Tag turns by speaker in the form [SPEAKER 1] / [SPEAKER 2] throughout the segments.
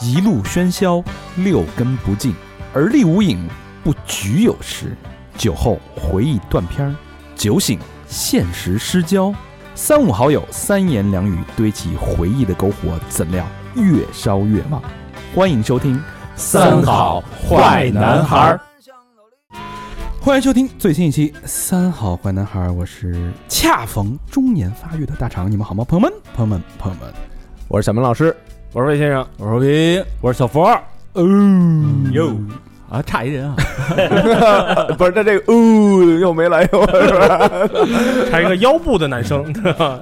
[SPEAKER 1] 一路喧嚣，六根不净，而立无影，不局有时。酒后回忆断片儿，酒醒现实失焦。三五好友，三言两语堆起回忆的篝火，怎料越烧越旺。欢迎收听《
[SPEAKER 2] 儿。
[SPEAKER 1] 欢迎收听最新一期《三好坏男孩》，我是恰逢中年发育的大肠，你们好吗？朋友们，朋友们，朋友们，
[SPEAKER 2] 我是小明老师，
[SPEAKER 3] 我说魏先生，
[SPEAKER 1] 我是皮，
[SPEAKER 3] 我是小佛，
[SPEAKER 1] 哦
[SPEAKER 3] 哟啊，差一人 啊，
[SPEAKER 2] 不是他这个
[SPEAKER 1] 呃
[SPEAKER 2] 哦又没来由，
[SPEAKER 4] 还有一个腰部的男生，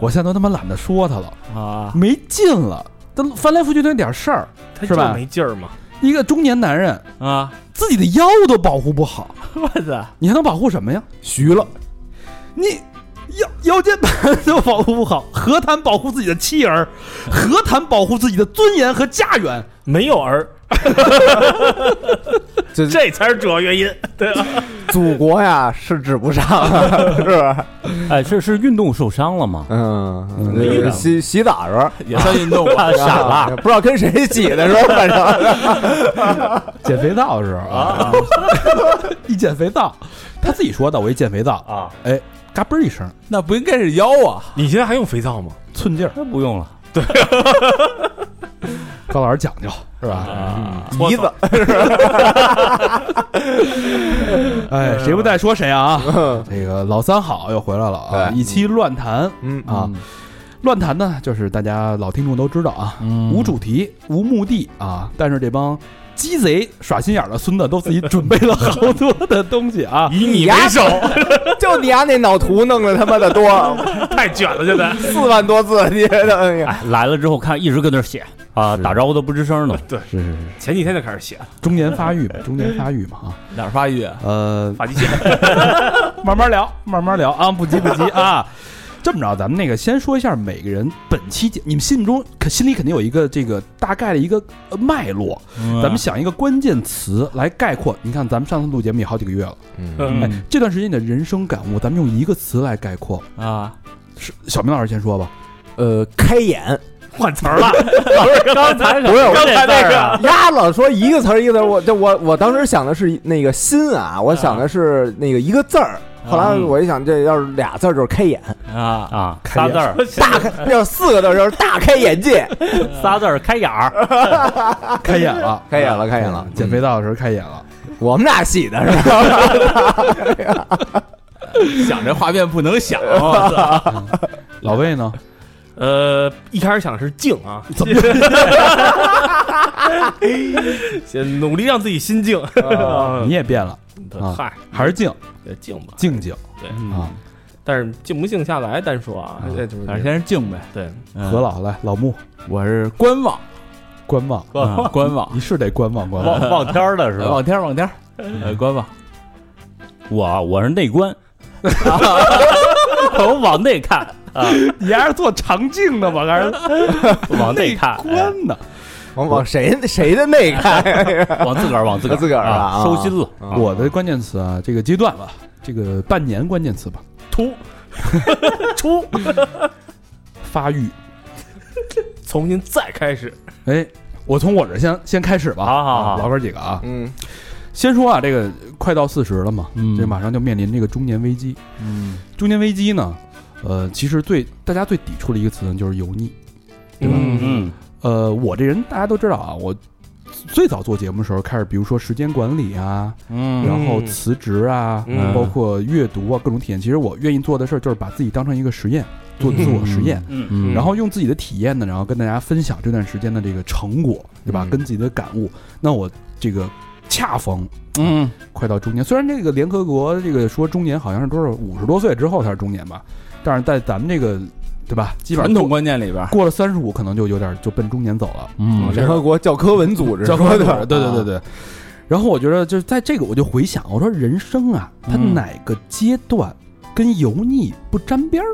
[SPEAKER 1] 我现在都他妈懒得说他了，
[SPEAKER 3] 啊，
[SPEAKER 1] 没劲了，都翻来覆去那点事儿，
[SPEAKER 4] 他
[SPEAKER 1] 是
[SPEAKER 4] 就
[SPEAKER 1] 吧
[SPEAKER 4] 没劲儿嘛。
[SPEAKER 1] 一个中年男人
[SPEAKER 3] 啊，
[SPEAKER 1] 自己的腰都保护不好，
[SPEAKER 3] 我操，
[SPEAKER 1] 你还能保护什么呀？
[SPEAKER 2] 徐了，
[SPEAKER 1] 你腰腰间盘都保护不好，何谈保护自己的妻儿？何谈保护自己的尊严和家园？
[SPEAKER 4] 没有儿，
[SPEAKER 2] 这
[SPEAKER 4] 这才是主要原因。对吧？
[SPEAKER 2] 祖国呀是指不上，是吧？
[SPEAKER 3] 哎，是是运动受伤了吗？
[SPEAKER 2] 嗯，
[SPEAKER 1] 嗯
[SPEAKER 2] 这个洗洗澡时候啊
[SPEAKER 3] 也算运动 吧，傻了，，
[SPEAKER 2] 不知道跟谁洗的时候，反正
[SPEAKER 1] 减肥皂的时候啊， 一减肥皂，他自己说的，我一减肥皂啊，哎，嘎嘣儿一声，
[SPEAKER 3] 那不应该是腰啊，
[SPEAKER 4] 你现在还用肥皂吗？，
[SPEAKER 1] 寸劲儿。
[SPEAKER 3] 那不用了，
[SPEAKER 1] 高老师讲究是吧？
[SPEAKER 3] 啊
[SPEAKER 2] 鼻子，
[SPEAKER 1] 哎，谁不在说谁啊？
[SPEAKER 3] 嗯
[SPEAKER 1] 这个老三好又回来了啊！
[SPEAKER 3] 哎
[SPEAKER 2] 对
[SPEAKER 1] 一期乱谈
[SPEAKER 2] 嗯
[SPEAKER 1] 啊，乱谈呢，就是大家老听众都知道啊，
[SPEAKER 3] 嗯
[SPEAKER 1] 无主题、无目的啊，但是这帮鸡贼耍心眼儿的孙子都自己准备了好多的东西啊
[SPEAKER 4] 以你为
[SPEAKER 2] 呀
[SPEAKER 4] 首，
[SPEAKER 2] 就你家那脑图弄的他妈的多，
[SPEAKER 4] 太卷了，现 在。
[SPEAKER 2] 四万多字，你觉得？哎呀，
[SPEAKER 3] 哎，来了之后看一直跟那儿写啊，打招呼都不吱声呢，
[SPEAKER 1] 是是是，
[SPEAKER 4] 前几天就开始写了，
[SPEAKER 1] 中年发育嘛，中年发育嘛啊，
[SPEAKER 3] 哪儿发育？
[SPEAKER 1] 呃，
[SPEAKER 4] 发际线。
[SPEAKER 1] 慢慢聊，慢慢聊啊，不急不急啊。这么着，咱们那个先说一下每个人本期节，你们心目中可心里肯定有一个这个大概的一个呃脉络，
[SPEAKER 4] 嗯
[SPEAKER 3] 嗯
[SPEAKER 1] 咱们想一个关键词来概括。你看，咱们上次录节目也好几个月了，
[SPEAKER 4] 嗯
[SPEAKER 1] 哎，这段时间你的人生感悟，咱们用一个词来概括。
[SPEAKER 3] 啊，
[SPEAKER 1] 是小明老师先说吧，
[SPEAKER 2] 呃，开眼，
[SPEAKER 4] 换词儿了，
[SPEAKER 3] 刚才
[SPEAKER 2] 不是我
[SPEAKER 3] 刚才那个
[SPEAKER 2] 丫老说一个词儿一个字儿，我这我我当时想的是那个心啊，我想的是那个一个字儿。后来我一想，这要是俩字儿就是开眼，
[SPEAKER 3] 啊啊，仨字儿，
[SPEAKER 2] 大 开；要是四个字儿就是大开眼界，
[SPEAKER 3] 仨字儿，开眼儿，
[SPEAKER 1] 开眼了，
[SPEAKER 2] 啊
[SPEAKER 1] 嗯
[SPEAKER 2] 开眼了，开眼了。
[SPEAKER 1] 减
[SPEAKER 4] 嗯
[SPEAKER 1] 肥皂的时候开眼了。
[SPEAKER 2] 我们俩洗的是吧？
[SPEAKER 3] 想这画面不能想，啊
[SPEAKER 1] 老魏呢？
[SPEAKER 4] 呃，一开始想的是静啊，怎么？ 先努力让自己心静。
[SPEAKER 2] 啊
[SPEAKER 4] 啊
[SPEAKER 1] 你也变了，啊
[SPEAKER 4] 嗨，
[SPEAKER 1] 还是静
[SPEAKER 4] 也静吧，
[SPEAKER 1] 静静啊
[SPEAKER 3] 嗯，。
[SPEAKER 4] 但是静不静下来单说啊，这就是
[SPEAKER 3] 反正哎先是静呗，
[SPEAKER 4] 对，
[SPEAKER 3] 嗯
[SPEAKER 1] 何老来，老穆
[SPEAKER 3] 我是观望，
[SPEAKER 1] 观望，
[SPEAKER 3] 啊 观望，
[SPEAKER 1] 你是得观望观望。
[SPEAKER 5] 望望天儿的是吧？
[SPEAKER 3] 往天儿往天儿， 呃，观望。我我是内 观，我往内看啊，
[SPEAKER 1] 你还是做长镜的吧，还是
[SPEAKER 3] 往内看，哎
[SPEAKER 1] 观的？
[SPEAKER 2] 往往谁谁的那开？
[SPEAKER 3] 往自个儿，往自个儿，
[SPEAKER 2] 自个儿啊
[SPEAKER 3] 啊，收心了。
[SPEAKER 5] 哎
[SPEAKER 2] 啊
[SPEAKER 1] 我的关键词啊，这个阶段吧，这个半年关键词吧，
[SPEAKER 4] 突出，
[SPEAKER 1] 发育。
[SPEAKER 4] 重新再开始。
[SPEAKER 1] 哎，我从我这儿先先开始吧，
[SPEAKER 3] 好好好
[SPEAKER 1] 啊老哥几个啊，
[SPEAKER 2] 嗯，
[SPEAKER 1] 先说啊，这个快到四十了嘛，
[SPEAKER 3] 嗯
[SPEAKER 1] 这马上就面临这个中年危机。
[SPEAKER 3] 嗯，
[SPEAKER 1] 中年危机呢，呃，其实最大家最抵触的一个词呢，就是油腻。对吧
[SPEAKER 3] 嗯
[SPEAKER 1] 呃，我这人大家都知道啊，我最早做节目的时候开始，比如说时间管理啊，
[SPEAKER 3] 嗯
[SPEAKER 1] 然后辞职啊，
[SPEAKER 4] 嗯
[SPEAKER 1] 包括阅读啊，各种体验。其实我愿意做的事儿就是把自己当成一个实验，做自我实验。
[SPEAKER 3] 嗯
[SPEAKER 1] 嗯
[SPEAKER 4] 嗯
[SPEAKER 1] 然后用自己的体验呢，然后跟大家分享这段时间的这个成果，对吧？
[SPEAKER 2] 嗯
[SPEAKER 1] 跟自己的感悟。那我这个恰逢
[SPEAKER 3] 嗯
[SPEAKER 1] 快到中年，虽然这个联合国这个说中年好像是多少五十多岁之后才是中年吧，但是在咱们这个对吧，基本
[SPEAKER 3] 传
[SPEAKER 1] 上
[SPEAKER 3] 统
[SPEAKER 1] 过
[SPEAKER 3] 观念里边，
[SPEAKER 1] 过了三十五，可能就有点就奔中年走了。
[SPEAKER 3] 嗯
[SPEAKER 2] 联合国教科文组织
[SPEAKER 1] 教科
[SPEAKER 2] 说的
[SPEAKER 1] 对对对，对。然后我觉得就是在这个，我就回想，我说人生啊，它
[SPEAKER 3] 嗯
[SPEAKER 1] 哪个阶段跟油腻不沾边儿，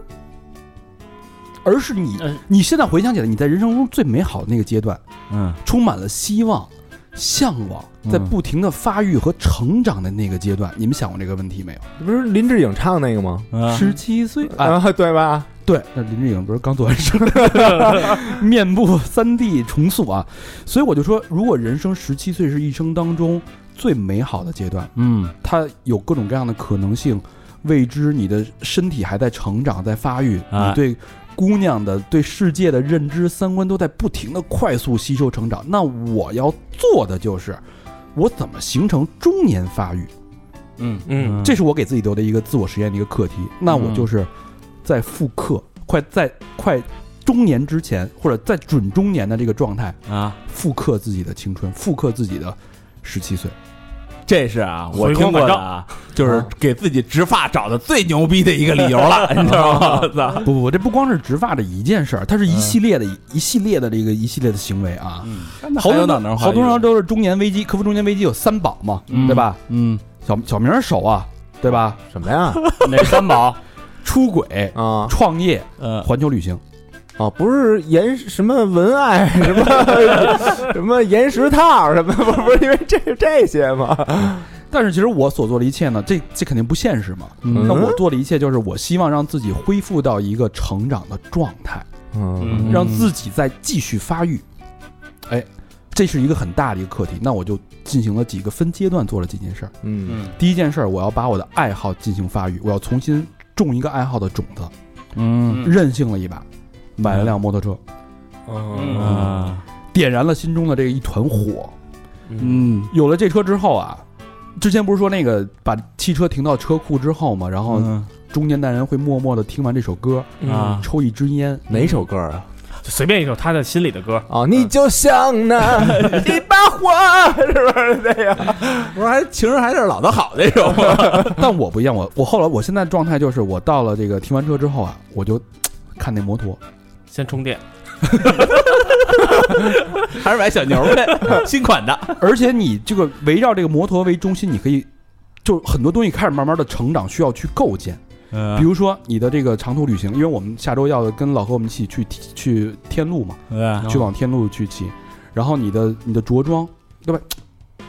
[SPEAKER 1] 而是你
[SPEAKER 3] 嗯
[SPEAKER 1] 你现在回想起来，你在人生中最美好的那个阶段，
[SPEAKER 3] 嗯
[SPEAKER 1] 充满了希望、向往，在
[SPEAKER 3] 嗯
[SPEAKER 1] 不停的发育和成长的那个阶段，你们想过这个问题没有？
[SPEAKER 2] 不是林志颖唱那个吗？
[SPEAKER 3] 啊
[SPEAKER 1] 十七岁，哎，
[SPEAKER 2] 啊啊，对吧？
[SPEAKER 1] 对，那林志颖不是刚做完手术， 面部三 D 重塑啊，所以我就说，如果人生十七岁是一生当中最美好的阶段，
[SPEAKER 3] 嗯，
[SPEAKER 1] 它有各种各样的可能性，未知，你的身体还在成长，在发育，
[SPEAKER 3] 哎
[SPEAKER 1] 你对姑娘的、对世界的认知、三观都在不停的快速吸收成长。那我要做的就是，我怎么形成中年发育？
[SPEAKER 3] 嗯
[SPEAKER 4] 嗯
[SPEAKER 1] 这是我给自己留的一个自我实验的一个课题。那我就是在复刻，快在快中年之前，或者在准中年的这个状态，
[SPEAKER 3] 啊，
[SPEAKER 1] 复刻自己的青春，复刻自己的十七岁。
[SPEAKER 3] 这是啊，我
[SPEAKER 4] 回光
[SPEAKER 3] 听过
[SPEAKER 4] 返
[SPEAKER 3] 的
[SPEAKER 4] 照
[SPEAKER 3] 啊，就是给自己植发找的最牛逼的一个理由了，你知道 吗？我操，
[SPEAKER 1] 不不不，这不光是植发的一件事儿，它
[SPEAKER 3] 嗯
[SPEAKER 1] 是一系列的、一系列的这个一系列的行为啊。好
[SPEAKER 3] 好
[SPEAKER 1] 多
[SPEAKER 3] 有
[SPEAKER 1] 人
[SPEAKER 3] 哪能
[SPEAKER 1] 都好多人都是中年危机，克服中年危机有三宝嘛，
[SPEAKER 3] 嗯
[SPEAKER 1] 对吧？
[SPEAKER 3] 嗯，
[SPEAKER 1] 小小明儿手啊，对吧？
[SPEAKER 2] 什么呀？
[SPEAKER 3] 哪三宝？
[SPEAKER 1] 出轨、
[SPEAKER 2] 啊
[SPEAKER 1] 创业、
[SPEAKER 3] 呃，
[SPEAKER 1] 环球旅行，
[SPEAKER 2] 哦，不是岩什么文爱什 么什么岩石套什么， 不不是因为这这些吗？
[SPEAKER 1] 但是其实我所做的一切呢，这这肯定不现实嘛。
[SPEAKER 2] 嗯
[SPEAKER 1] 那我做的一切就是我希望让自己恢复到一个成长的状态，
[SPEAKER 2] 嗯
[SPEAKER 3] 嗯
[SPEAKER 1] 让自己再继续发育。哎，这是一个很大的一个课题。那我就进行了几个分阶段做了几件事儿。
[SPEAKER 2] 嗯
[SPEAKER 1] 第一件事儿，我要把我的爱好进行发育，我要重新种一个爱好的种子，
[SPEAKER 3] 嗯
[SPEAKER 1] 任性了一把，买了辆摩托车，
[SPEAKER 3] 嗯啊，
[SPEAKER 1] 点燃了心中的这一团火。
[SPEAKER 3] 嗯，
[SPEAKER 1] 有了这车之后啊，之前不是说那个把汽车停到车库之后嘛，然后嗯
[SPEAKER 3] 嗯
[SPEAKER 1] 中年男人会默默的听完这首歌，
[SPEAKER 2] 嗯
[SPEAKER 3] 啊
[SPEAKER 1] 抽一支烟，
[SPEAKER 2] 哪首歌啊？
[SPEAKER 4] 就随便一首他的心里的歌，
[SPEAKER 2] 哦，你就像 那一把火，是不是这样？
[SPEAKER 3] 不是还情人还是老的好那种吗？
[SPEAKER 1] 但我不一样，我我后来我现在状态就是，我到了这个停完车之后啊，我就看那摩托，
[SPEAKER 4] 先充电。
[SPEAKER 3] 还是买小牛 呗，新款的。
[SPEAKER 1] 而且你这个围绕这个摩托为中心，你可以就很多东西开始慢慢的成长，需要去构建，比
[SPEAKER 3] 嗯，
[SPEAKER 1] 如说你的这个长途旅行，因为我们下周要跟老何我们一起去去天路嘛，
[SPEAKER 3] 嗯
[SPEAKER 1] 去往天路去骑，然后你的你的着装，对吧？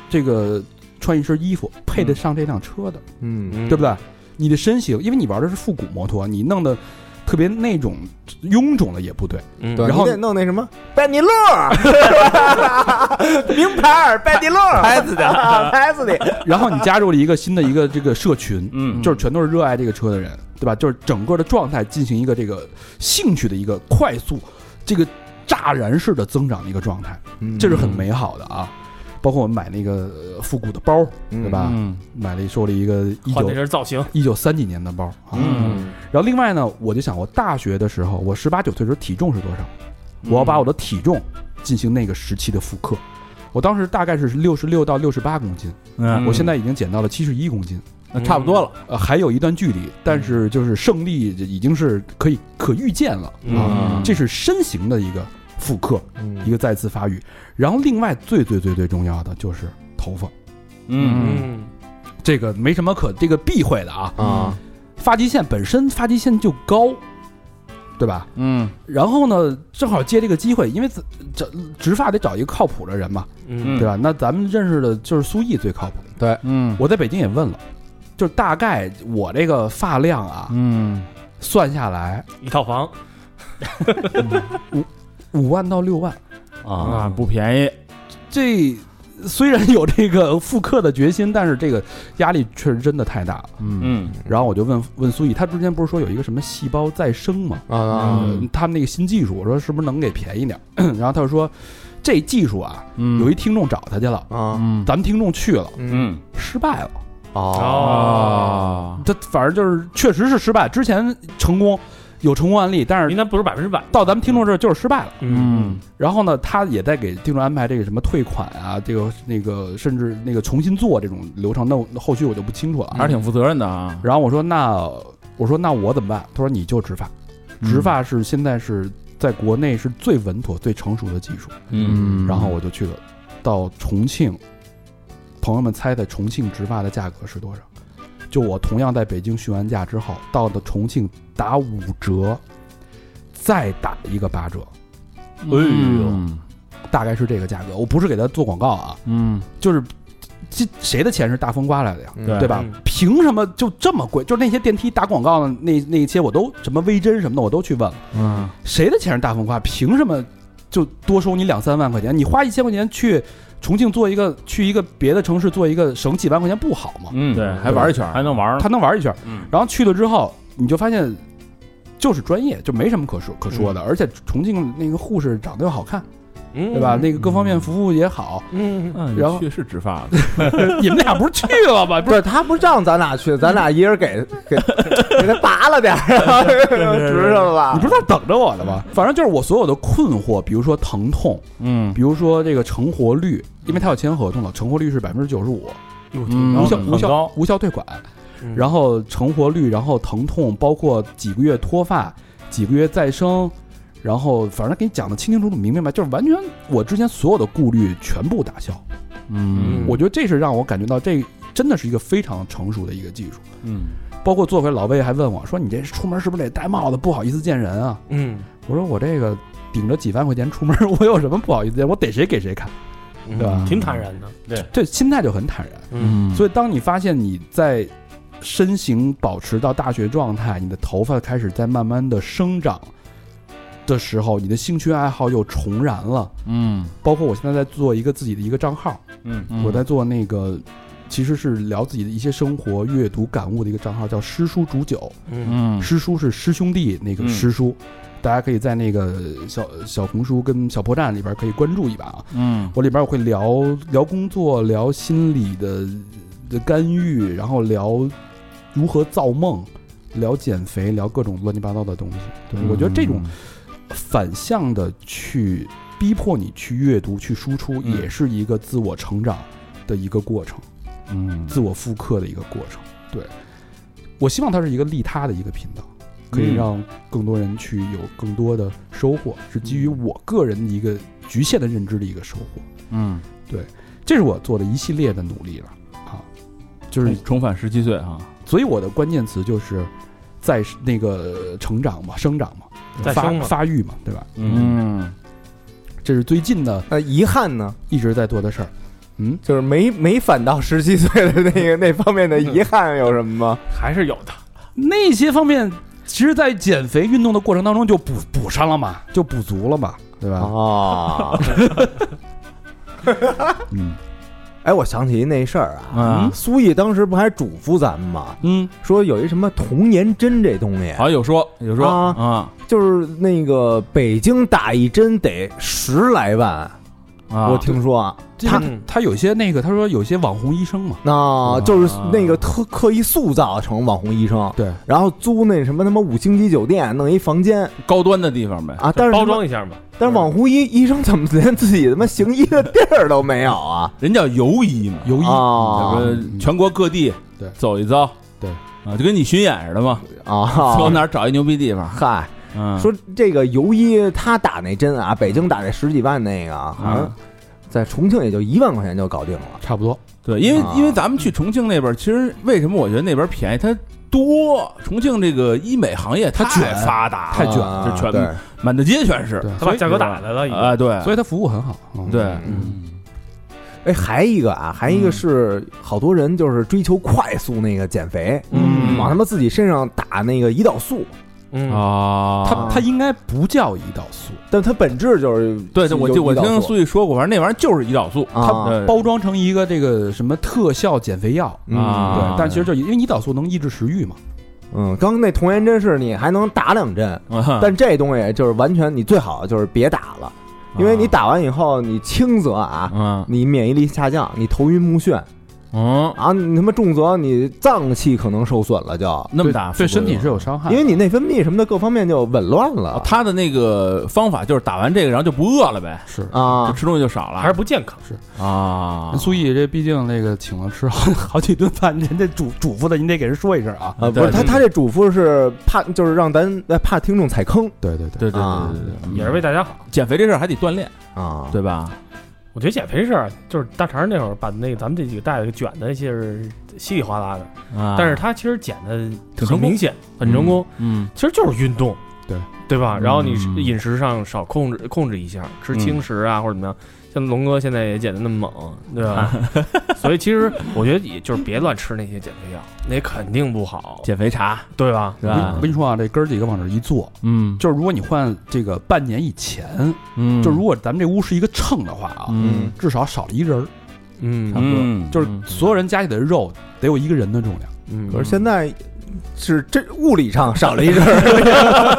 [SPEAKER 1] 这个穿一身衣服配得上这辆车的。
[SPEAKER 2] 嗯
[SPEAKER 1] 对不对？你的身形，因为你玩的是复古摩托，你弄的特别那种臃肿的也不对。
[SPEAKER 4] 嗯
[SPEAKER 2] 对，
[SPEAKER 1] 然后
[SPEAKER 2] 你得弄那什么拜你乐儿， 名牌儿拜你乐儿，
[SPEAKER 3] 牌子的，
[SPEAKER 2] 啊牌子里，
[SPEAKER 1] 然后你加入了一个新的一个这个社群，
[SPEAKER 3] 嗯
[SPEAKER 1] 就是全都是热爱这个车的人，对吧？就是整个的状态进行一个这个兴趣的一个快速，这个乍然式的增长的一个状态，
[SPEAKER 2] 嗯
[SPEAKER 1] 这是很美好的啊。包括我们买那个呃复古的包，
[SPEAKER 2] 嗯
[SPEAKER 1] 对吧？
[SPEAKER 3] 嗯
[SPEAKER 1] 买了一收了一个一
[SPEAKER 4] 换那
[SPEAKER 1] 九
[SPEAKER 4] 身造型，
[SPEAKER 1] 一九三几年的包啊。
[SPEAKER 3] 嗯
[SPEAKER 1] 然后另外呢，我就想，我大学的时候，我十八九岁的时候体重是多少？我要把我的体重进行那个时期的复刻。我当时大概是六十六到六十八公斤，
[SPEAKER 3] 嗯
[SPEAKER 1] 我现在已经减到了七十一公斤，
[SPEAKER 3] 那差不多了。
[SPEAKER 1] 呃，还有一段距离，但是就是胜利已经是可以可预见了啊。
[SPEAKER 3] 嗯
[SPEAKER 1] 这是身形的一个复刻，一
[SPEAKER 2] 嗯
[SPEAKER 1] 个再次发育。然后另外最最最最重要的就是头发，
[SPEAKER 3] 嗯
[SPEAKER 4] 嗯，
[SPEAKER 1] 这个没什么可这个避讳的啊。
[SPEAKER 2] 啊，
[SPEAKER 1] 发际线本身发际线就高，对吧？
[SPEAKER 3] 嗯
[SPEAKER 1] 然后呢，正好借这个机会，因为这这植发得找一个靠谱的人嘛，
[SPEAKER 4] 嗯
[SPEAKER 1] 对吧？那咱们认识的就是苏毅最靠谱。
[SPEAKER 3] 嗯
[SPEAKER 1] 我在北京也问了，就是大概我这个发量啊，
[SPEAKER 3] 嗯
[SPEAKER 1] 算下来
[SPEAKER 4] 嗯一套房
[SPEAKER 1] 五万到六万。
[SPEAKER 3] 啊，不便宜。
[SPEAKER 1] 这虽然有这个复刻的决心，但是这个压力确实真的太大了。
[SPEAKER 3] 嗯嗯
[SPEAKER 1] 然后我就问问苏毅，他之前不是说有一个什么细胞再生吗？
[SPEAKER 2] 啊啊
[SPEAKER 1] 嗯，他们那个新技术，我说是不是能给便宜点儿？ 然后他就说，这技术啊，
[SPEAKER 3] 嗯
[SPEAKER 1] 有一听众找他去了，
[SPEAKER 2] 啊，
[SPEAKER 3] 嗯
[SPEAKER 1] 咱们听众去了，
[SPEAKER 2] 嗯
[SPEAKER 3] 嗯
[SPEAKER 1] 失败了。
[SPEAKER 2] 哦，
[SPEAKER 3] 啊
[SPEAKER 1] 他反正就是确实是失败，之前成功有成功案例，但
[SPEAKER 4] 应
[SPEAKER 1] 是
[SPEAKER 4] 该不是百分之百。
[SPEAKER 1] 到咱们听众这儿就是失败了。
[SPEAKER 3] 嗯
[SPEAKER 1] 然后呢，他也在给听众安排这个什么退款啊，这个那个甚至那个重新做这种流程。那我那后续我就不清楚了。
[SPEAKER 3] 还是挺负责任的啊。
[SPEAKER 1] 然后我说那我说那我怎么办？他说你就植发，植发是现在是在国内是最稳妥、最成熟的技术。
[SPEAKER 3] 嗯，
[SPEAKER 1] 然后我就去了，到重庆，朋友们猜猜重庆植发的价格是多少？就我同样在北京询完价之后，到的重庆打五折，再打一个八折，
[SPEAKER 3] 哎呦，
[SPEAKER 1] 大概是这个价格。我不是给他做广告啊，
[SPEAKER 3] 嗯
[SPEAKER 1] 就是这谁的钱是大风刮来的呀？
[SPEAKER 2] 嗯
[SPEAKER 4] 对
[SPEAKER 1] 对吧
[SPEAKER 4] 嗯？
[SPEAKER 1] 凭什么就这么贵？就是那些电梯打广告的那那些，我都什么微针什么的，我都去问了，
[SPEAKER 3] 嗯，
[SPEAKER 1] 谁的钱是大风刮？凭什么就多收你两三万块钱？你花一千块钱去重庆做一个，去一个别的城市做一个，省几万块钱不好吗？
[SPEAKER 6] 嗯，
[SPEAKER 3] 对，还玩一圈儿，
[SPEAKER 6] 还能玩儿呢，
[SPEAKER 1] 他能玩一圈，
[SPEAKER 6] 嗯
[SPEAKER 1] 然后去了之后，你就发现就是专业，就没什么可说可说的。而且重庆那个护士长得又好看，
[SPEAKER 4] 嗯
[SPEAKER 1] 对吧？那个各方面服务也好。
[SPEAKER 4] 嗯，
[SPEAKER 3] 嗯，
[SPEAKER 1] 然后
[SPEAKER 3] 去是植发的，
[SPEAKER 1] 你们俩不是去了吗？不
[SPEAKER 2] 不
[SPEAKER 1] 是，
[SPEAKER 2] 是他不让咱俩去，咱俩一人给给给他拔了点儿， 值上
[SPEAKER 1] 你
[SPEAKER 2] 了
[SPEAKER 3] 啊
[SPEAKER 2] 吧？
[SPEAKER 1] 不是在等着我呢吗？反正就是我所有的困惑，比如说疼痛，
[SPEAKER 3] 嗯
[SPEAKER 1] 比如说这个成活率，因为他有签合同了，成活率是百分之九十五，
[SPEAKER 3] 嗯，
[SPEAKER 1] 无效
[SPEAKER 3] 很
[SPEAKER 1] 无效
[SPEAKER 3] 高嗯
[SPEAKER 1] 无效退款，然后成活率，然后疼痛，包括几个月脱发，几个月再生，然后反正给你讲的清清楚楚、明明白，就是完全我之前所有的顾虑全部打消。
[SPEAKER 3] 嗯
[SPEAKER 1] 我觉得这是让我感觉到这真的是一个非常成熟的一个技术。
[SPEAKER 3] 嗯，
[SPEAKER 1] 包括做回老魏还问我说：“你这出门是不是得戴帽子？不好意思见人啊
[SPEAKER 4] 嗯，？”
[SPEAKER 1] 我说：“我这个顶着几万块钱出门， 我有什么不好意思见？我逮谁给谁看。”
[SPEAKER 4] 嗯
[SPEAKER 1] 对吧
[SPEAKER 4] 挺坦然的，
[SPEAKER 1] 这心态就很坦然。
[SPEAKER 4] 嗯，
[SPEAKER 1] 所以，当你发现你在身形保持到大学状态，你的头发开始在慢慢的生长的时候，你的兴趣爱好又重燃了。
[SPEAKER 3] 嗯
[SPEAKER 1] 包括我现在在做一个自己的一个账号，
[SPEAKER 3] 嗯，
[SPEAKER 1] 我在做那个其实是聊自己的一些生活、阅读、感悟的一个账号，叫“师叔煮酒”。
[SPEAKER 4] 嗯
[SPEAKER 3] 嗯
[SPEAKER 1] 师叔是师兄弟那个
[SPEAKER 3] 嗯
[SPEAKER 1] 师叔，大家可以在那个小小红书跟小破站里边可以关注一把啊。
[SPEAKER 3] 嗯
[SPEAKER 1] 我里边我会聊聊工作，呃聊心理的的干预，然后聊如何造梦，聊减肥，聊各种乱七八糟的东西。对、
[SPEAKER 3] 嗯
[SPEAKER 1] 我觉得这种反向的去逼迫你去阅读、去输出，
[SPEAKER 3] 嗯
[SPEAKER 1] 也是一个自我成长的一个过程，
[SPEAKER 3] 嗯
[SPEAKER 1] 自我复刻的一个过程。对我希望它是一个利他的一个频道。可以
[SPEAKER 3] 嗯
[SPEAKER 1] 让更多人去有更多的收获，是基于我个人一个局限的认知的一个收获。
[SPEAKER 3] 嗯，
[SPEAKER 1] 这是我做的一系列的努力了啊，就
[SPEAKER 3] 就是是哎重返十七岁啊，
[SPEAKER 1] 所以我的关键词就是在那个成长嘛、生长嘛、
[SPEAKER 4] 再
[SPEAKER 1] 发
[SPEAKER 4] 生嘛
[SPEAKER 1] 发育嘛，对吧？，
[SPEAKER 3] 嗯
[SPEAKER 1] 这是最近的
[SPEAKER 2] 那遗憾呢？
[SPEAKER 1] 一直在做的事儿。嗯，
[SPEAKER 2] 就是没没反到十七岁的那个那方面的遗憾有什么吗？
[SPEAKER 4] 还是有的，
[SPEAKER 1] 那些方面，其实，在减肥运动的过程当中就补补上了嘛，就补足了嘛，对
[SPEAKER 2] 嗯
[SPEAKER 1] 吧？
[SPEAKER 2] 哦，
[SPEAKER 1] 嗯
[SPEAKER 2] 哎，我想起一那事儿啊，
[SPEAKER 3] 啊，
[SPEAKER 2] 苏毅当时不还嘱咐咱们吗？
[SPEAKER 1] 嗯，
[SPEAKER 2] 说有一什么童年针这东西，
[SPEAKER 3] 好像有说有说啊
[SPEAKER 2] 就是那个北京打一针得十来万，
[SPEAKER 3] 啊，
[SPEAKER 2] 我听说啊，
[SPEAKER 1] 他
[SPEAKER 4] 嗯
[SPEAKER 1] 他有些那个，他说有些网红医生嘛，
[SPEAKER 3] 啊
[SPEAKER 2] 那就是那个特刻意塑造成网红医生，
[SPEAKER 1] 对，
[SPEAKER 2] 然后租那什么他妈五星级酒店，弄一房间
[SPEAKER 3] 高端的地方呗，
[SPEAKER 2] 啊，但是
[SPEAKER 4] 包
[SPEAKER 2] 他妈
[SPEAKER 4] 装一下嘛，
[SPEAKER 2] 但是
[SPEAKER 3] 嗯
[SPEAKER 2] 网红医医生怎么连自己他妈行医的地儿都没有啊？
[SPEAKER 3] 人叫游医嘛，
[SPEAKER 1] 游医
[SPEAKER 2] 啊
[SPEAKER 3] 就是全国各地
[SPEAKER 1] 对
[SPEAKER 3] 走一遭，
[SPEAKER 1] 嗯对
[SPEAKER 3] 啊，就跟你巡演似的嘛，走
[SPEAKER 2] 啊！
[SPEAKER 3] 哪儿找一牛逼地方，
[SPEAKER 2] 嗨，
[SPEAKER 3] 嗯，
[SPEAKER 2] 说这个游医他打那针啊，北京打那十几万那个，好像
[SPEAKER 3] 啊
[SPEAKER 2] 在重庆也就一万块钱就搞定了。
[SPEAKER 1] 差不多。
[SPEAKER 3] 对，因为
[SPEAKER 2] 啊
[SPEAKER 3] 因为咱们去重庆那边儿，其实为什么我觉得那边儿便宜？它多，重庆这个医美行业它太
[SPEAKER 1] 卷
[SPEAKER 3] 发达了，
[SPEAKER 1] 太卷
[SPEAKER 2] 啊
[SPEAKER 3] 就全
[SPEAKER 2] 对
[SPEAKER 3] 满大街全是
[SPEAKER 1] 对，
[SPEAKER 4] 他把价格打来了，已经
[SPEAKER 3] 啊，对，
[SPEAKER 1] 所
[SPEAKER 3] 以
[SPEAKER 1] 以他服务很好。嗯
[SPEAKER 3] 对，
[SPEAKER 2] 嗯哎，还一个啊，还一
[SPEAKER 3] 嗯
[SPEAKER 2] 个是好多人就是追求快速那个减肥，
[SPEAKER 3] 嗯
[SPEAKER 2] 往他妈自己身上打那个胰岛素，
[SPEAKER 4] 嗯，
[SPEAKER 3] 啊，
[SPEAKER 1] 他他应该不叫胰岛素，
[SPEAKER 2] 但它本质就是
[SPEAKER 3] 对，我
[SPEAKER 2] 就
[SPEAKER 3] 就我听苏毅说过，反正那玩意儿就是胰岛素，
[SPEAKER 2] 啊
[SPEAKER 3] 对
[SPEAKER 1] 包装成一个这个什么特效减肥药，
[SPEAKER 2] 嗯
[SPEAKER 3] 啊
[SPEAKER 1] 对，但其实就因为胰岛素能抑制食欲嘛，
[SPEAKER 2] 嗯，刚刚那童颜针是你还能打两针，
[SPEAKER 3] 嗯哼
[SPEAKER 2] 但这东西就是完全你最好就是别打了，
[SPEAKER 3] 啊
[SPEAKER 2] 因为你打完以后你轻则啊，
[SPEAKER 3] 嗯
[SPEAKER 2] 你免疫力下降，你头晕目眩
[SPEAKER 3] 嗯，
[SPEAKER 2] 啊，你他妈重则你脏器可能受损了就，
[SPEAKER 3] 那么大
[SPEAKER 1] 对对身体是
[SPEAKER 3] 有。
[SPEAKER 1] 有伤害的，
[SPEAKER 2] 因为你内分泌什么的各方面就紊乱了
[SPEAKER 3] 啊他的那个方法就是打完这个，然后就不饿了呗，
[SPEAKER 1] 是
[SPEAKER 3] 就
[SPEAKER 2] 啊。
[SPEAKER 3] 吃东西就少了，
[SPEAKER 4] 还是不健康，
[SPEAKER 3] 啊？
[SPEAKER 1] 苏毅这毕竟那个请了吃好好几顿饭，人家嘱嘱咐的，你得给人说一声啊。
[SPEAKER 2] 啊，不是
[SPEAKER 3] 对
[SPEAKER 2] 他，
[SPEAKER 3] 嗯
[SPEAKER 2] 他这嘱咐是怕，就是让咱呃怕听众踩坑
[SPEAKER 1] 对对对，
[SPEAKER 3] 对对
[SPEAKER 2] 啊
[SPEAKER 3] 对对对对，
[SPEAKER 4] 也是为大家好。
[SPEAKER 3] 减肥这事儿还得锻炼，
[SPEAKER 2] 啊。
[SPEAKER 3] 对吧？
[SPEAKER 4] 我觉得减肥这事儿，就是大肠那会儿把那个咱们这几个大爷给卷的，就是稀里哗啦的，
[SPEAKER 3] 啊，
[SPEAKER 4] 但是他其实减的
[SPEAKER 3] 挺成
[SPEAKER 4] 很
[SPEAKER 3] 功
[SPEAKER 4] 明显，很成功，
[SPEAKER 3] 嗯，
[SPEAKER 4] 其实就是运动。
[SPEAKER 1] 对，
[SPEAKER 4] 对吧？然后你是
[SPEAKER 3] 嗯
[SPEAKER 4] 饮食上少控制控制一下，吃轻食啊、或者怎么样。像龙哥现在也减的那么猛，对吧？ 所以其实我觉得也就是别乱吃那些减肥药，那肯定不好，
[SPEAKER 3] 减肥茶
[SPEAKER 4] 对吧？
[SPEAKER 3] 是
[SPEAKER 1] 我
[SPEAKER 3] 吧
[SPEAKER 1] 跟？你说啊，这哥儿几个往这儿一坐，
[SPEAKER 3] 嗯
[SPEAKER 1] 就是如果你换这个半年以前，
[SPEAKER 3] 嗯
[SPEAKER 1] 就如果咱们这屋是一个秤的话啊，
[SPEAKER 3] 嗯
[SPEAKER 1] 至少少了一人儿，
[SPEAKER 4] 嗯
[SPEAKER 1] 差不多
[SPEAKER 3] 嗯
[SPEAKER 1] 就是所有人加起来的肉得有一个人的重量。
[SPEAKER 4] 嗯
[SPEAKER 2] 可是现在是真物理上少了一阵儿，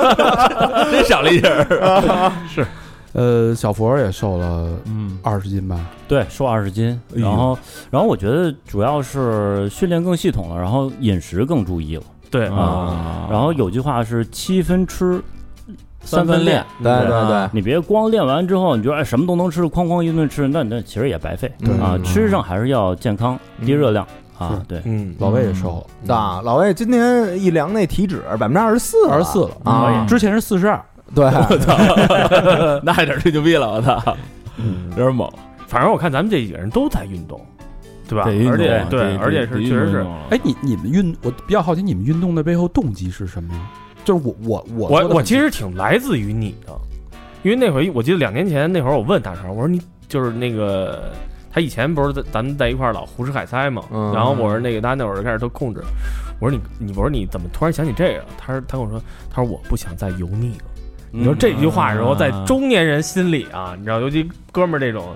[SPEAKER 3] 真少了一人儿。
[SPEAKER 1] 呃，小佛也瘦了
[SPEAKER 3] 嗯
[SPEAKER 1] 二十斤吧，
[SPEAKER 7] 对，瘦二十斤，
[SPEAKER 1] 哎呦
[SPEAKER 7] 然后，然后我觉得主要是训练更系统了，然后饮食更注意了，
[SPEAKER 4] 对
[SPEAKER 3] 啊
[SPEAKER 7] 然后有句话是七分吃，
[SPEAKER 3] 三
[SPEAKER 7] 三
[SPEAKER 3] 分
[SPEAKER 7] 分
[SPEAKER 3] 练
[SPEAKER 7] 练，
[SPEAKER 2] 对 对
[SPEAKER 7] 啊
[SPEAKER 2] 对，
[SPEAKER 7] 你别光练完之后，你觉得哎什么都能吃，哐哐一顿吃，那那其实也白费
[SPEAKER 2] 对
[SPEAKER 7] 啊。
[SPEAKER 1] 嗯
[SPEAKER 7] 吃上还是要健康，
[SPEAKER 3] 嗯
[SPEAKER 7] 低热量啊
[SPEAKER 1] 是。
[SPEAKER 7] 对，
[SPEAKER 4] 嗯，
[SPEAKER 1] 老魏也瘦了
[SPEAKER 2] 啊，老魏今天一量那体脂百分之二十四，
[SPEAKER 1] 二十四了嗯
[SPEAKER 2] 啊
[SPEAKER 1] 之前是四十二，
[SPEAKER 2] 对，
[SPEAKER 3] 那有点吹牛逼了，我操，有点猛。
[SPEAKER 4] 反正我看咱们这几个人都在运动，对吧？
[SPEAKER 3] 得运动
[SPEAKER 4] 而且
[SPEAKER 3] 啊
[SPEAKER 4] 对，
[SPEAKER 3] 得
[SPEAKER 4] 而且
[SPEAKER 3] 得
[SPEAKER 4] 是
[SPEAKER 3] 得
[SPEAKER 4] 确
[SPEAKER 3] 运
[SPEAKER 4] 实是
[SPEAKER 3] 动了
[SPEAKER 1] 哎，你你们运，我比较好奇你们运动的背后动机是什么呀？就是我我我
[SPEAKER 4] 我
[SPEAKER 1] 说的
[SPEAKER 4] 我其实挺来自于你的，因为那回我记得两年前那会儿我问大成，我说你就是那个他以前不是在咱们在一块儿老胡吃海塞嘛，
[SPEAKER 2] 嗯
[SPEAKER 4] 然后我说那个他那会儿开始都控制，我说你你我说你怎么突然想起这个？他说他跟我说他说我不想再油腻了。你说这句话的时候，
[SPEAKER 3] 嗯
[SPEAKER 4] 在中年人心里啊，你知道，尤其哥们儿这种，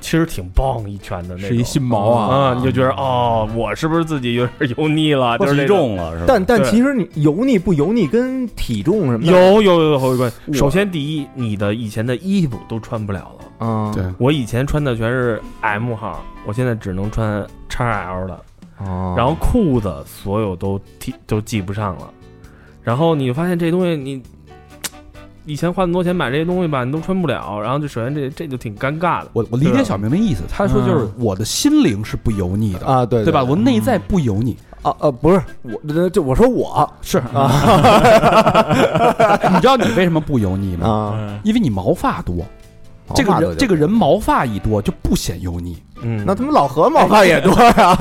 [SPEAKER 4] 其实挺棒一拳的那种，
[SPEAKER 3] 是一心毛啊，
[SPEAKER 4] 啊，你就觉得哦，我是不是自己有点油腻了？就是
[SPEAKER 7] 体
[SPEAKER 4] 那种
[SPEAKER 7] 重了是吧？
[SPEAKER 2] 但但
[SPEAKER 4] 对
[SPEAKER 2] 其实你油腻不油腻跟体重什么的，
[SPEAKER 4] 有有有有关系。首先，第一，你的以前的衣服都穿不了了。
[SPEAKER 2] 嗯，
[SPEAKER 1] 对，
[SPEAKER 4] 我以前穿的全是 M 号，我现在只能穿 XL 的，然
[SPEAKER 2] 然
[SPEAKER 4] 后裤子所有都提都系不上了。然后你发现这东西你，以前花那么多钱买这些东西吧，你都穿不了。然后就首先这这就挺尴尬的。
[SPEAKER 1] 我我理
[SPEAKER 4] 对
[SPEAKER 1] 解
[SPEAKER 4] 啊
[SPEAKER 1] 小明的意思，他说就是我的心灵是不油腻的，
[SPEAKER 2] 啊，对
[SPEAKER 1] 对吧？我内
[SPEAKER 3] 嗯
[SPEAKER 1] 在不油腻，
[SPEAKER 2] 啊啊，不是我，就我说我
[SPEAKER 1] 是啊，你知道你为什么不油腻吗？
[SPEAKER 2] 啊，
[SPEAKER 3] 嗯
[SPEAKER 1] 因为你毛发多，这个人这个人毛发一多就不显油 腻。
[SPEAKER 4] 嗯，
[SPEAKER 2] 那他们老何
[SPEAKER 1] 哎
[SPEAKER 2] 毛发也多呀，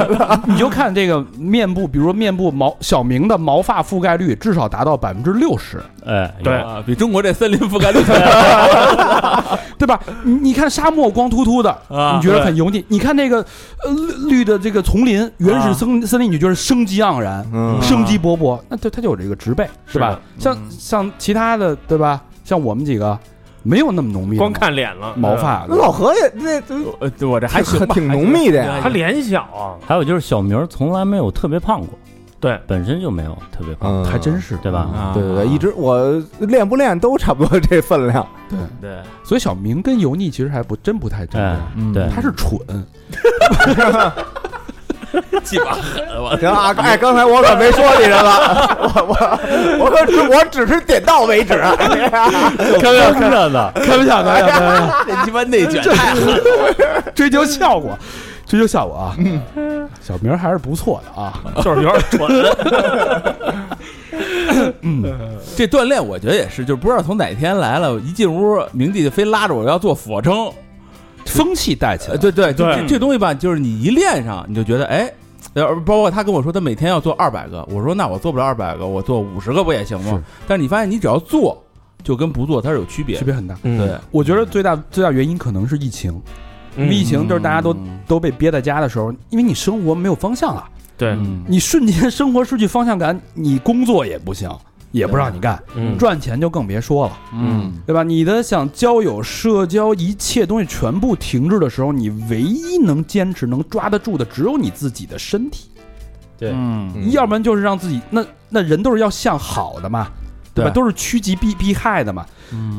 [SPEAKER 1] 你就看这个面部，比如说面部毛小明的毛发覆盖率至少达到百分之六十，
[SPEAKER 7] 哎，
[SPEAKER 4] 对
[SPEAKER 3] 啊比中国这森林覆盖率还
[SPEAKER 1] 对吧？你你看沙漠光秃秃的，
[SPEAKER 3] 啊
[SPEAKER 1] 你觉得很油腻；你看那个呃绿绿的这个丛林，原始森森林，你就觉得生机盎然、
[SPEAKER 2] 嗯
[SPEAKER 1] 生机勃勃，那对它就有这个植被，
[SPEAKER 4] 是
[SPEAKER 1] 吧？
[SPEAKER 3] 的
[SPEAKER 1] 像
[SPEAKER 3] 嗯
[SPEAKER 1] 像其他的，对吧？像我们几个没有那么浓密的
[SPEAKER 4] 光看脸了，
[SPEAKER 1] 毛发，
[SPEAKER 2] 那老何也那
[SPEAKER 3] 呃我这还行吧，
[SPEAKER 2] 挺
[SPEAKER 3] 还行
[SPEAKER 2] 浓密的呀
[SPEAKER 4] 他脸小啊，
[SPEAKER 7] 还有就是小明儿从来没有特别胖过，
[SPEAKER 4] 对，
[SPEAKER 7] 本身就没有特别胖，
[SPEAKER 2] 嗯
[SPEAKER 1] 还真是
[SPEAKER 7] 对吧？
[SPEAKER 3] 啊
[SPEAKER 2] 对对 对，一直我练不练都差不多这分量，
[SPEAKER 1] 对，
[SPEAKER 7] 对，
[SPEAKER 1] 所以小明跟油腻其实还不真不太沾边
[SPEAKER 7] 哎，
[SPEAKER 3] 嗯
[SPEAKER 7] 对
[SPEAKER 1] 他是蠢，
[SPEAKER 3] 鸡巴
[SPEAKER 2] 行啊，哎，刚才我可没说你这个， 我我我可只我只是点到为止，啊
[SPEAKER 7] 真着呢，
[SPEAKER 1] 开玩笑，开玩笑，开玩笑。
[SPEAKER 3] 这鸡巴内卷
[SPEAKER 1] 这 追求效果，追求效果啊！小明还是不错的啊。
[SPEAKER 4] 就是有点蠢。
[SPEAKER 3] 这锻炼我觉得也是，就不知道从哪天来了，一进屋明帝就非拉着我要做俯卧撑。
[SPEAKER 1] 风气带起
[SPEAKER 3] 呃，
[SPEAKER 1] 来，
[SPEAKER 3] 对对就
[SPEAKER 4] 对
[SPEAKER 3] 这这东西吧，就是你一练上，你就觉得哎。呃，包括他跟我说，他每天要做二百个，我说那我做不了二百个，我做五十个不也行吗
[SPEAKER 1] 是？
[SPEAKER 3] 但是你发现你只要做，就跟不做它是有区别
[SPEAKER 1] 区别
[SPEAKER 3] 的。
[SPEAKER 1] 嗯很大。
[SPEAKER 4] 嗯
[SPEAKER 3] 对，嗯
[SPEAKER 1] 我觉得最大最大原因可能是疫情，
[SPEAKER 4] 嗯
[SPEAKER 1] 因为疫情就是大家都都被憋在家的时候，因为你生活没有方向了，啊
[SPEAKER 4] 对，
[SPEAKER 3] 嗯
[SPEAKER 1] 你瞬间 生活失去方向感，你工作也不行，也不让你干，
[SPEAKER 4] 嗯
[SPEAKER 1] 赚钱就更别说了，
[SPEAKER 3] 嗯
[SPEAKER 1] 对吧？你的想交友、社交，一切东西全部停滞的时候，你唯一能坚持、能抓得住的，只有你自己的身体。
[SPEAKER 7] 对
[SPEAKER 3] 嗯
[SPEAKER 1] 要不然就是让自己那那人都是要向好的嘛，对吧？嗯
[SPEAKER 3] 对
[SPEAKER 1] 都是趋吉避避害的嘛。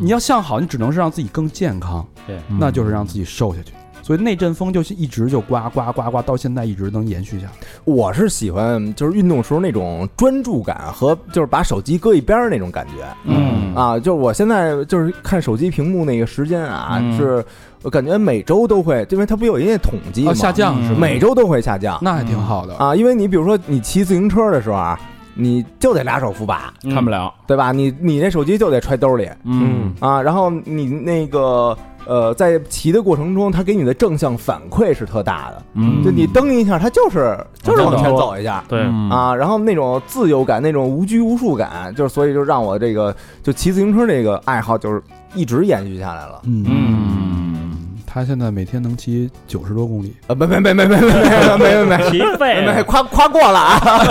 [SPEAKER 1] 你要向好，你只能是让自己更健康，
[SPEAKER 7] 对，
[SPEAKER 1] 那就是让自己瘦下去。所以那阵风就是一直就刮刮刮刮，到现在一直能延续下来。
[SPEAKER 2] 我是喜欢就是运动时候那种专注感和就是把手机搁一边儿那种感觉，
[SPEAKER 3] 嗯
[SPEAKER 2] 啊，就是我现在就是看手机屏幕那个时间啊，
[SPEAKER 3] 嗯
[SPEAKER 2] 是我感觉每周都会，因为它不有一个统计吗？
[SPEAKER 1] 啊，下降是吧？
[SPEAKER 2] 每周都会下降
[SPEAKER 1] 那还挺好的。
[SPEAKER 2] 啊，因为你比如说你骑自行车的时候啊，你就得俩手扶把，
[SPEAKER 3] 看不了。
[SPEAKER 2] 对吧？你你那手机就得揣兜里
[SPEAKER 4] 嗯
[SPEAKER 2] 啊，然后你那个呃，在骑的过程中，它给你的正向反馈是特大的，
[SPEAKER 1] 嗯
[SPEAKER 2] 就你蹬一下，它就是就是往前
[SPEAKER 4] 嗯
[SPEAKER 2] 走一下。
[SPEAKER 4] 对，
[SPEAKER 1] 嗯，
[SPEAKER 2] 啊，然后那种自由感，那种无拘无束感，就是所以就让我这个就骑自行车这个爱好就是一直延续下来了。
[SPEAKER 1] 嗯，他现在每天能骑九十多公里，
[SPEAKER 2] 呃，没没没没没没没没没
[SPEAKER 7] 疲
[SPEAKER 2] 没没，
[SPEAKER 7] 惫，
[SPEAKER 2] 夸夸过了 啊！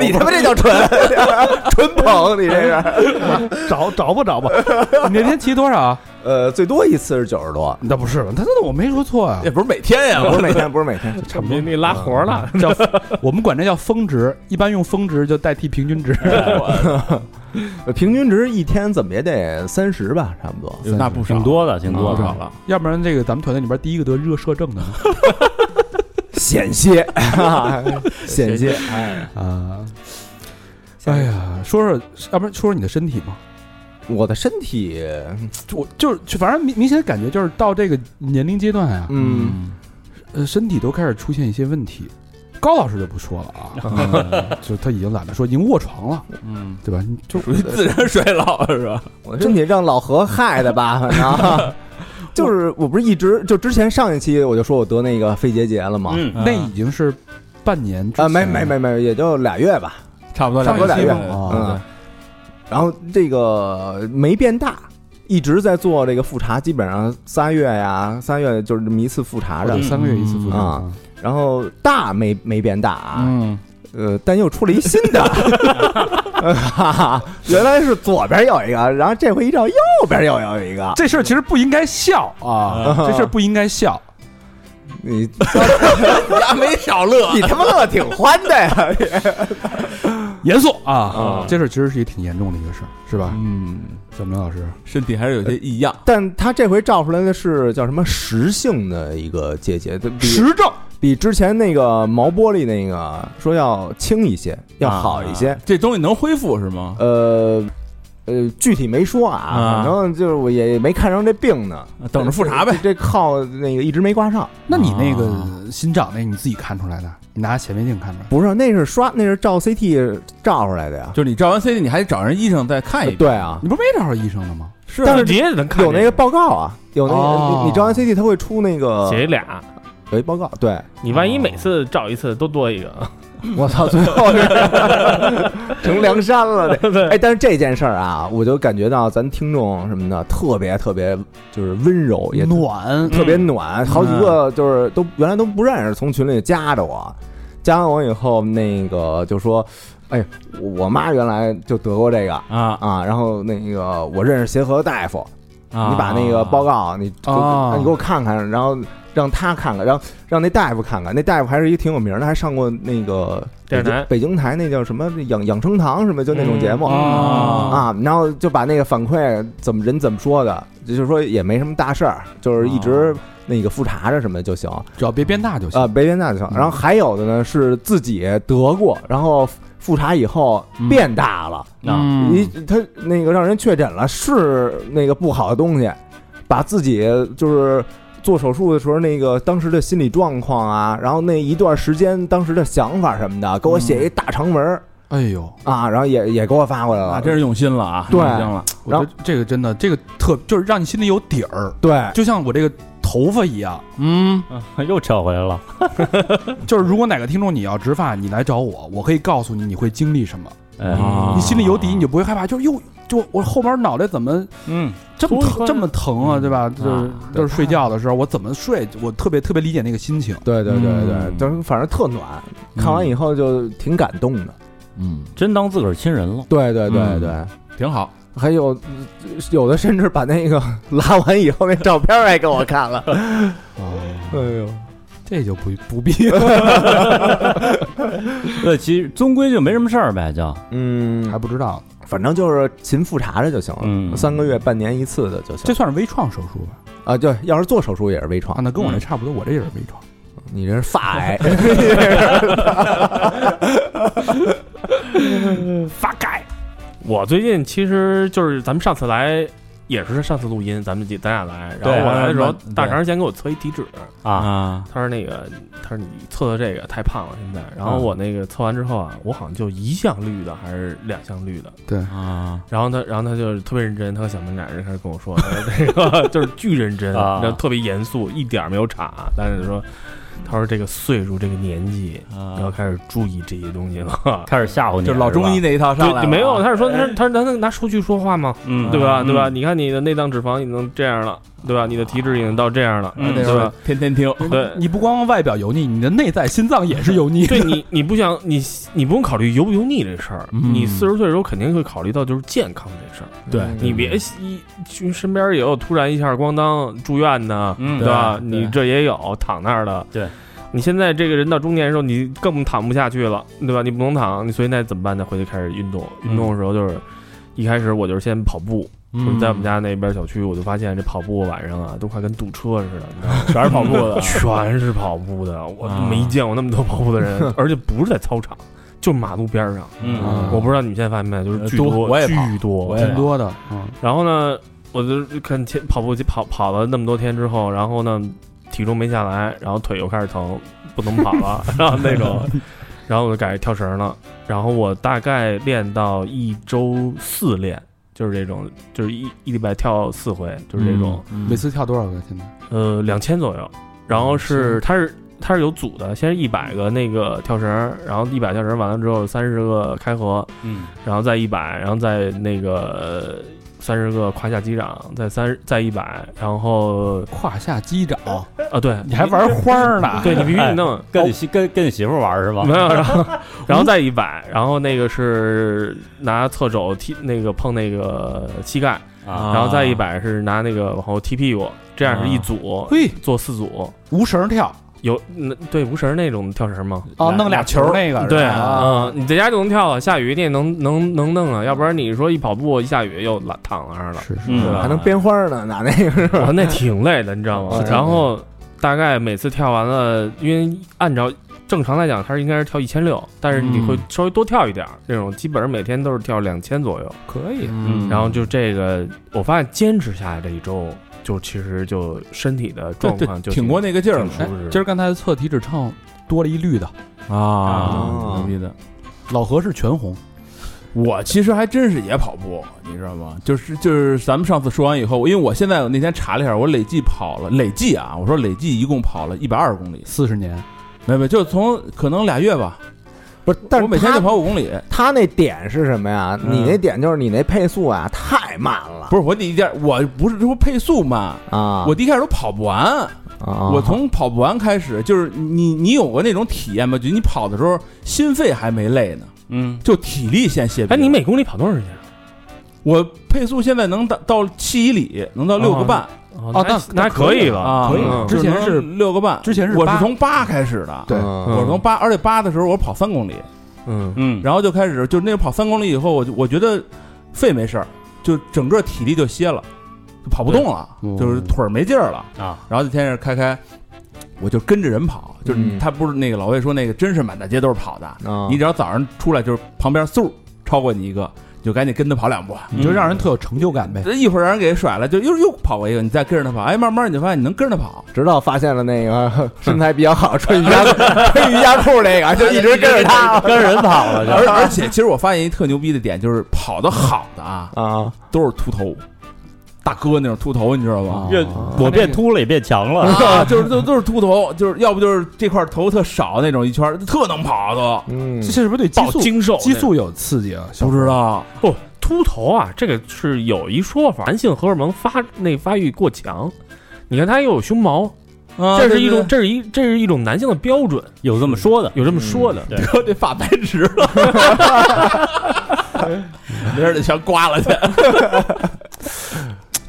[SPEAKER 2] 你他妈这叫 纯纯捧，你这是。
[SPEAKER 1] 找找吧找吧，你那天骑多少啊？
[SPEAKER 2] 呃，最多一次是九十多，
[SPEAKER 1] 那不是吧？他那我没说错啊
[SPEAKER 3] 也，不是每天呀，
[SPEAKER 2] 不是每天，不是每天。
[SPEAKER 1] 差不
[SPEAKER 4] 你
[SPEAKER 1] 多。嗯
[SPEAKER 4] 你拉活了，
[SPEAKER 1] 叫我们管这叫峰值，一般用峰值就代替平均值。
[SPEAKER 2] 呃平均值一天怎么也得三十吧，差不多。
[SPEAKER 7] 嗯
[SPEAKER 3] 那不少
[SPEAKER 7] 挺多的，挺多
[SPEAKER 3] 不少
[SPEAKER 7] 的。
[SPEAKER 3] 了。
[SPEAKER 1] 要不然这个咱们团队里边第一个得热射症的呢
[SPEAKER 2] 险些，险些。哎，
[SPEAKER 1] 啊。哎呀，说说，要不然说说你的身体吧。
[SPEAKER 2] 我的身体，
[SPEAKER 1] 就我就是，就反正明明显感觉就是到这个年龄阶段啊，
[SPEAKER 2] 嗯，
[SPEAKER 1] 呃，身体都开始出现一些问题。高老师就不说了 啊，就他已经懒得说，已经卧床了，
[SPEAKER 7] 嗯，
[SPEAKER 1] 对吧？你就
[SPEAKER 3] 属于自然衰老是吧？
[SPEAKER 2] 我身体让老何害的吧，反正。就是我不是一直就之前上一期我就说我得那个肺结节了吗？
[SPEAKER 3] 啊
[SPEAKER 7] 嗯，
[SPEAKER 1] 那已经是半年之
[SPEAKER 2] 啊，没
[SPEAKER 1] 前
[SPEAKER 2] 没没没，也就俩月吧。
[SPEAKER 3] 差不多
[SPEAKER 2] 差不多
[SPEAKER 3] 两个
[SPEAKER 2] 俩月
[SPEAKER 3] 星期吧
[SPEAKER 1] 啊
[SPEAKER 2] 嗯，然后这个没变大，一直在做这个复查，基本上仨月呀，仨月就是这么一次复查着
[SPEAKER 1] 我。三个月一次复查
[SPEAKER 2] 嗯啊，然后大没没变大啊，
[SPEAKER 1] 嗯，
[SPEAKER 2] 呃，但又出了一新的， 哈哈，原来是左边有一个，然后这回一照右边又有一个，
[SPEAKER 1] 这事儿其实不应该笑
[SPEAKER 2] 嗯
[SPEAKER 1] 啊，这事儿不应该笑。
[SPEAKER 2] 你
[SPEAKER 3] 你还没少乐。
[SPEAKER 2] 你他妈乐挺欢的呀！
[SPEAKER 1] 严肃
[SPEAKER 2] 嗯
[SPEAKER 1] 啊，这事儿其实是一个挺严重的一个事儿，是吧？
[SPEAKER 3] 嗯，
[SPEAKER 1] 小明老师，
[SPEAKER 3] 身体还是有些异样。
[SPEAKER 2] 但他这回照出来的是叫什么实性的一个结节，对比
[SPEAKER 1] 实证
[SPEAKER 2] 比之前那个毛玻璃那个说要轻一些，要好一些
[SPEAKER 3] 啊。这东西能恢复是吗？
[SPEAKER 2] 呃呃，具体没说啊，
[SPEAKER 3] 啊
[SPEAKER 2] 反正就是我也没看上这病呢，
[SPEAKER 3] 等着复查呗。
[SPEAKER 2] 这靠那个一直没挂上，
[SPEAKER 1] 那你那
[SPEAKER 2] 啊
[SPEAKER 1] 个心脏那你自己看出来的，你拿显微镜看出来。
[SPEAKER 2] 不是，那是刷，那是照 CT 照出来的呀。
[SPEAKER 3] 就是你照完 CT，你还得找人医生再看一遍。
[SPEAKER 2] 对啊，
[SPEAKER 1] 你不是没找着医生了吗？
[SPEAKER 3] 是
[SPEAKER 2] 但是
[SPEAKER 4] 啊你也能看
[SPEAKER 2] 有那个报告啊，有那
[SPEAKER 1] 哦
[SPEAKER 2] 个你你照完 CT，它会出那
[SPEAKER 7] 啊
[SPEAKER 2] 个
[SPEAKER 4] 写俩，
[SPEAKER 2] 有一报告，对。
[SPEAKER 4] 你万一
[SPEAKER 7] 哦
[SPEAKER 4] 每次照一次都多一个，
[SPEAKER 2] 我操，最后是成梁山了 这。哎，但是这件事儿啊，我就感觉到咱听众什么的特别特别就是温柔，也特
[SPEAKER 1] 暖
[SPEAKER 2] 特别暖，好几个就是都原来都不认识，从群里加着我，加完我以后那个就说，哎，我妈原来就得过这个。
[SPEAKER 3] 啊
[SPEAKER 2] 啊，然后那个我认识协和大夫，
[SPEAKER 3] 啊！
[SPEAKER 2] 你把那个报告你给我、
[SPEAKER 1] 啊
[SPEAKER 2] 你给我看看，然后让他看看，然后让那大夫看看。那大夫还是一个挺有名的，还上过那个
[SPEAKER 4] 电视台
[SPEAKER 2] 北京北京台那叫什么养养生堂什么，就那种节目、
[SPEAKER 1] 嗯
[SPEAKER 3] 啊
[SPEAKER 2] 嗯啊。然后就把那个反馈怎么人怎么说的，就是说也没什么大事儿，就是一直那个复查着什么就行啊、
[SPEAKER 1] 只要别变大就行。
[SPEAKER 2] 别变大就行。然后还有的呢是自己得过，然后复查以后
[SPEAKER 1] 嗯
[SPEAKER 2] 变大了。
[SPEAKER 3] 啊
[SPEAKER 2] 你他那个让人确诊了是那个不好的东西，把自己就是做手术的时候那个当时的心理状况啊，然后那一段时间当时的想法什么的，给我写一大长文儿
[SPEAKER 1] 哎呦，
[SPEAKER 2] 啊，然后也也给我发过来
[SPEAKER 3] 啊，
[SPEAKER 2] 了。
[SPEAKER 3] 真是用心了啊！
[SPEAKER 2] 对
[SPEAKER 3] 用心了。
[SPEAKER 1] 我觉得这个真的，这个特就是让你心里有底儿，
[SPEAKER 2] 对，
[SPEAKER 1] 就像我这个头发一样。
[SPEAKER 3] 嗯，
[SPEAKER 7] 又扯回来了。
[SPEAKER 1] 就是如果哪个听众你要植发，你来找我，我可以告诉你你会经历什么，
[SPEAKER 7] 哎，
[SPEAKER 3] 啊
[SPEAKER 1] 你
[SPEAKER 4] 嗯
[SPEAKER 1] 心里有底，你就不会害怕。就是哟，就我后边脑袋怎么
[SPEAKER 3] 嗯，
[SPEAKER 1] 这么
[SPEAKER 4] 突
[SPEAKER 1] 疼
[SPEAKER 4] 然
[SPEAKER 1] 这么疼啊，对吧？就是
[SPEAKER 2] 对
[SPEAKER 1] 就是睡觉的时候，我怎么睡，我特别特别理解那个心情。
[SPEAKER 2] 对对对对，
[SPEAKER 3] 嗯
[SPEAKER 2] 就是反正特暖，看完以后就挺感动的。
[SPEAKER 3] 嗯，
[SPEAKER 7] 真当自个儿亲人了。
[SPEAKER 2] 对对对
[SPEAKER 3] 嗯
[SPEAKER 2] 对，
[SPEAKER 3] 挺好。
[SPEAKER 2] 还有有的甚至把那个拉完以后那照片儿还给我看了。哎
[SPEAKER 1] 哦，
[SPEAKER 2] 呦，
[SPEAKER 1] 这就不不必了，
[SPEAKER 7] 对，其实终归就没什么事儿呗，就
[SPEAKER 2] 嗯，
[SPEAKER 1] 还不知道，
[SPEAKER 2] 反正就是勤复查着就行了，
[SPEAKER 7] 嗯
[SPEAKER 2] 三个月、半年一次的
[SPEAKER 1] 这
[SPEAKER 2] 就行。
[SPEAKER 1] 算是微创手术吧？
[SPEAKER 2] 啊，对，要是做手术也是微
[SPEAKER 1] 啊，
[SPEAKER 2] 创，
[SPEAKER 1] 那
[SPEAKER 8] 嗯
[SPEAKER 1] 跟我这差不多，我这也是微创。
[SPEAKER 2] 你这是发 癌，
[SPEAKER 4] 发改。我最近其实就是咱们上次来也是上次录音，咱们几咱俩来，然
[SPEAKER 7] 对
[SPEAKER 4] 后我来的时候
[SPEAKER 7] 对，
[SPEAKER 4] 大肠先给我测一体脂，
[SPEAKER 7] 啊，
[SPEAKER 3] 啊，
[SPEAKER 4] 他说那个，他说你测测这个太胖了现在，
[SPEAKER 3] 嗯
[SPEAKER 4] 然后我那个测完之后啊，我好像就一项绿的还是两项绿的，
[SPEAKER 3] 啊，
[SPEAKER 4] 然后他然后他就特别认真，他和小门脸人开始跟我说， 他说这个就是巨认真，
[SPEAKER 7] 啊
[SPEAKER 4] 然后特别严肃，一点儿没有岔，但是说他说这个岁数这个年纪，你要
[SPEAKER 7] 啊
[SPEAKER 4] 开始注意这些东西 了。
[SPEAKER 7] 开始吓唬你，啊
[SPEAKER 3] 就是老中医
[SPEAKER 7] 是吧，
[SPEAKER 3] 那一套上
[SPEAKER 4] 对，
[SPEAKER 3] 来了
[SPEAKER 4] 没有，他是说，他是他是他能拿数据说话吗？
[SPEAKER 7] 啊哎嗯，
[SPEAKER 4] 对吧？
[SPEAKER 3] 嗯
[SPEAKER 4] 对吧？你看你的内脏脂肪已经这样了，对吧？你的体脂已经到这样了，
[SPEAKER 7] 啊嗯
[SPEAKER 3] 那
[SPEAKER 4] 对
[SPEAKER 3] 时候
[SPEAKER 4] 吧？
[SPEAKER 3] 天天听，
[SPEAKER 4] 对，
[SPEAKER 8] 你不光外表油腻，你的内在心脏也是油 腻。
[SPEAKER 4] 对你，你不想你你不用考虑油不油腻这事儿，
[SPEAKER 3] 嗯
[SPEAKER 4] 你四十岁的时候肯定会考虑到就是健康这事儿。
[SPEAKER 3] 对
[SPEAKER 2] 嗯
[SPEAKER 4] 你别一就身边也有突然一下咣当住院的，
[SPEAKER 7] 嗯
[SPEAKER 4] 对吧？
[SPEAKER 7] 对对
[SPEAKER 4] 你这也有躺那儿的，
[SPEAKER 7] 对。
[SPEAKER 4] 你现在这个人到中年的时候，你更躺不下去了，对吧？你不能躺，你所以那怎么办呢？回去开始运动。运
[SPEAKER 7] 嗯
[SPEAKER 4] 动的时候就是，一开始我就是先跑步，就是在我们家那边小区，我就发现这跑步晚上啊，都快跟堵车似的，你啊知道吗？，
[SPEAKER 7] 全是跑步的
[SPEAKER 4] 全是跑步的，我
[SPEAKER 3] 啊
[SPEAKER 4] 没见过那么多跑步的 人，而且不是在操场，就是马路边上。
[SPEAKER 7] 嗯
[SPEAKER 4] 我不知道你们现在发现没有，就是巨
[SPEAKER 3] 多呃我也跑
[SPEAKER 4] 巨多
[SPEAKER 3] 我。也
[SPEAKER 8] 挺多的，嗯，
[SPEAKER 4] 然后呢，我就看天跑步机跑跑了那么多天之后，然后呢，体重没下来，然后腿又开始疼，不能跑了， 然后那种，然后我就改跳绳了。然后我大概练到一周四练，就是这种，就是一一礼拜跳四回，就是这种。
[SPEAKER 3] 嗯
[SPEAKER 8] 每次跳多少个？现在
[SPEAKER 4] 呃，两千左右。然后是它是它是有组的，先是一百个那个跳绳儿，然后一百跳绳儿完了之后三十个开合，
[SPEAKER 7] 嗯
[SPEAKER 4] 然后再一百，然后再那个三十个胯下击掌，再三再一百，然后
[SPEAKER 8] 胯下击掌，
[SPEAKER 4] 啊对，
[SPEAKER 8] 你还玩花儿呢？
[SPEAKER 4] 对你必须得弄。
[SPEAKER 7] 哎
[SPEAKER 4] 哦
[SPEAKER 7] 跟你媳跟跟你媳妇玩是吧
[SPEAKER 4] 没？有，然后， 然后再一百，然后那个是拿侧肘踢那个碰那个膝盖，
[SPEAKER 7] 啊啊
[SPEAKER 4] 然后再一百是拿那个往后踢屁股，这样是一组，
[SPEAKER 8] 嘿，
[SPEAKER 4] 做四组，
[SPEAKER 8] 无绳跳
[SPEAKER 4] 有那对无绳儿那种跳绳吗？
[SPEAKER 8] 哦，
[SPEAKER 7] 俩
[SPEAKER 8] 弄俩球那个，
[SPEAKER 4] 对，
[SPEAKER 8] 是吧啊，
[SPEAKER 4] 嗯，你在家就能跳啊，下雨你也能能能弄啊，要不然你说一跑步一下雨又懒躺那儿了，
[SPEAKER 8] 是是，
[SPEAKER 7] 嗯
[SPEAKER 4] 对吧
[SPEAKER 2] 还能编花呢，拿那个
[SPEAKER 4] 哇那挺累的，你知道吗
[SPEAKER 2] 是？
[SPEAKER 4] 然后大概每次跳完了，因为按照正常来讲，它是应该是跳一千六，但是你会
[SPEAKER 8] 嗯
[SPEAKER 4] 稍微多跳一点儿，这种基本上每天都是跳两千左右。
[SPEAKER 2] 可以
[SPEAKER 8] 嗯
[SPEAKER 4] 然后就这个，我发现坚持下来这一周，就其实就身体的
[SPEAKER 3] 对
[SPEAKER 4] 状
[SPEAKER 3] 对
[SPEAKER 4] 况，就
[SPEAKER 3] 挺过那个劲儿
[SPEAKER 4] 挺
[SPEAKER 3] 了
[SPEAKER 4] 舒适的
[SPEAKER 8] 哎今儿刚才测体脂秤多了一绿的，
[SPEAKER 3] 啊
[SPEAKER 2] 啊，
[SPEAKER 3] 牛逼的。
[SPEAKER 8] 老何是全红，
[SPEAKER 3] 我其实还真是也跑步，你知道吗？就是就是咱们上次说完以后，因为我现在我那天查了一下，我累计跑了累计啊，我说累计一共跑了一百二十公里，
[SPEAKER 8] 四十年，
[SPEAKER 3] 没有没有，就是从可能俩月吧，
[SPEAKER 2] 不是？但是
[SPEAKER 3] 我每天
[SPEAKER 2] 他
[SPEAKER 3] 就跑五公里，
[SPEAKER 2] 他那点是什么呀？
[SPEAKER 3] 嗯
[SPEAKER 2] 你那点就是你那配速啊太慢了
[SPEAKER 3] 不是我第一点，我不是说配速慢，
[SPEAKER 2] 啊！
[SPEAKER 3] 我第一开始都跑不完，
[SPEAKER 2] 啊
[SPEAKER 3] 我从跑不完开始，就是你你有过那种体验吗？就你跑的时候心肺还没累呢，
[SPEAKER 7] 嗯
[SPEAKER 3] 就体力先泄
[SPEAKER 4] 哎，
[SPEAKER 3] 逼。
[SPEAKER 4] 你每公里跑多长时间？啊
[SPEAKER 3] 我配速现在能到到七以里，能到六个半
[SPEAKER 8] 哦
[SPEAKER 4] 那
[SPEAKER 8] 那
[SPEAKER 4] 那还可以了，
[SPEAKER 3] 啊，
[SPEAKER 8] 可以
[SPEAKER 3] 嗯
[SPEAKER 8] 之前
[SPEAKER 3] 就是能六个半，
[SPEAKER 8] 之前是
[SPEAKER 3] 我
[SPEAKER 8] 八
[SPEAKER 3] 是从八开始的，
[SPEAKER 2] 对，
[SPEAKER 4] 嗯
[SPEAKER 3] 我是从八，而且八的时候我跑三公里，
[SPEAKER 4] 嗯
[SPEAKER 7] 嗯，
[SPEAKER 3] 然后就开始就那个跑三公里以后，我就我觉得肺没事儿，就整个体力就歇了，就跑不动了
[SPEAKER 2] 哦
[SPEAKER 8] 对，
[SPEAKER 3] 就是腿儿没劲儿了。
[SPEAKER 7] 啊
[SPEAKER 3] 然后就天天开开，我就跟着人跑，就是
[SPEAKER 2] 嗯
[SPEAKER 3] 他不是那个老魏说那个，真是满大街都是跑的，
[SPEAKER 2] 啊
[SPEAKER 3] 你只要早上出来就是旁边嗖超过你一个，你就赶紧跟他跑两步。
[SPEAKER 8] 你就让人特有成就感呗。
[SPEAKER 3] 这一会儿让人给甩了，就又又跑过一个，你再跟着他跑，哎，慢慢你就发现你能跟着他 跑，
[SPEAKER 2] 直到发现了 那个身材比较好穿瑜伽穿瑜伽裤那个，就一直跟着他
[SPEAKER 7] 跟人跑了就
[SPEAKER 3] 而而且其实我发现一特牛逼的点就是跑得好的啊，
[SPEAKER 2] 啊
[SPEAKER 3] 都是秃头，大哥那种秃头，你知道
[SPEAKER 8] 啊
[SPEAKER 3] 吗？
[SPEAKER 7] 越我变秃了也变强了，
[SPEAKER 3] 啊， 就是都都是秃头，就是要不就是这块头特少那种，一圈儿特能跑都
[SPEAKER 2] 嗯
[SPEAKER 8] 这是不是对激
[SPEAKER 4] 爆
[SPEAKER 8] 素
[SPEAKER 4] 精瘦
[SPEAKER 8] 激
[SPEAKER 4] 那种
[SPEAKER 8] 素有刺激啊？小
[SPEAKER 3] 不知道。
[SPEAKER 4] 不，秃头啊，这个是有一说法，男性荷尔蒙发那发育过强。你看他又有胸毛，
[SPEAKER 3] 啊
[SPEAKER 4] 这是一
[SPEAKER 3] 对对
[SPEAKER 4] 种，这是一这是一种男性的标准，
[SPEAKER 7] 有这么说的，
[SPEAKER 4] 有这么说的。
[SPEAKER 7] 对，
[SPEAKER 3] 这发白直了， 没事儿得全刮 了去。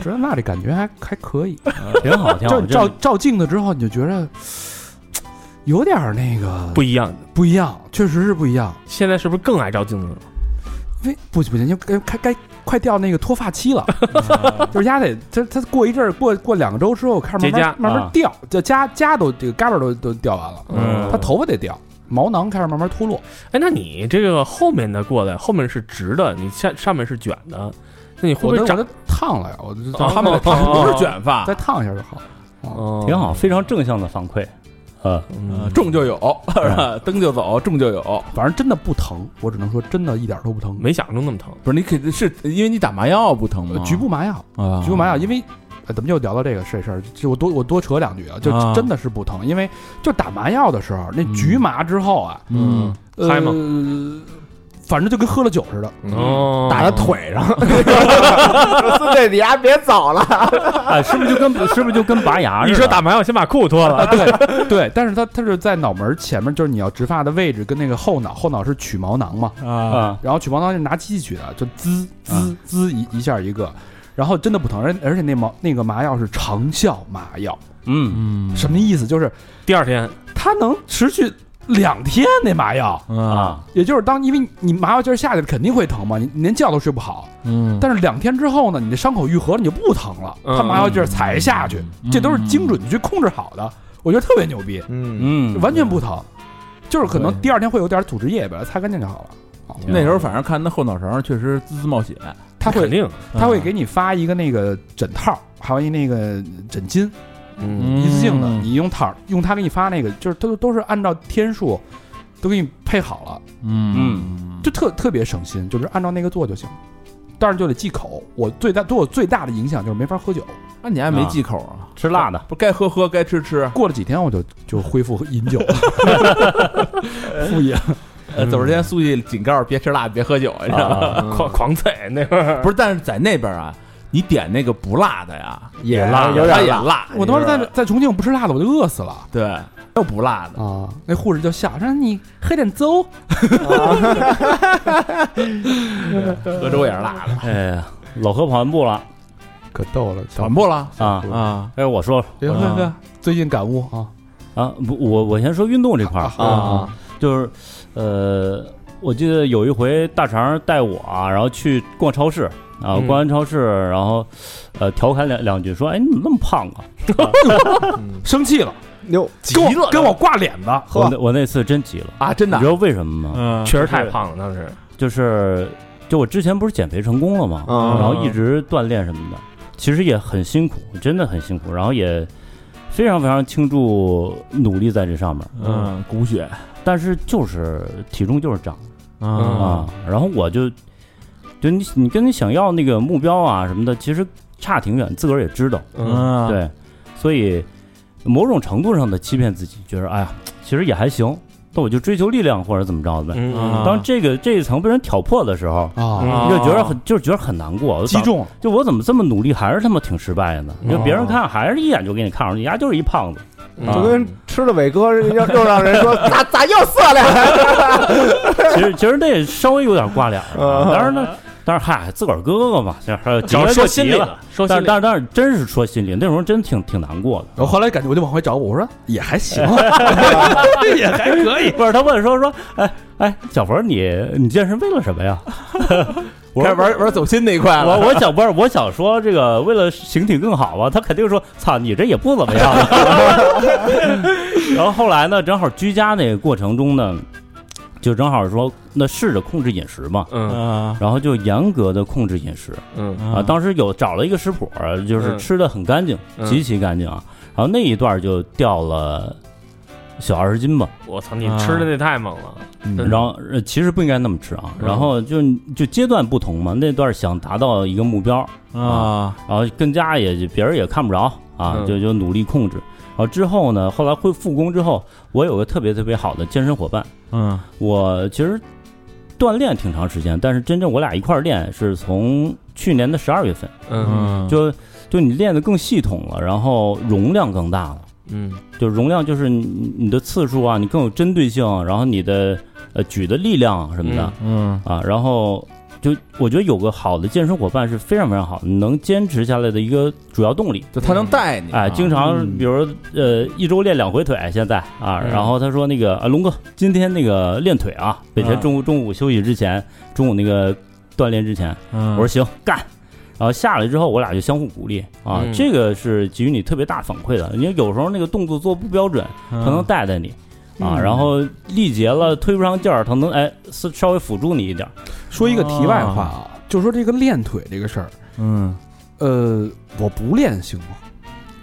[SPEAKER 8] 知道那里感觉还还可以，
[SPEAKER 7] 挺好挺好，
[SPEAKER 8] 就照
[SPEAKER 7] 真的
[SPEAKER 8] 照镜子之后，你就觉得有点儿那个
[SPEAKER 4] 不一样，
[SPEAKER 8] 不一样，确实是不一样。
[SPEAKER 4] 现在是不是更爱照镜子了？
[SPEAKER 8] 为不不行，就该该该快掉那个脱发期 了，就是丫得他他过一阵儿过过两个周之后开始慢
[SPEAKER 4] 结痂
[SPEAKER 8] 慢慢慢
[SPEAKER 7] 啊
[SPEAKER 8] 掉，就痂痂都这个嘎巴都都掉完了，
[SPEAKER 7] 嗯
[SPEAKER 8] 他头发得掉，毛囊开始慢慢脱落。
[SPEAKER 4] 哎，那你这个后面的过来，后面是直的，你下上面是卷的，那你会不
[SPEAKER 1] 我
[SPEAKER 4] 会
[SPEAKER 1] 都
[SPEAKER 4] 长
[SPEAKER 1] 我都烫了呀，我就
[SPEAKER 4] 哦
[SPEAKER 3] 他们
[SPEAKER 4] 哦
[SPEAKER 3] 不是卷发
[SPEAKER 1] 再，烫一下就好。
[SPEAKER 7] 挺好，非常正向的反馈。呃，
[SPEAKER 4] 嗯
[SPEAKER 3] 呃中就有，是吧蹬就走，中就有。
[SPEAKER 1] 反正真的不疼，我只能说真的一点都不疼。
[SPEAKER 4] 没想象中那么疼。
[SPEAKER 3] 不是你肯定是因为你打麻药不疼吗
[SPEAKER 1] 呃？局部麻药，
[SPEAKER 3] 啊，
[SPEAKER 1] 局部麻药，因为。呃咱们又聊到这个事事儿，就我多我多扯两句啊，就
[SPEAKER 3] 啊
[SPEAKER 1] 真的是不疼，因为就打麻药的时候，那
[SPEAKER 3] 嗯
[SPEAKER 1] 局麻之后啊，
[SPEAKER 3] 嗯，
[SPEAKER 1] 呃
[SPEAKER 4] 嗨吗？
[SPEAKER 1] 反正就跟喝了酒似 的，
[SPEAKER 2] 嗯
[SPEAKER 4] 哦，
[SPEAKER 2] 打在腿上，孙子，你丫别走了。
[SPEAKER 7] 哎，是不是就跟是不是就跟拔牙似的？
[SPEAKER 4] 一说打麻药，先把裤脱了。
[SPEAKER 1] 啊，对对，但是它它是在脑门儿前面，就是你要植发的位置跟那个后脑，后脑是取毛囊嘛，
[SPEAKER 3] 啊，
[SPEAKER 7] 啊，
[SPEAKER 1] 然后取毛囊是拿机器取的，就滋滋滋一一下一个，然后真的不疼，而而且那毛那个麻药是长效麻药，
[SPEAKER 7] 嗯，
[SPEAKER 3] 嗯
[SPEAKER 1] 什么意思？就是
[SPEAKER 4] 第二天，
[SPEAKER 1] 它能持续两天那麻药，
[SPEAKER 3] 啊，
[SPEAKER 7] 啊，
[SPEAKER 1] 也就是当因为你麻药劲儿下去了，肯定会疼嘛，你你连觉都睡不好，
[SPEAKER 3] 嗯
[SPEAKER 1] 但是两天之后呢，你的伤口愈合了，你就不疼了，
[SPEAKER 4] 嗯
[SPEAKER 1] 它麻药劲儿才下去，这都是精准去控制好的，我觉得特别牛逼。
[SPEAKER 2] 嗯，
[SPEAKER 7] 嗯，
[SPEAKER 1] 完全不疼，就是可能第二天会有点组织液，把它擦干净就好了。
[SPEAKER 3] 那时候反正看那后脑勺确实滋滋冒血，
[SPEAKER 1] 他
[SPEAKER 4] 肯
[SPEAKER 1] 会
[SPEAKER 4] 定，嗯
[SPEAKER 1] 他会给你发一个那个枕套，还有一那个枕巾，
[SPEAKER 4] 嗯，
[SPEAKER 1] 一次性的，你用套用他给你发那个，就是都都是按照天数都给你配好了，
[SPEAKER 3] 嗯
[SPEAKER 1] 就特特别省心，就是按照那个做就行。但是就得忌口，我最大对我最大的影响就是没法喝酒。
[SPEAKER 3] 那你还没忌口啊？
[SPEAKER 7] 吃 辣的，
[SPEAKER 3] 不该喝喝，该吃吃。
[SPEAKER 1] 过了几天我就就恢复饮 酒了，复饮。
[SPEAKER 3] 呃，走之前苏记警告：别吃辣，别喝酒，你知道吗？
[SPEAKER 7] 嗯啊
[SPEAKER 2] 嗯
[SPEAKER 4] 狂狂踩那会儿
[SPEAKER 3] 不是，但是在那边啊，你点那个不辣的呀，
[SPEAKER 2] 也
[SPEAKER 4] 辣
[SPEAKER 2] 有
[SPEAKER 3] 它
[SPEAKER 2] 点
[SPEAKER 3] 也
[SPEAKER 2] 辣。
[SPEAKER 3] 辣。啊
[SPEAKER 1] 我当时在在重庆不吃辣的我就饿死了。
[SPEAKER 3] 对，又不辣的，
[SPEAKER 1] 啊，那护士就笑说：“你喝点粥。
[SPEAKER 3] 喝粥也是辣的，
[SPEAKER 7] 哎呀，老喝跑完步了
[SPEAKER 2] 可逗了，
[SPEAKER 3] 传播了
[SPEAKER 7] 啊。
[SPEAKER 3] 啊。
[SPEAKER 7] 哎，我说
[SPEAKER 1] 别喝喝，最近感悟啊
[SPEAKER 7] 啊，不，我我先说运动这块儿
[SPEAKER 2] 啊，
[SPEAKER 7] 就是，呃，我记得有一回大肠带我啊，然后去逛超市啊，
[SPEAKER 4] 嗯
[SPEAKER 7] 逛完超市，然后，呃，调侃两两句，说：“哎，你怎么那么胖啊
[SPEAKER 2] 嗯
[SPEAKER 1] 生气了，
[SPEAKER 2] 哟，
[SPEAKER 1] 跟我跟我挂脸的。？”
[SPEAKER 7] 我那我那次真急了，
[SPEAKER 3] 啊，真的
[SPEAKER 7] 你知，道为什么吗？
[SPEAKER 3] 嗯
[SPEAKER 4] 确实太胖了，当时
[SPEAKER 7] 就是，就我之前不是减肥成功了吗？
[SPEAKER 2] 嗯
[SPEAKER 7] 然后一直锻炼什么的，其实也很辛苦，真的很辛苦，然后也非常非常倾注努力在这上面，
[SPEAKER 3] 嗯，骨血
[SPEAKER 7] 但是就是体重就是涨。
[SPEAKER 4] 啊
[SPEAKER 7] 啊，然后我就就你你跟你想要那个目标啊什么的，其实差挺远，自个儿也知道，
[SPEAKER 4] 嗯，
[SPEAKER 3] 嗯，
[SPEAKER 7] 对，所以某种程度上的欺骗自己，觉得哎呀，其实也还行，那我就追求力量或者怎么着的呗。
[SPEAKER 4] 嗯
[SPEAKER 7] 当这个这一层被人挑破的时候，
[SPEAKER 1] 啊，
[SPEAKER 4] 嗯
[SPEAKER 7] 你就觉得很就是觉得很难过，我
[SPEAKER 1] 击
[SPEAKER 7] 就
[SPEAKER 1] 中了，
[SPEAKER 7] 就我怎么这么努力，还是他妈挺失败的
[SPEAKER 4] 嗯
[SPEAKER 7] 呢？就别人看还是一眼就给你看出来，你丫就是 一胖子。
[SPEAKER 2] 就跟吃了伟哥，又又让人说嗯 咋咋又色了？
[SPEAKER 7] 其实其实那也稍微有点挂脸儿啊，
[SPEAKER 2] 嗯
[SPEAKER 7] 当然呢，但是嗨，自个儿哥哥嘛，这急了就
[SPEAKER 4] 说
[SPEAKER 7] 急
[SPEAKER 4] 心里
[SPEAKER 7] 了。
[SPEAKER 4] 了，说
[SPEAKER 7] 但
[SPEAKER 4] 心
[SPEAKER 7] 是
[SPEAKER 4] 里
[SPEAKER 7] 但是但是真是说心里，那时候真挺挺难过的。
[SPEAKER 1] 然后后来感觉我就往回找我，我说也还行，啊也还可以。
[SPEAKER 7] 不是他问说说，哎哎，小冯你你健身为了什么呀？我
[SPEAKER 3] 开
[SPEAKER 7] 说
[SPEAKER 3] 始玩玩走心那一
[SPEAKER 4] 啊
[SPEAKER 3] 块了。
[SPEAKER 7] 我我想不是我想说这个为了形体更好吧，啊他肯定说操你这也不怎么样。啊 然后后来呢，正好居家那个过程中呢，就正好说那试着控制饮食嘛，
[SPEAKER 4] 嗯
[SPEAKER 3] 啊
[SPEAKER 7] 然后就严格的控制饮食，
[SPEAKER 4] 嗯
[SPEAKER 7] 啊，当时有找了一个食谱，就是
[SPEAKER 4] 嗯
[SPEAKER 7] 吃的很干净，
[SPEAKER 4] 嗯
[SPEAKER 7] 极其干净啊。然后那一段就掉了小二十斤吧，
[SPEAKER 4] 我操，你吃的那太猛了，嗯
[SPEAKER 7] 然后呃其实不应该那么吃啊。
[SPEAKER 4] 嗯
[SPEAKER 7] 然后就就阶段不同嘛，那段想达到一个目标，
[SPEAKER 3] 啊
[SPEAKER 7] 然后更加也别人也看不着啊
[SPEAKER 4] 嗯，
[SPEAKER 7] 就就努力控制。然后之后呢，后来恢复工之后，我有个特别特别好的健身伙伴，
[SPEAKER 3] 嗯
[SPEAKER 7] 我其实锻炼挺长时间，但是真正我俩一块儿练是从去年的十二月份。
[SPEAKER 4] 嗯
[SPEAKER 7] 就就你练得更系统了，然后容量更大了。
[SPEAKER 4] 嗯
[SPEAKER 7] 就容量就是你你的次数啊，你更有针对性，然后你的呃举的力量啊什么的、
[SPEAKER 3] 嗯
[SPEAKER 7] 啊，然后就我觉得有个好的健身伙伴是非常非常好，能坚持下来的一个主要动力。
[SPEAKER 3] 就他能带你啊
[SPEAKER 7] 哎，经常比如呃一周练两回腿，现在啊，
[SPEAKER 4] 嗯
[SPEAKER 7] 然后他说那个啊龙哥，今天那个练腿啊，每天
[SPEAKER 3] 嗯
[SPEAKER 7] 中午中午休息之前，中午那个锻炼之前，
[SPEAKER 3] 我
[SPEAKER 7] 我说行，干。然后下来之后，我俩就相互鼓励啊，
[SPEAKER 4] 嗯
[SPEAKER 7] 这个是给予你特别大反馈的。因为有时候那个动作做不标准，
[SPEAKER 3] 嗯
[SPEAKER 4] 嗯
[SPEAKER 7] 他能带带你啊，然后力竭了推不上劲儿，他能哎是稍微辅助你一点儿。
[SPEAKER 1] 说一个题外话啊，就说这个练腿这个事儿，
[SPEAKER 8] 嗯，
[SPEAKER 1] 呃，我不练啊行吗？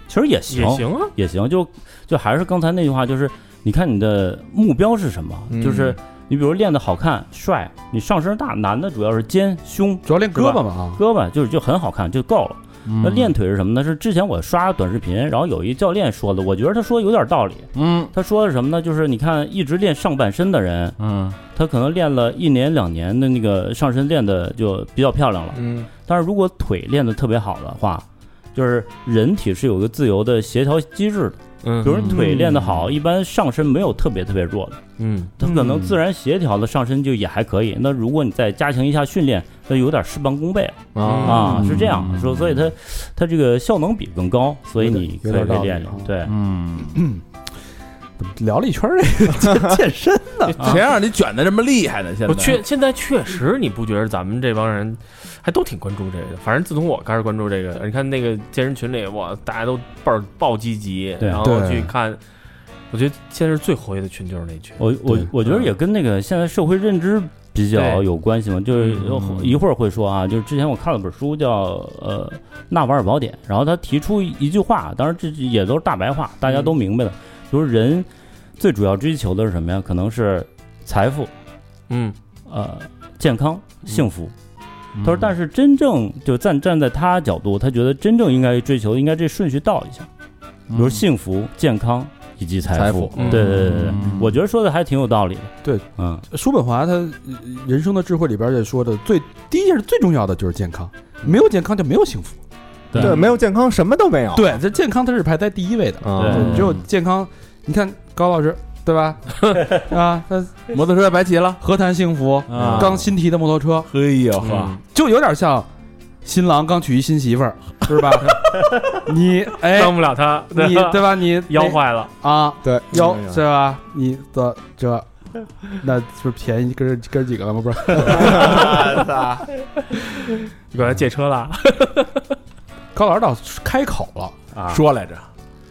[SPEAKER 7] 其实也行，
[SPEAKER 4] 也行啊，
[SPEAKER 7] 也行，就就还是刚才那句话，就是你看你的目标是什么，
[SPEAKER 2] 嗯
[SPEAKER 7] 就是你比如练得好看、帅，你上身大，男的主要是肩、胸、
[SPEAKER 1] 主要练胳膊嘛啊。
[SPEAKER 7] 胳膊，就是就很好看就够了。那
[SPEAKER 1] 嗯
[SPEAKER 7] 练腿是什么呢？是之前我刷短视频，然后有一教练说的，我觉得他说有点道理。
[SPEAKER 1] 嗯
[SPEAKER 7] 他说的是什么呢？就是你看一直练上半身的人，
[SPEAKER 1] 嗯
[SPEAKER 7] 他可能练了一年两年的那个上身练的就比较漂亮了，
[SPEAKER 2] 嗯
[SPEAKER 7] 但是如果腿练得特别好的话，就是人体是有一个自由的协调机制的。
[SPEAKER 4] 嗯
[SPEAKER 7] 比如你腿练得好，一般上身没有特别特别弱的，
[SPEAKER 4] 嗯，
[SPEAKER 7] 它可能自然协调的上身就也还可以。那如果你再加强一下训练，那有点事半功倍
[SPEAKER 4] 嗯
[SPEAKER 2] 啊，
[SPEAKER 7] 啊，是这样说。所以它它这个效能比更高，所以你可
[SPEAKER 2] 有点有
[SPEAKER 7] 以
[SPEAKER 2] 点道理
[SPEAKER 7] 练练
[SPEAKER 2] 啊。
[SPEAKER 7] 对，
[SPEAKER 1] 嗯，怎么聊了一圈儿这个健身呢？
[SPEAKER 3] 谁让你卷的这么厉害呢？现在
[SPEAKER 4] 我确现在确实，你不觉得咱们这帮人还都挺关注这个的？反正自从我开始关注这个，你看那个健身群里，哇，大家都倍儿爆积极，
[SPEAKER 7] 对
[SPEAKER 4] 然后
[SPEAKER 1] 对
[SPEAKER 4] 去看。我觉得现在是最活跃的群就是那群，
[SPEAKER 7] 我我
[SPEAKER 1] 对
[SPEAKER 7] 我觉
[SPEAKER 2] 嗯
[SPEAKER 7] 得也跟那个现在社会认知比较
[SPEAKER 4] 对
[SPEAKER 7] 有关系嘛，就是
[SPEAKER 3] 嗯
[SPEAKER 7] 一会儿会说啊，就是之前我看了本书叫呃《纳瓦尔宝典》，然后他提出一句话，当然这也都是大白话，大家
[SPEAKER 2] 嗯
[SPEAKER 7] 都明白了，就是人最主要追求的是什么呀？可能是财富、
[SPEAKER 4] 嗯，
[SPEAKER 7] 呃健康、幸福。他
[SPEAKER 3] 嗯
[SPEAKER 7] 说，但是真正就站站在他角度，他觉得真正应该追求的应该这顺序倒一下，比如幸福、健康以及财
[SPEAKER 2] 财富
[SPEAKER 7] 对对对对对
[SPEAKER 1] 嗯，
[SPEAKER 7] 我觉得说的还挺有道理的。
[SPEAKER 1] 对，
[SPEAKER 7] 嗯。
[SPEAKER 1] 叔本华他呃人生的智慧里边也说的最第一件事最重要的就是健康，没有健康就没有幸福。
[SPEAKER 2] 对，没有健康什么都没有，
[SPEAKER 1] 对，这健康它是排在第一位的，
[SPEAKER 2] 啊
[SPEAKER 7] 对
[SPEAKER 1] 只有健康。你看高老师对吧？啊，他
[SPEAKER 3] 摩托车白骑了，
[SPEAKER 1] 何谈幸福？
[SPEAKER 3] 啊
[SPEAKER 1] 刚新提的摩托车，
[SPEAKER 3] 嘿呦呵
[SPEAKER 4] 嗯，
[SPEAKER 1] 就有点像新郎刚娶一新媳妇儿，是吧？你哎，
[SPEAKER 4] 当不了他，
[SPEAKER 1] 你
[SPEAKER 4] 吧
[SPEAKER 1] 对吧？你
[SPEAKER 4] 腰坏了，
[SPEAKER 1] 啊，
[SPEAKER 2] 对，
[SPEAKER 1] 腰
[SPEAKER 2] 哎呀
[SPEAKER 1] 对吧？你的这，那不是便宜哥哥几个了吗？不是，
[SPEAKER 4] 你管他借车了，
[SPEAKER 1] 高老师倒开口了，
[SPEAKER 7] 啊，
[SPEAKER 3] 说来着，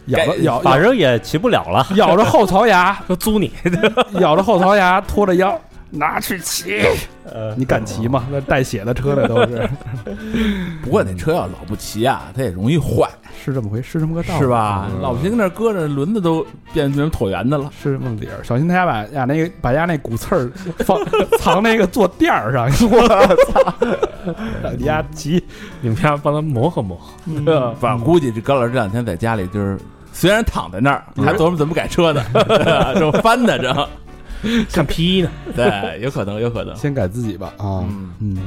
[SPEAKER 1] 咬着
[SPEAKER 3] 该
[SPEAKER 1] 咬
[SPEAKER 7] 反
[SPEAKER 1] 咬
[SPEAKER 7] 正也骑不了了。
[SPEAKER 1] 咬着后槽牙，
[SPEAKER 4] 说租你，
[SPEAKER 1] 咬着后槽牙，拖着腰，拿去骑。你敢骑吗？那带血的车的都是，
[SPEAKER 3] 不过那车要老不骑啊，它也容易坏，
[SPEAKER 1] 是这么回，是这么个道理，
[SPEAKER 3] 是？吧？老不骑跟那儿搁着，轮子都变成椭圆的了。
[SPEAKER 1] 是这么理儿，小心他家把呀那个把家那骨刺儿放藏那个坐垫儿上，我操！你家骑
[SPEAKER 4] 你们家帮他磨合磨合，
[SPEAKER 3] 反正估计这高老师这两天在家里就是。虽然躺在那儿，还琢磨怎么改车 呢，这么翻的这，
[SPEAKER 4] 看 P 呢。
[SPEAKER 3] 对，有可能，有可能。
[SPEAKER 1] 先改自己吧啊，
[SPEAKER 3] 嗯
[SPEAKER 1] 嗯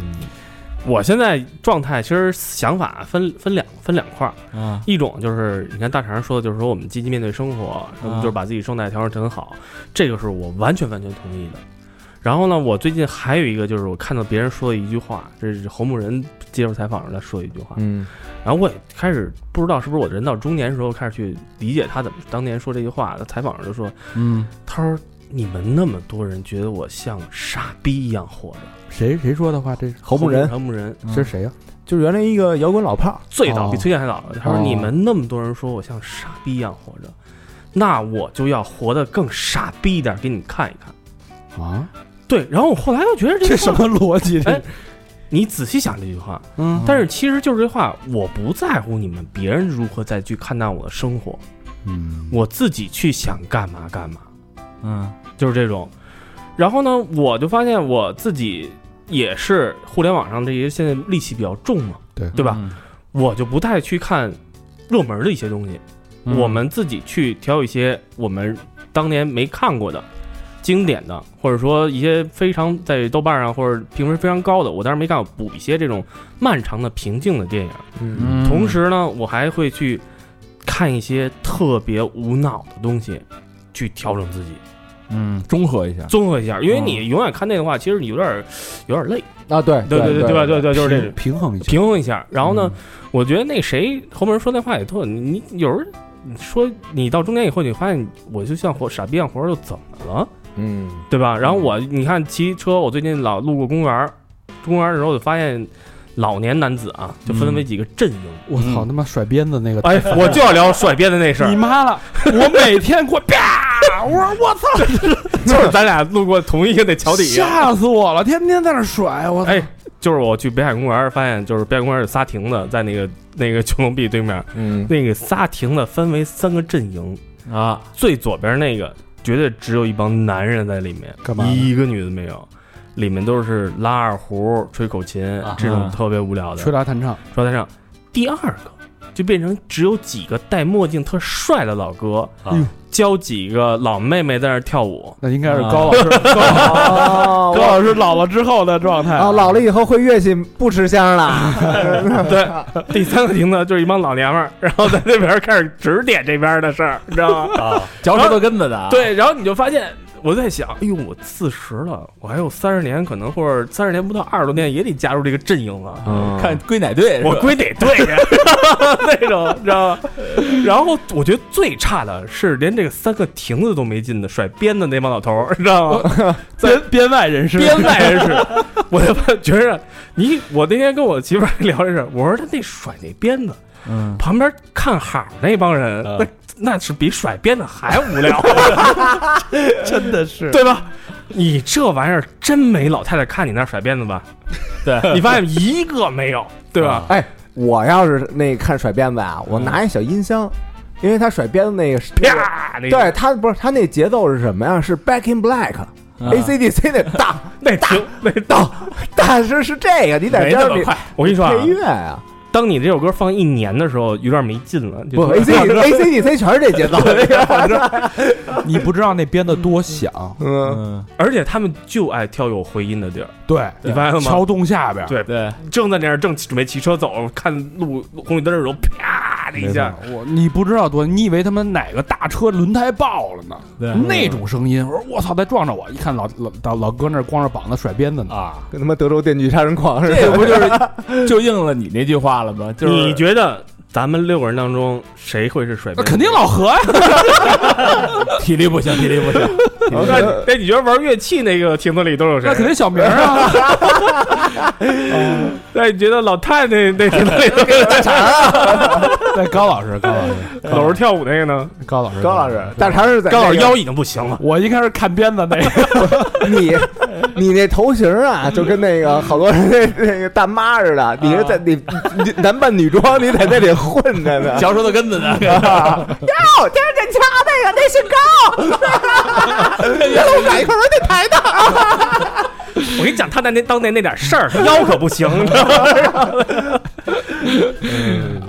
[SPEAKER 4] 我现在状态其实想法分分两分两块儿，
[SPEAKER 3] 啊，
[SPEAKER 4] 一种就是你看大肠说的，就是说我们积极面对生活，然
[SPEAKER 2] 啊
[SPEAKER 4] 后就是把自己状态调整得很好，这个是我完全完全同意的。然后呢，我最近还有一个就是我看到别人说的一句话，这是侯牧人接受采访时他说的一句话，
[SPEAKER 2] 嗯
[SPEAKER 4] 然后我也开始不知道是不是我人到中年时候开始去理解他怎么当年说这句话。他采访时就说，
[SPEAKER 1] 嗯，
[SPEAKER 4] 他说你们那么多人觉得我像傻逼一样活着，
[SPEAKER 1] 谁谁说的话？这是
[SPEAKER 2] 侯牧人
[SPEAKER 4] 侯牧人
[SPEAKER 1] 这是谁啊呀？
[SPEAKER 2] 就是原来一个摇滚老炮儿，
[SPEAKER 4] 最早
[SPEAKER 1] 哦
[SPEAKER 4] 比崔健还早。他说：“
[SPEAKER 1] 哦
[SPEAKER 4] 你们那么多人说我像傻逼一样活着，那我就要活得更傻逼一点，给你们看一看。
[SPEAKER 1] 啊，”
[SPEAKER 4] 对，然后我后来又觉得这句话
[SPEAKER 1] 逻辑
[SPEAKER 4] 哎你仔细想这句话，
[SPEAKER 1] 嗯，
[SPEAKER 4] 但是其实就是这话，我不在乎你们别人如何再去看待我的生活，
[SPEAKER 1] 嗯
[SPEAKER 4] 我自己去想干嘛干嘛，
[SPEAKER 3] 嗯，
[SPEAKER 4] 就是这种。然后呢，我就发现我自己也是互联网上这些现在戾气比较重嘛，
[SPEAKER 1] 对
[SPEAKER 4] 对吧？？我就不太去看热门的一些东西，
[SPEAKER 3] 嗯
[SPEAKER 4] 我们自己去挑一些我们当年没看过的经典的，或者说一些非常在豆瓣上或者评分非常高的，我当然没看过，补一些这种漫长的平静的电影。
[SPEAKER 2] 嗯
[SPEAKER 4] 同时呢，我还会去看一些特别无脑的东西，去调整自己，
[SPEAKER 3] 嗯，中和一下，
[SPEAKER 4] 综合一下。因为你永远看那的话，其实你有点儿有点儿累。
[SPEAKER 2] 啊，对
[SPEAKER 4] 嗯对
[SPEAKER 2] 对
[SPEAKER 4] 对对吧？对对，就是这种。嗯
[SPEAKER 1] 平衡一下，嗯
[SPEAKER 4] 平衡一下。然后呢，我觉得那谁侯门说那话也特，你你有时候你说你到中年以后，你发现我就像活傻逼一样活着，又怎么了？
[SPEAKER 2] 嗯
[SPEAKER 4] 对吧？然后我你看骑车，我最近老路过公园儿，公园儿的时候我就发现老年男子啊，就分为几个阵营。
[SPEAKER 1] 我操他妈甩鞭子那个，
[SPEAKER 4] 嗯哎，我就要聊甩鞭的那事
[SPEAKER 1] 你
[SPEAKER 4] 儿，
[SPEAKER 1] 妈了！我每天过啪，我说我 操，
[SPEAKER 4] 就是咱俩路过同一个那桥底下。
[SPEAKER 1] 吓死我了！天天在那甩，我操！
[SPEAKER 4] 哎，就是我去北海公园，发现就是北海公园有仨亭子，在那个 那个九龙壁对面，
[SPEAKER 2] 嗯，
[SPEAKER 4] 那个仨亭子分为三个阵营，
[SPEAKER 3] 啊，
[SPEAKER 4] 最左边那个绝对只有一帮男人在里面，
[SPEAKER 1] 干嘛呢
[SPEAKER 4] 一个女的没有，里面都是拉二胡、吹口琴
[SPEAKER 3] 啊
[SPEAKER 4] 这种特别无聊的。
[SPEAKER 1] 吹拉弹唱，
[SPEAKER 4] 说台上，第二个就变成只有几个戴墨镜特帅的老哥，
[SPEAKER 7] 哎呦
[SPEAKER 4] 教几个老妹妹在那儿跳舞。
[SPEAKER 1] 那应该是
[SPEAKER 2] 啊
[SPEAKER 1] 高老师， 高老
[SPEAKER 2] 哦
[SPEAKER 1] 高老师老了之后的状态
[SPEAKER 2] 哦，老了以后会乐器不吃香了，
[SPEAKER 4] 第三个亭子就是一帮老娘们儿，然后在那边开始指点这边的事儿， 你知道吗？
[SPEAKER 3] 嚼舌头根子的啊，
[SPEAKER 4] 对，然后你就发现。我在想，哎呦，我四十了，我还有三十年，可能或者三十年不到二十多年，也得加入这个阵营
[SPEAKER 1] 嗯
[SPEAKER 4] 了。啊
[SPEAKER 2] 嗯
[SPEAKER 3] 看归哪队是吧
[SPEAKER 4] 我归得对呀， 那种，知道吗？然后我觉得最差的是连这个三个亭子都没进的甩鞭子那帮老头儿，你知道吗？在
[SPEAKER 1] 编编外人士，
[SPEAKER 4] 编外人 士，我就觉着你，我那天跟我媳妇儿聊这事儿，我说他那甩那鞭子，
[SPEAKER 3] 嗯，
[SPEAKER 4] 旁边看好那帮人，
[SPEAKER 1] 嗯
[SPEAKER 4] 那那是比甩鞭子还无聊，
[SPEAKER 1] 真的是
[SPEAKER 4] 对吧？你这玩意儿真没老太太看你那儿甩鞭子吧？
[SPEAKER 3] 对，
[SPEAKER 4] 你发现一个没有，对吧？
[SPEAKER 2] 我要是那看甩鞭子啊，我拿一小音箱，因为他甩鞭子那个是，
[SPEAKER 1] 嗯
[SPEAKER 4] 啪，那个
[SPEAKER 2] 对他不是他那节奏是什么呀？是 Back in Black。ACDC 那大
[SPEAKER 4] 那停那
[SPEAKER 2] 大大是是这个，你在
[SPEAKER 4] 没
[SPEAKER 2] 这
[SPEAKER 4] 那
[SPEAKER 2] 儿
[SPEAKER 4] 么
[SPEAKER 2] 你
[SPEAKER 4] 快，我跟你说啊，
[SPEAKER 2] 配乐啊，
[SPEAKER 4] 当你这首歌放一年的时候，有点没劲了。就
[SPEAKER 2] 不哎 ACDC 全是这节奏，
[SPEAKER 1] 你不知道那编的多响，
[SPEAKER 2] 嗯，
[SPEAKER 3] 嗯，
[SPEAKER 4] 而且他们就爱挑有回音的地儿，
[SPEAKER 1] 对，
[SPEAKER 4] 你发现了吗？
[SPEAKER 1] 桥洞下边，
[SPEAKER 4] 对
[SPEAKER 3] 对，
[SPEAKER 4] 正在那儿正准备骑车走，看路红绿灯的时候，啪的一下，
[SPEAKER 1] 没错，我你不知道多，你以为他们哪个大车轮胎爆了呢？
[SPEAKER 3] 对
[SPEAKER 1] 那种声音，我说我操，再撞着我！一看老老老老哥那儿光着膀子甩鞭子呢，
[SPEAKER 3] 啊，
[SPEAKER 2] 跟他妈德州电锯杀人狂似
[SPEAKER 3] 这
[SPEAKER 2] 的。
[SPEAKER 3] 不就是就应了你那句话了 吗？就是
[SPEAKER 4] 你觉得咱们六个人当中谁会是甩
[SPEAKER 1] 那
[SPEAKER 4] 鞭？
[SPEAKER 1] 肯定。老何呀，
[SPEAKER 3] 体力不行，体力不行，
[SPEAKER 4] 那那你觉得玩乐器那个亭子里都有谁？
[SPEAKER 1] 那肯定小明啊，
[SPEAKER 4] 那你觉得老太那 那亭子里都有谁
[SPEAKER 1] 对，高老师，高老师，高
[SPEAKER 4] 老
[SPEAKER 1] 老
[SPEAKER 4] 是
[SPEAKER 1] 师，
[SPEAKER 4] 跳舞那个呢？
[SPEAKER 1] 高老师，
[SPEAKER 2] 高老师，大肠是在
[SPEAKER 4] 高老
[SPEAKER 2] 那
[SPEAKER 4] 师
[SPEAKER 2] 个
[SPEAKER 4] 腰已经不行了。
[SPEAKER 1] 我应该是看鞭子那个，
[SPEAKER 2] 你你那头型啊，就跟那个好多人那那个大妈似的，你是在你你男扮女装，你在那里混着呢。
[SPEAKER 3] 嚼舌头根子 的，
[SPEAKER 2] 哟，这是这掐那个，那姓 高，原来我买一块儿那台的。
[SPEAKER 4] 我跟你讲，他那那当年那点 事儿，腰可不行。你知道吗嗯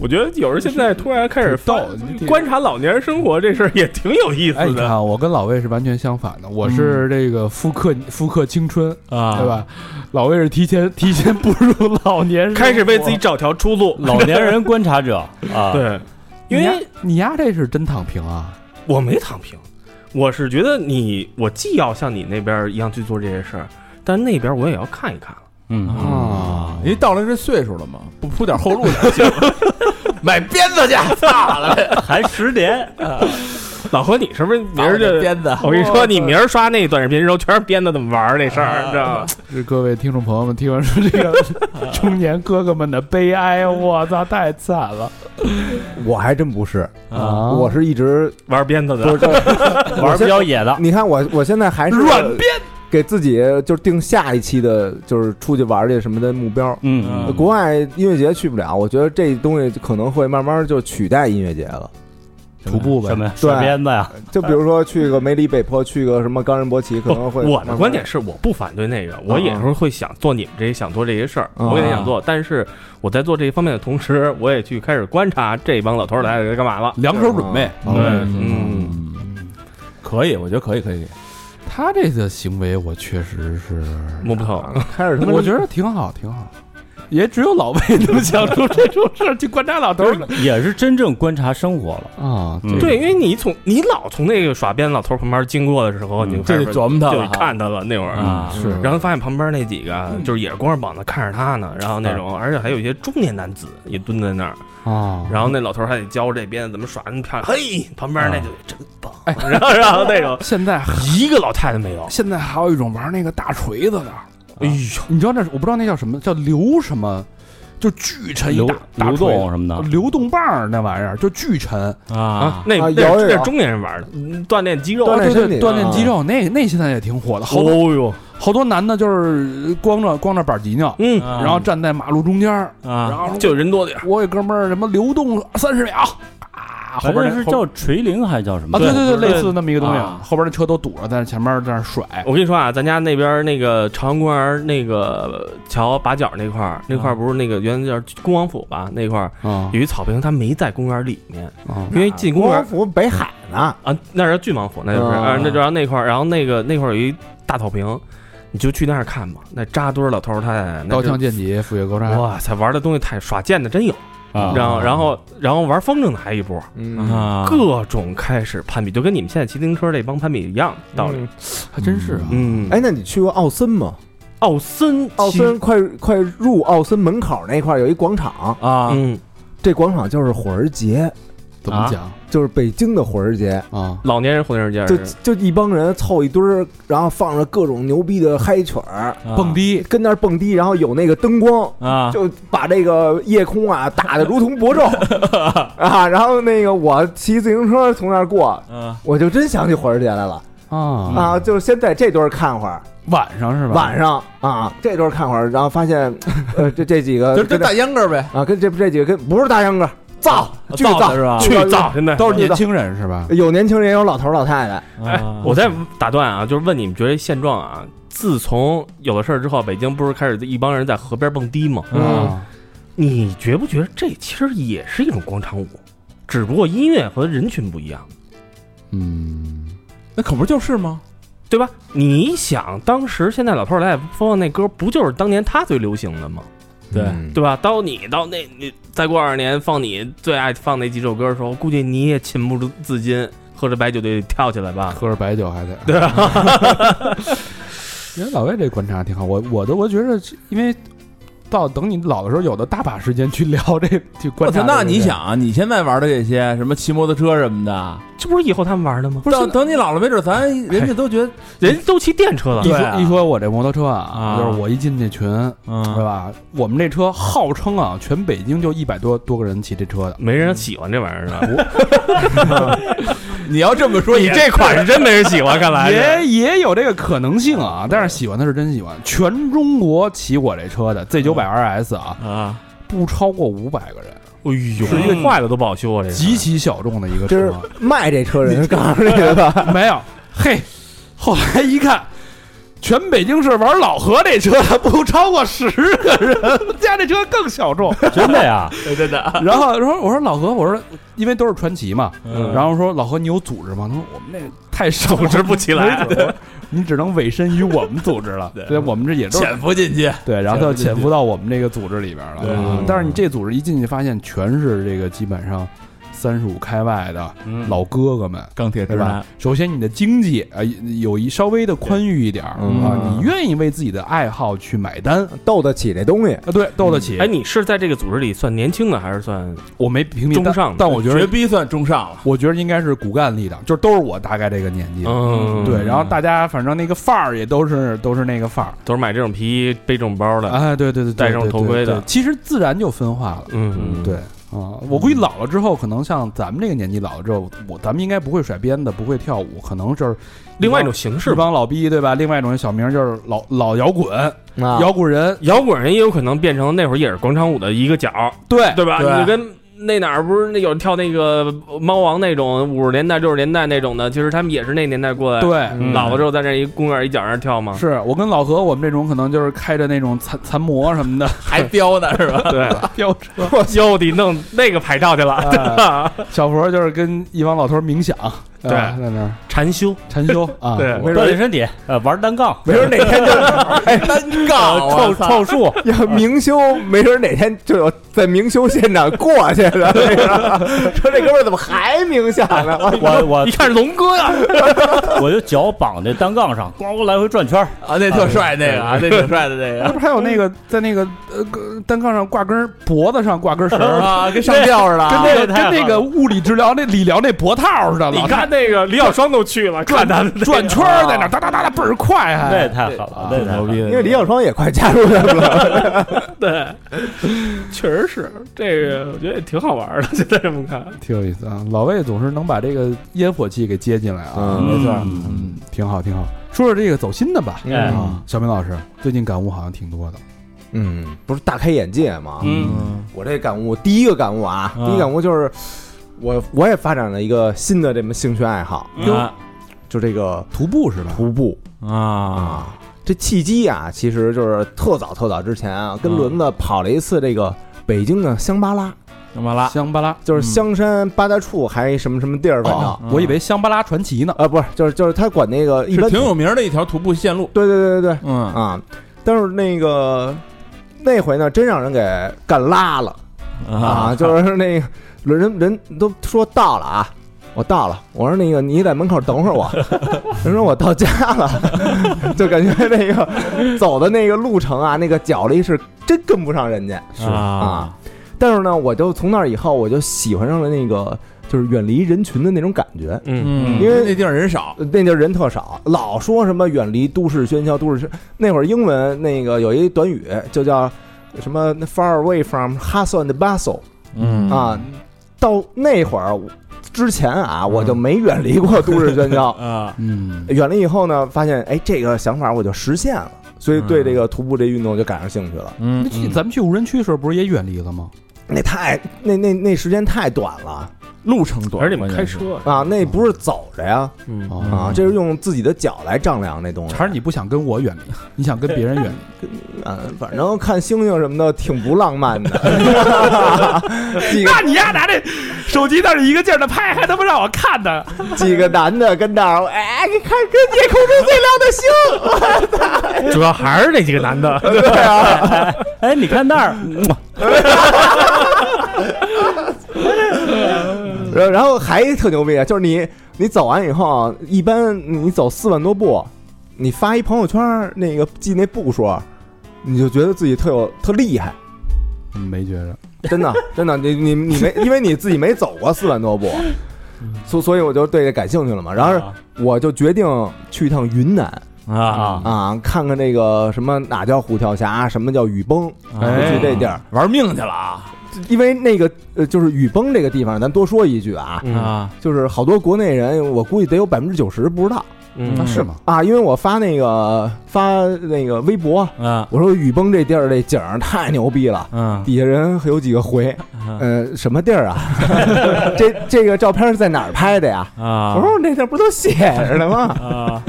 [SPEAKER 4] 我觉得有人现在突然开始
[SPEAKER 1] 逗
[SPEAKER 4] 到观察老年人生活这事儿，也挺 有意
[SPEAKER 1] 哎，
[SPEAKER 4] 思
[SPEAKER 1] 你看
[SPEAKER 4] 的。
[SPEAKER 1] 啊，我跟老魏是完全相反的，我是这个复刻复刻青春，
[SPEAKER 3] 啊
[SPEAKER 1] 对？吧？老魏是提前提前步入老年 生活，
[SPEAKER 4] 开始为自己找条出
[SPEAKER 1] 嗯
[SPEAKER 4] 路。
[SPEAKER 7] 老年人观 察者啊，
[SPEAKER 4] 对，因
[SPEAKER 1] 你呀，
[SPEAKER 4] 为
[SPEAKER 1] 你丫这是真躺平啊！
[SPEAKER 4] 我没躺平，我是觉得你，我既要像你那边一样去做这些事儿，但那边我也要看一看了。
[SPEAKER 7] 嗯
[SPEAKER 1] 啊
[SPEAKER 3] 因为到了这岁数了嘛，不铺点 后路就行。买鞭子去，操了，
[SPEAKER 7] 还 十年，
[SPEAKER 4] 老何，你是不是明儿
[SPEAKER 3] 这
[SPEAKER 4] 就？
[SPEAKER 3] 鞭子。
[SPEAKER 4] 我跟你说，你明儿刷那短视频的时候，全是编的怎么玩儿那事
[SPEAKER 2] 啊
[SPEAKER 4] 儿，你知道吗？
[SPEAKER 1] 是各位听众朋友们，听完说这 个中年哥哥们的悲哀，我操，太惨了
[SPEAKER 2] 我还真不是，
[SPEAKER 1] 啊！
[SPEAKER 2] 我是一直
[SPEAKER 4] 啊玩鞭子的
[SPEAKER 2] 不是，
[SPEAKER 7] 玩比较野的，
[SPEAKER 2] 你看我我现在还是
[SPEAKER 1] 软
[SPEAKER 2] 编，给自己就是定下一期的，就是出去玩儿去什么的目标。
[SPEAKER 7] 嗯
[SPEAKER 2] 国外音乐节去不了，我觉得这东西可能会慢慢就取代音乐节了。
[SPEAKER 1] 徒步呗
[SPEAKER 7] 什，么呀甩鞭子呀，
[SPEAKER 2] 就比如说去个梅里北坡，去个什么冈仁波齐，可
[SPEAKER 4] 不，
[SPEAKER 2] 能
[SPEAKER 4] 哦
[SPEAKER 2] 会。啊
[SPEAKER 4] 我的观点，是我不反对那个，我也是会想做你们这些想做这些事儿，
[SPEAKER 2] 嗯
[SPEAKER 4] 我也想做，但是我在做这一方面的同时，我也去开始观察这帮老头儿来干嘛了。
[SPEAKER 3] 两手准备，
[SPEAKER 2] 嗯
[SPEAKER 4] 对，嗯，
[SPEAKER 3] 嗯，可以，我觉得可以，可以。
[SPEAKER 1] 他这个行为我确实是，
[SPEAKER 4] 摸不透。
[SPEAKER 2] 开始他 妈
[SPEAKER 1] 我觉得挺好，挺好。也只有老魏能想出这种事儿去观察老头儿
[SPEAKER 7] 也是真正观察生活了。
[SPEAKER 1] 啊！
[SPEAKER 7] 嗯
[SPEAKER 4] 对，因为你从你老从那个耍鞭老头儿旁边经过的时候，你就开
[SPEAKER 3] 嗯这
[SPEAKER 4] 始
[SPEAKER 3] 就琢磨他
[SPEAKER 4] 就
[SPEAKER 3] 了
[SPEAKER 4] 得看他了那会儿。
[SPEAKER 7] 啊
[SPEAKER 1] 是
[SPEAKER 4] 然后发现旁边那几个就是也是光着膀子看着他呢，然后那种，而且还有一些中年男子也蹲在那儿，
[SPEAKER 1] 啊，
[SPEAKER 4] 然后那老头儿还得教这边怎么耍，那么漂亮，嘿，旁边那就真棒，然后 然后那种
[SPEAKER 1] 现在
[SPEAKER 4] 一个老太太没有，
[SPEAKER 1] 现在还有一种玩那个大锤子的，啊
[SPEAKER 4] 哎呦，
[SPEAKER 1] 你知道那是我不知道那叫什么叫流什么，就巨沉一
[SPEAKER 7] 流
[SPEAKER 1] 大大
[SPEAKER 7] 流
[SPEAKER 1] 锤
[SPEAKER 7] 动什么的，
[SPEAKER 1] 流动棒儿那玩意儿就巨沉，
[SPEAKER 3] 啊，
[SPEAKER 4] 那
[SPEAKER 2] 啊
[SPEAKER 4] 那
[SPEAKER 2] 摇一
[SPEAKER 4] 是那
[SPEAKER 2] 摇
[SPEAKER 4] 是中年人玩的，嗯锻炼肌肉。
[SPEAKER 2] 锻
[SPEAKER 1] 啊对
[SPEAKER 2] 炼身体
[SPEAKER 1] 对，锻炼肌肉，那那现在也挺火的，好多
[SPEAKER 4] 哦哟，
[SPEAKER 1] 好多男的就是光着光着板儿脊呢，
[SPEAKER 4] 嗯
[SPEAKER 1] 然后站在马路中间儿，
[SPEAKER 3] 啊，
[SPEAKER 1] 然后
[SPEAKER 4] 就人多点儿，
[SPEAKER 1] 我有哥们儿什么流动三十秒，啊，后
[SPEAKER 7] 反
[SPEAKER 1] 边
[SPEAKER 7] 正
[SPEAKER 1] 那
[SPEAKER 7] 是
[SPEAKER 1] 后
[SPEAKER 7] 叫垂铃还是叫什么？
[SPEAKER 1] 啊，对对对，类
[SPEAKER 4] 对
[SPEAKER 1] 似那么一个东西
[SPEAKER 3] 啊，
[SPEAKER 1] 后边那车都堵着，在前面在那甩，
[SPEAKER 4] 我跟你说啊，咱家那边那个朝阳公园那个桥把角那块儿，那块儿不是那个原来叫恭王府吧？那块儿
[SPEAKER 1] 啊
[SPEAKER 4] 有一草坪，它没在公园里面，
[SPEAKER 1] 啊
[SPEAKER 4] 因为进公
[SPEAKER 2] 王
[SPEAKER 4] 园
[SPEAKER 2] 府北海呢，
[SPEAKER 4] 啊，那是郡王府，那就不是，
[SPEAKER 2] 啊
[SPEAKER 4] 啊，那就然后那块儿，然后那个那块儿有一大草坪，你就去那儿看吧。那扎堆儿老头儿太太，那
[SPEAKER 1] 刀
[SPEAKER 4] 就
[SPEAKER 1] 枪剑戟斧钺钩叉，
[SPEAKER 4] 哇塞，玩的东西太耍剑的真有，
[SPEAKER 7] 啊，
[SPEAKER 4] 然后然后然后玩风筝的还一波，
[SPEAKER 2] 嗯，
[SPEAKER 3] 啊，
[SPEAKER 4] 各种开始攀比，就跟你们现在骑自行车那帮攀比一样道理。
[SPEAKER 2] 嗯。
[SPEAKER 1] 还真是啊。
[SPEAKER 4] 嗯，
[SPEAKER 2] 哎，那你去过奥森吗？
[SPEAKER 4] 奥森，
[SPEAKER 2] 奥森快快入奥森门口那块儿有一广场，
[SPEAKER 3] 啊，
[SPEAKER 4] 嗯，
[SPEAKER 2] 这广场就是火儿节，
[SPEAKER 1] 怎么讲
[SPEAKER 2] 就是北京的火儿节，
[SPEAKER 1] 啊？
[SPEAKER 4] 老年人混世界
[SPEAKER 2] 就是就一帮人凑一堆儿，然后放着各种牛逼的嗨曲儿，
[SPEAKER 3] 嗯
[SPEAKER 1] 蹦迪
[SPEAKER 2] 跟那儿蹦迪，然后有那个灯光，
[SPEAKER 3] 啊，
[SPEAKER 2] 就把这个夜空啊打得如同薄昼啊。然后那个我骑自行车从那儿过，
[SPEAKER 3] 嗯
[SPEAKER 2] 我就真想起火儿节来了
[SPEAKER 1] 啊
[SPEAKER 2] 啊！就是先在这堆儿看会儿，
[SPEAKER 1] 晚上是吧？
[SPEAKER 2] 晚上啊这堆儿看会儿，然后发现， 呃，这这几个
[SPEAKER 1] 就就
[SPEAKER 2] 跟这
[SPEAKER 1] 大秧歌呗，
[SPEAKER 2] 啊，跟这这几个跟不是大秧歌，造巨
[SPEAKER 3] 造
[SPEAKER 2] 造
[SPEAKER 3] 的是
[SPEAKER 4] 啊
[SPEAKER 3] 吧
[SPEAKER 2] 巨造，啊
[SPEAKER 4] 真的。
[SPEAKER 1] 都是年轻人是吧？
[SPEAKER 2] 有年轻人，也有老头儿老太太。
[SPEAKER 4] 哎，我再打断啊，就是问你们觉得现状啊，自从有了事儿之后，北京不是开始一帮人在河边蹦迪吗？
[SPEAKER 2] 嗯
[SPEAKER 1] 啊，
[SPEAKER 4] 你觉不觉得这其实也是一种广场舞，只不过音乐和人群不一样，
[SPEAKER 1] 嗯，
[SPEAKER 3] 那可不就是吗？
[SPEAKER 4] 对吧？你想，当时现在老头儿老太太播放那歌，不就是当年他最流行的吗？
[SPEAKER 3] 对
[SPEAKER 2] 嗯
[SPEAKER 4] 对吧？到你到那你再过二十年放你最爱放那几首歌的时候，估计你也情不自禁喝着白酒得跳起来吧？
[SPEAKER 1] 喝着白酒还得对啊。 因为老魏这观察挺好，我我都我觉得，因为到等你老的时候，有的大把时间去聊这去
[SPEAKER 3] 我
[SPEAKER 1] 观察
[SPEAKER 3] 操，
[SPEAKER 1] 这个。
[SPEAKER 3] 那你想啊，你现在玩的这些什么骑摩托车什么的，
[SPEAKER 4] 这不是以后他们玩的吗？
[SPEAKER 3] 不是等等你老了，没准咱人家都觉得
[SPEAKER 4] 人都骑电车了
[SPEAKER 1] 一，说
[SPEAKER 3] 对啊
[SPEAKER 1] 一说我这摩托车
[SPEAKER 3] 啊
[SPEAKER 1] 啊，就是我一进这群，对
[SPEAKER 3] 嗯
[SPEAKER 1] 吧？我们这车号称啊，全北京就一百多多个人骑这车的，
[SPEAKER 4] 没人喜欢这玩意儿 的。
[SPEAKER 3] 你要这么说也
[SPEAKER 4] 这款是真没人喜 欢，看来是
[SPEAKER 1] 也也有这个可能性啊。但是喜欢的是真喜欢，全中国骑我这车的 Z 九
[SPEAKER 3] 嗯
[SPEAKER 1] 百 RS 啊，
[SPEAKER 3] 啊，
[SPEAKER 1] 不超过五百个人，
[SPEAKER 4] 哎呦，是一个坏了都不好修啊！这个
[SPEAKER 1] 极其小众的一个
[SPEAKER 2] 这是
[SPEAKER 1] 车。啊
[SPEAKER 2] 卖这车人告诉你 的吧？
[SPEAKER 1] 没有，嘿，后来一看，全北京市玩老何这车的不超过十个人， 家这车更小众。
[SPEAKER 7] 真的呀，
[SPEAKER 4] 真 的，
[SPEAKER 1] 然后，然后我说老何，我说因为都是传奇嘛，
[SPEAKER 3] 嗯
[SPEAKER 1] 然后说老何你有组织吗？他说我们那太少
[SPEAKER 4] 组
[SPEAKER 1] 了，
[SPEAKER 4] 织不起来。
[SPEAKER 1] 没组织 你只能委身于我们组织了。对，我们这也都是
[SPEAKER 3] 潜伏进去，
[SPEAKER 1] 对，然后他就潜伏到我们这个组织里边了。
[SPEAKER 3] 对
[SPEAKER 1] 嗯但是你这组织一进去，发现全是这个基本上三十五开外的
[SPEAKER 4] 嗯
[SPEAKER 1] 老哥哥们。
[SPEAKER 3] 钢铁直
[SPEAKER 1] 对吧
[SPEAKER 3] 男，？
[SPEAKER 1] 首先，你的经济啊、呃有一稍微的宽裕一点儿
[SPEAKER 2] 嗯
[SPEAKER 1] 啊，你愿意为自己的爱好去买单
[SPEAKER 2] 斗得起这东西，
[SPEAKER 1] 啊？对，斗得起。
[SPEAKER 4] 哎，你是在这个组织里算年轻的，还是算
[SPEAKER 1] 我没评定
[SPEAKER 4] 中
[SPEAKER 1] 但
[SPEAKER 4] 上的
[SPEAKER 1] 但我觉
[SPEAKER 3] 绝
[SPEAKER 1] 得，
[SPEAKER 3] 逼算中上了。
[SPEAKER 1] 我觉得应该是骨干力量，就是都是我大概这个年纪的。
[SPEAKER 4] 嗯，
[SPEAKER 1] 对，然后大家反正那个范儿也都是都是那个范儿，
[SPEAKER 4] 都是买这种皮衣、背这种包的。
[SPEAKER 1] 哎，对对对，对
[SPEAKER 4] 戴上
[SPEAKER 1] 对
[SPEAKER 4] 头
[SPEAKER 1] 对
[SPEAKER 4] 盔的
[SPEAKER 1] 对其实自然就分化了。
[SPEAKER 4] 嗯，
[SPEAKER 1] 对啊、我估计老了之后，可能像咱们这个年纪老了之后，我咱们应该不会甩鞭子，不会跳舞，可能就是
[SPEAKER 4] 另外一种形式
[SPEAKER 1] 一
[SPEAKER 4] 吧。
[SPEAKER 1] 帮老逼对吧？另外一种小名就是老老摇滚，
[SPEAKER 2] 啊
[SPEAKER 1] 摇滚人
[SPEAKER 4] 摇滚人也有可能变成那会儿也是广场舞的一个角，
[SPEAKER 1] 对
[SPEAKER 4] 哎对吧？啊
[SPEAKER 3] 对
[SPEAKER 4] 你跟那哪儿不是那有跳那个猫王那种五十年代六十年代那种的，其实他们也是那年代过来，
[SPEAKER 1] 对。
[SPEAKER 2] 嗯
[SPEAKER 4] 老了之后在那一公园一角上跳嘛。
[SPEAKER 1] 是我跟老何，我们这种可能就是开着那种残残模什么 的
[SPEAKER 3] 还飙呢是吧？
[SPEAKER 4] 对，
[SPEAKER 1] 飙车，
[SPEAKER 4] 又得弄那个牌照去了，
[SPEAKER 1] 哎小佛就是跟一帮老头儿冥想，对吧，在那儿
[SPEAKER 4] 禅修。
[SPEAKER 1] 禅修啊，
[SPEAKER 4] 对
[SPEAKER 1] 我
[SPEAKER 2] 没
[SPEAKER 7] 锻
[SPEAKER 2] 准
[SPEAKER 7] 炼身体，呃，玩单杠，
[SPEAKER 2] 没准哪 天
[SPEAKER 3] 单杠，
[SPEAKER 7] 呃
[SPEAKER 3] 我
[SPEAKER 7] 凑
[SPEAKER 3] 操
[SPEAKER 7] 凑数，
[SPEAKER 2] 就啊要明修，没准哪天就有在明修现场过去了。那个 说这哥们儿怎么还冥想呢？
[SPEAKER 7] 我我
[SPEAKER 4] 一看是龙哥呀，
[SPEAKER 7] 我就脚绑在单杠上，咣咣来回转圈儿，
[SPEAKER 3] 啊，那特帅那个啊，那挺帅的那
[SPEAKER 1] 那
[SPEAKER 3] 个
[SPEAKER 1] 不是还有那个在那个呃个单杠上挂根儿脖子 上挂根儿绳儿，
[SPEAKER 3] 啊，跟上吊似的
[SPEAKER 1] 跟
[SPEAKER 3] 啊。
[SPEAKER 1] 那
[SPEAKER 7] 这
[SPEAKER 1] 个
[SPEAKER 7] 太
[SPEAKER 1] 跟那
[SPEAKER 7] 好
[SPEAKER 1] 个
[SPEAKER 7] 了
[SPEAKER 1] 物理治疗那理疗那脖套似的，
[SPEAKER 3] 你
[SPEAKER 1] 老
[SPEAKER 3] 看
[SPEAKER 4] 那个李小双都去了，看他们
[SPEAKER 1] 转圈儿在那儿哒哒哒哒倍儿快，
[SPEAKER 7] 那
[SPEAKER 1] 还
[SPEAKER 7] 也太好了，那也太好了
[SPEAKER 2] 因为李小双也快加入他们了，
[SPEAKER 4] 对， 确实是这个，我觉得也挺好玩的。现在这么看，
[SPEAKER 1] 挺有意思啊。老魏总是能把这个烟火气给接进来啊，
[SPEAKER 2] 嗯
[SPEAKER 7] 没错
[SPEAKER 1] 嗯，挺好挺好。说说这个走心的吧，
[SPEAKER 7] 哎
[SPEAKER 2] 嗯
[SPEAKER 1] 啊，小明老师最近感悟好像挺多的，
[SPEAKER 2] 嗯，不是大开眼界嘛，
[SPEAKER 7] 嗯，
[SPEAKER 2] 我这感悟，第一个感悟啊，
[SPEAKER 3] 啊
[SPEAKER 2] 第一感悟就是，我我也发展了一个新的这么兴趣爱好，
[SPEAKER 3] 啊
[SPEAKER 2] 就这个
[SPEAKER 1] 徒步是吧？
[SPEAKER 2] 徒步
[SPEAKER 3] 啊，
[SPEAKER 2] 啊。这契机啊，其实就是特早特早之前啊，跟轮子跑了一次这个北京的香巴拉，
[SPEAKER 3] 怎么了？
[SPEAKER 1] 香巴拉，
[SPEAKER 3] 嗯
[SPEAKER 2] 就是香山八大处还什么什么地
[SPEAKER 1] 哦
[SPEAKER 2] 儿，反
[SPEAKER 3] 哦
[SPEAKER 2] 正
[SPEAKER 1] 我以为香巴拉传奇呢。
[SPEAKER 2] 啊，不是，就是就是他管那个一
[SPEAKER 3] 是
[SPEAKER 2] 般
[SPEAKER 3] 挺有名的一条徒步线路，
[SPEAKER 2] 对对对对对
[SPEAKER 3] 嗯
[SPEAKER 2] 啊，但是那个那回呢，真让人给干拉了。啊，就是那个人人都说到了啊，我到了，我说那个你在门口等会儿我，人说我到家了， 就感觉那个走的那个路程啊，那个脚力是真跟不上人家
[SPEAKER 3] 是啊，
[SPEAKER 2] 但是呢，我就从那以后我就喜欢上了那个就是远离人群的那种感觉。
[SPEAKER 4] 嗯，
[SPEAKER 3] 嗯，
[SPEAKER 2] 因为
[SPEAKER 3] 那地儿人少，
[SPEAKER 2] 那就人特少，老说什么远离都市喧嚣，都市喧。那会儿英文那个有一短语就叫什么 “far away from hustle and bustle”，
[SPEAKER 3] 嗯
[SPEAKER 2] 啊，到那会儿之前啊，我就没远离过都市喧嚣。
[SPEAKER 3] 啊，
[SPEAKER 1] 嗯，
[SPEAKER 2] 远离以后呢，发现哎，这个想法我就实现了，所以对这个徒步这运动就感上兴趣了。
[SPEAKER 3] 嗯
[SPEAKER 1] 那去咱们去无人区的时候不是也远离了吗？
[SPEAKER 2] 那太那那那时间太短了
[SPEAKER 3] 路程短，
[SPEAKER 4] 而且你们开车，
[SPEAKER 2] 啊，那不是走着呀
[SPEAKER 4] 嗯，
[SPEAKER 1] 啊，
[SPEAKER 2] 啊，这是用自己的脚来丈量那东西。
[SPEAKER 1] 还是你不想跟我远 离，你想跟别人远离？
[SPEAKER 2] 嗯，反正看星星什么的挺不浪漫的。 几个
[SPEAKER 4] 那你丫拿这手机那是一个劲儿的拍，还他妈让我看呢。
[SPEAKER 2] 几个男的跟那儿，哎，你看，跟夜空中最亮的星。
[SPEAKER 4] 主要还是那几个男的，
[SPEAKER 7] 哎，你看那儿，嗯
[SPEAKER 2] 然后然后还特牛逼，啊就是你你走完以后啊，一般你走四万多步，你发一朋友圈儿那个记那步数，啊你就觉得自己特有特厉害，
[SPEAKER 1] 嗯没觉着，
[SPEAKER 2] 真的真的，你你你没因为你自己没走过四万多步，
[SPEAKER 3] 嗯
[SPEAKER 2] 所所以我就对这感兴趣了嘛，然后我就决定去一趟云南
[SPEAKER 3] 啊，
[SPEAKER 2] 啊，看看这个什么哪叫虎跳峡，什么叫雨崩，就
[SPEAKER 3] 哎
[SPEAKER 2] 去这地儿，
[SPEAKER 3] 玩命去了啊
[SPEAKER 2] 因为那个呃就是雨崩这个地方，咱多说一句啊，
[SPEAKER 4] 嗯
[SPEAKER 3] 啊，
[SPEAKER 2] 就是好多国内人，我估计得有百分之九十不知道。
[SPEAKER 4] 嗯
[SPEAKER 1] 那是吗？
[SPEAKER 2] 啊，因为我发那个发那个微博，
[SPEAKER 3] 啊
[SPEAKER 2] 我说雨崩这地儿这景儿太牛逼了，
[SPEAKER 3] 嗯
[SPEAKER 2] 底下人有几个回，呃，什么地儿啊？ 这这个照片是在哪儿拍的呀？
[SPEAKER 3] 啊
[SPEAKER 2] 我说那地儿不都写着呢吗？
[SPEAKER 3] 啊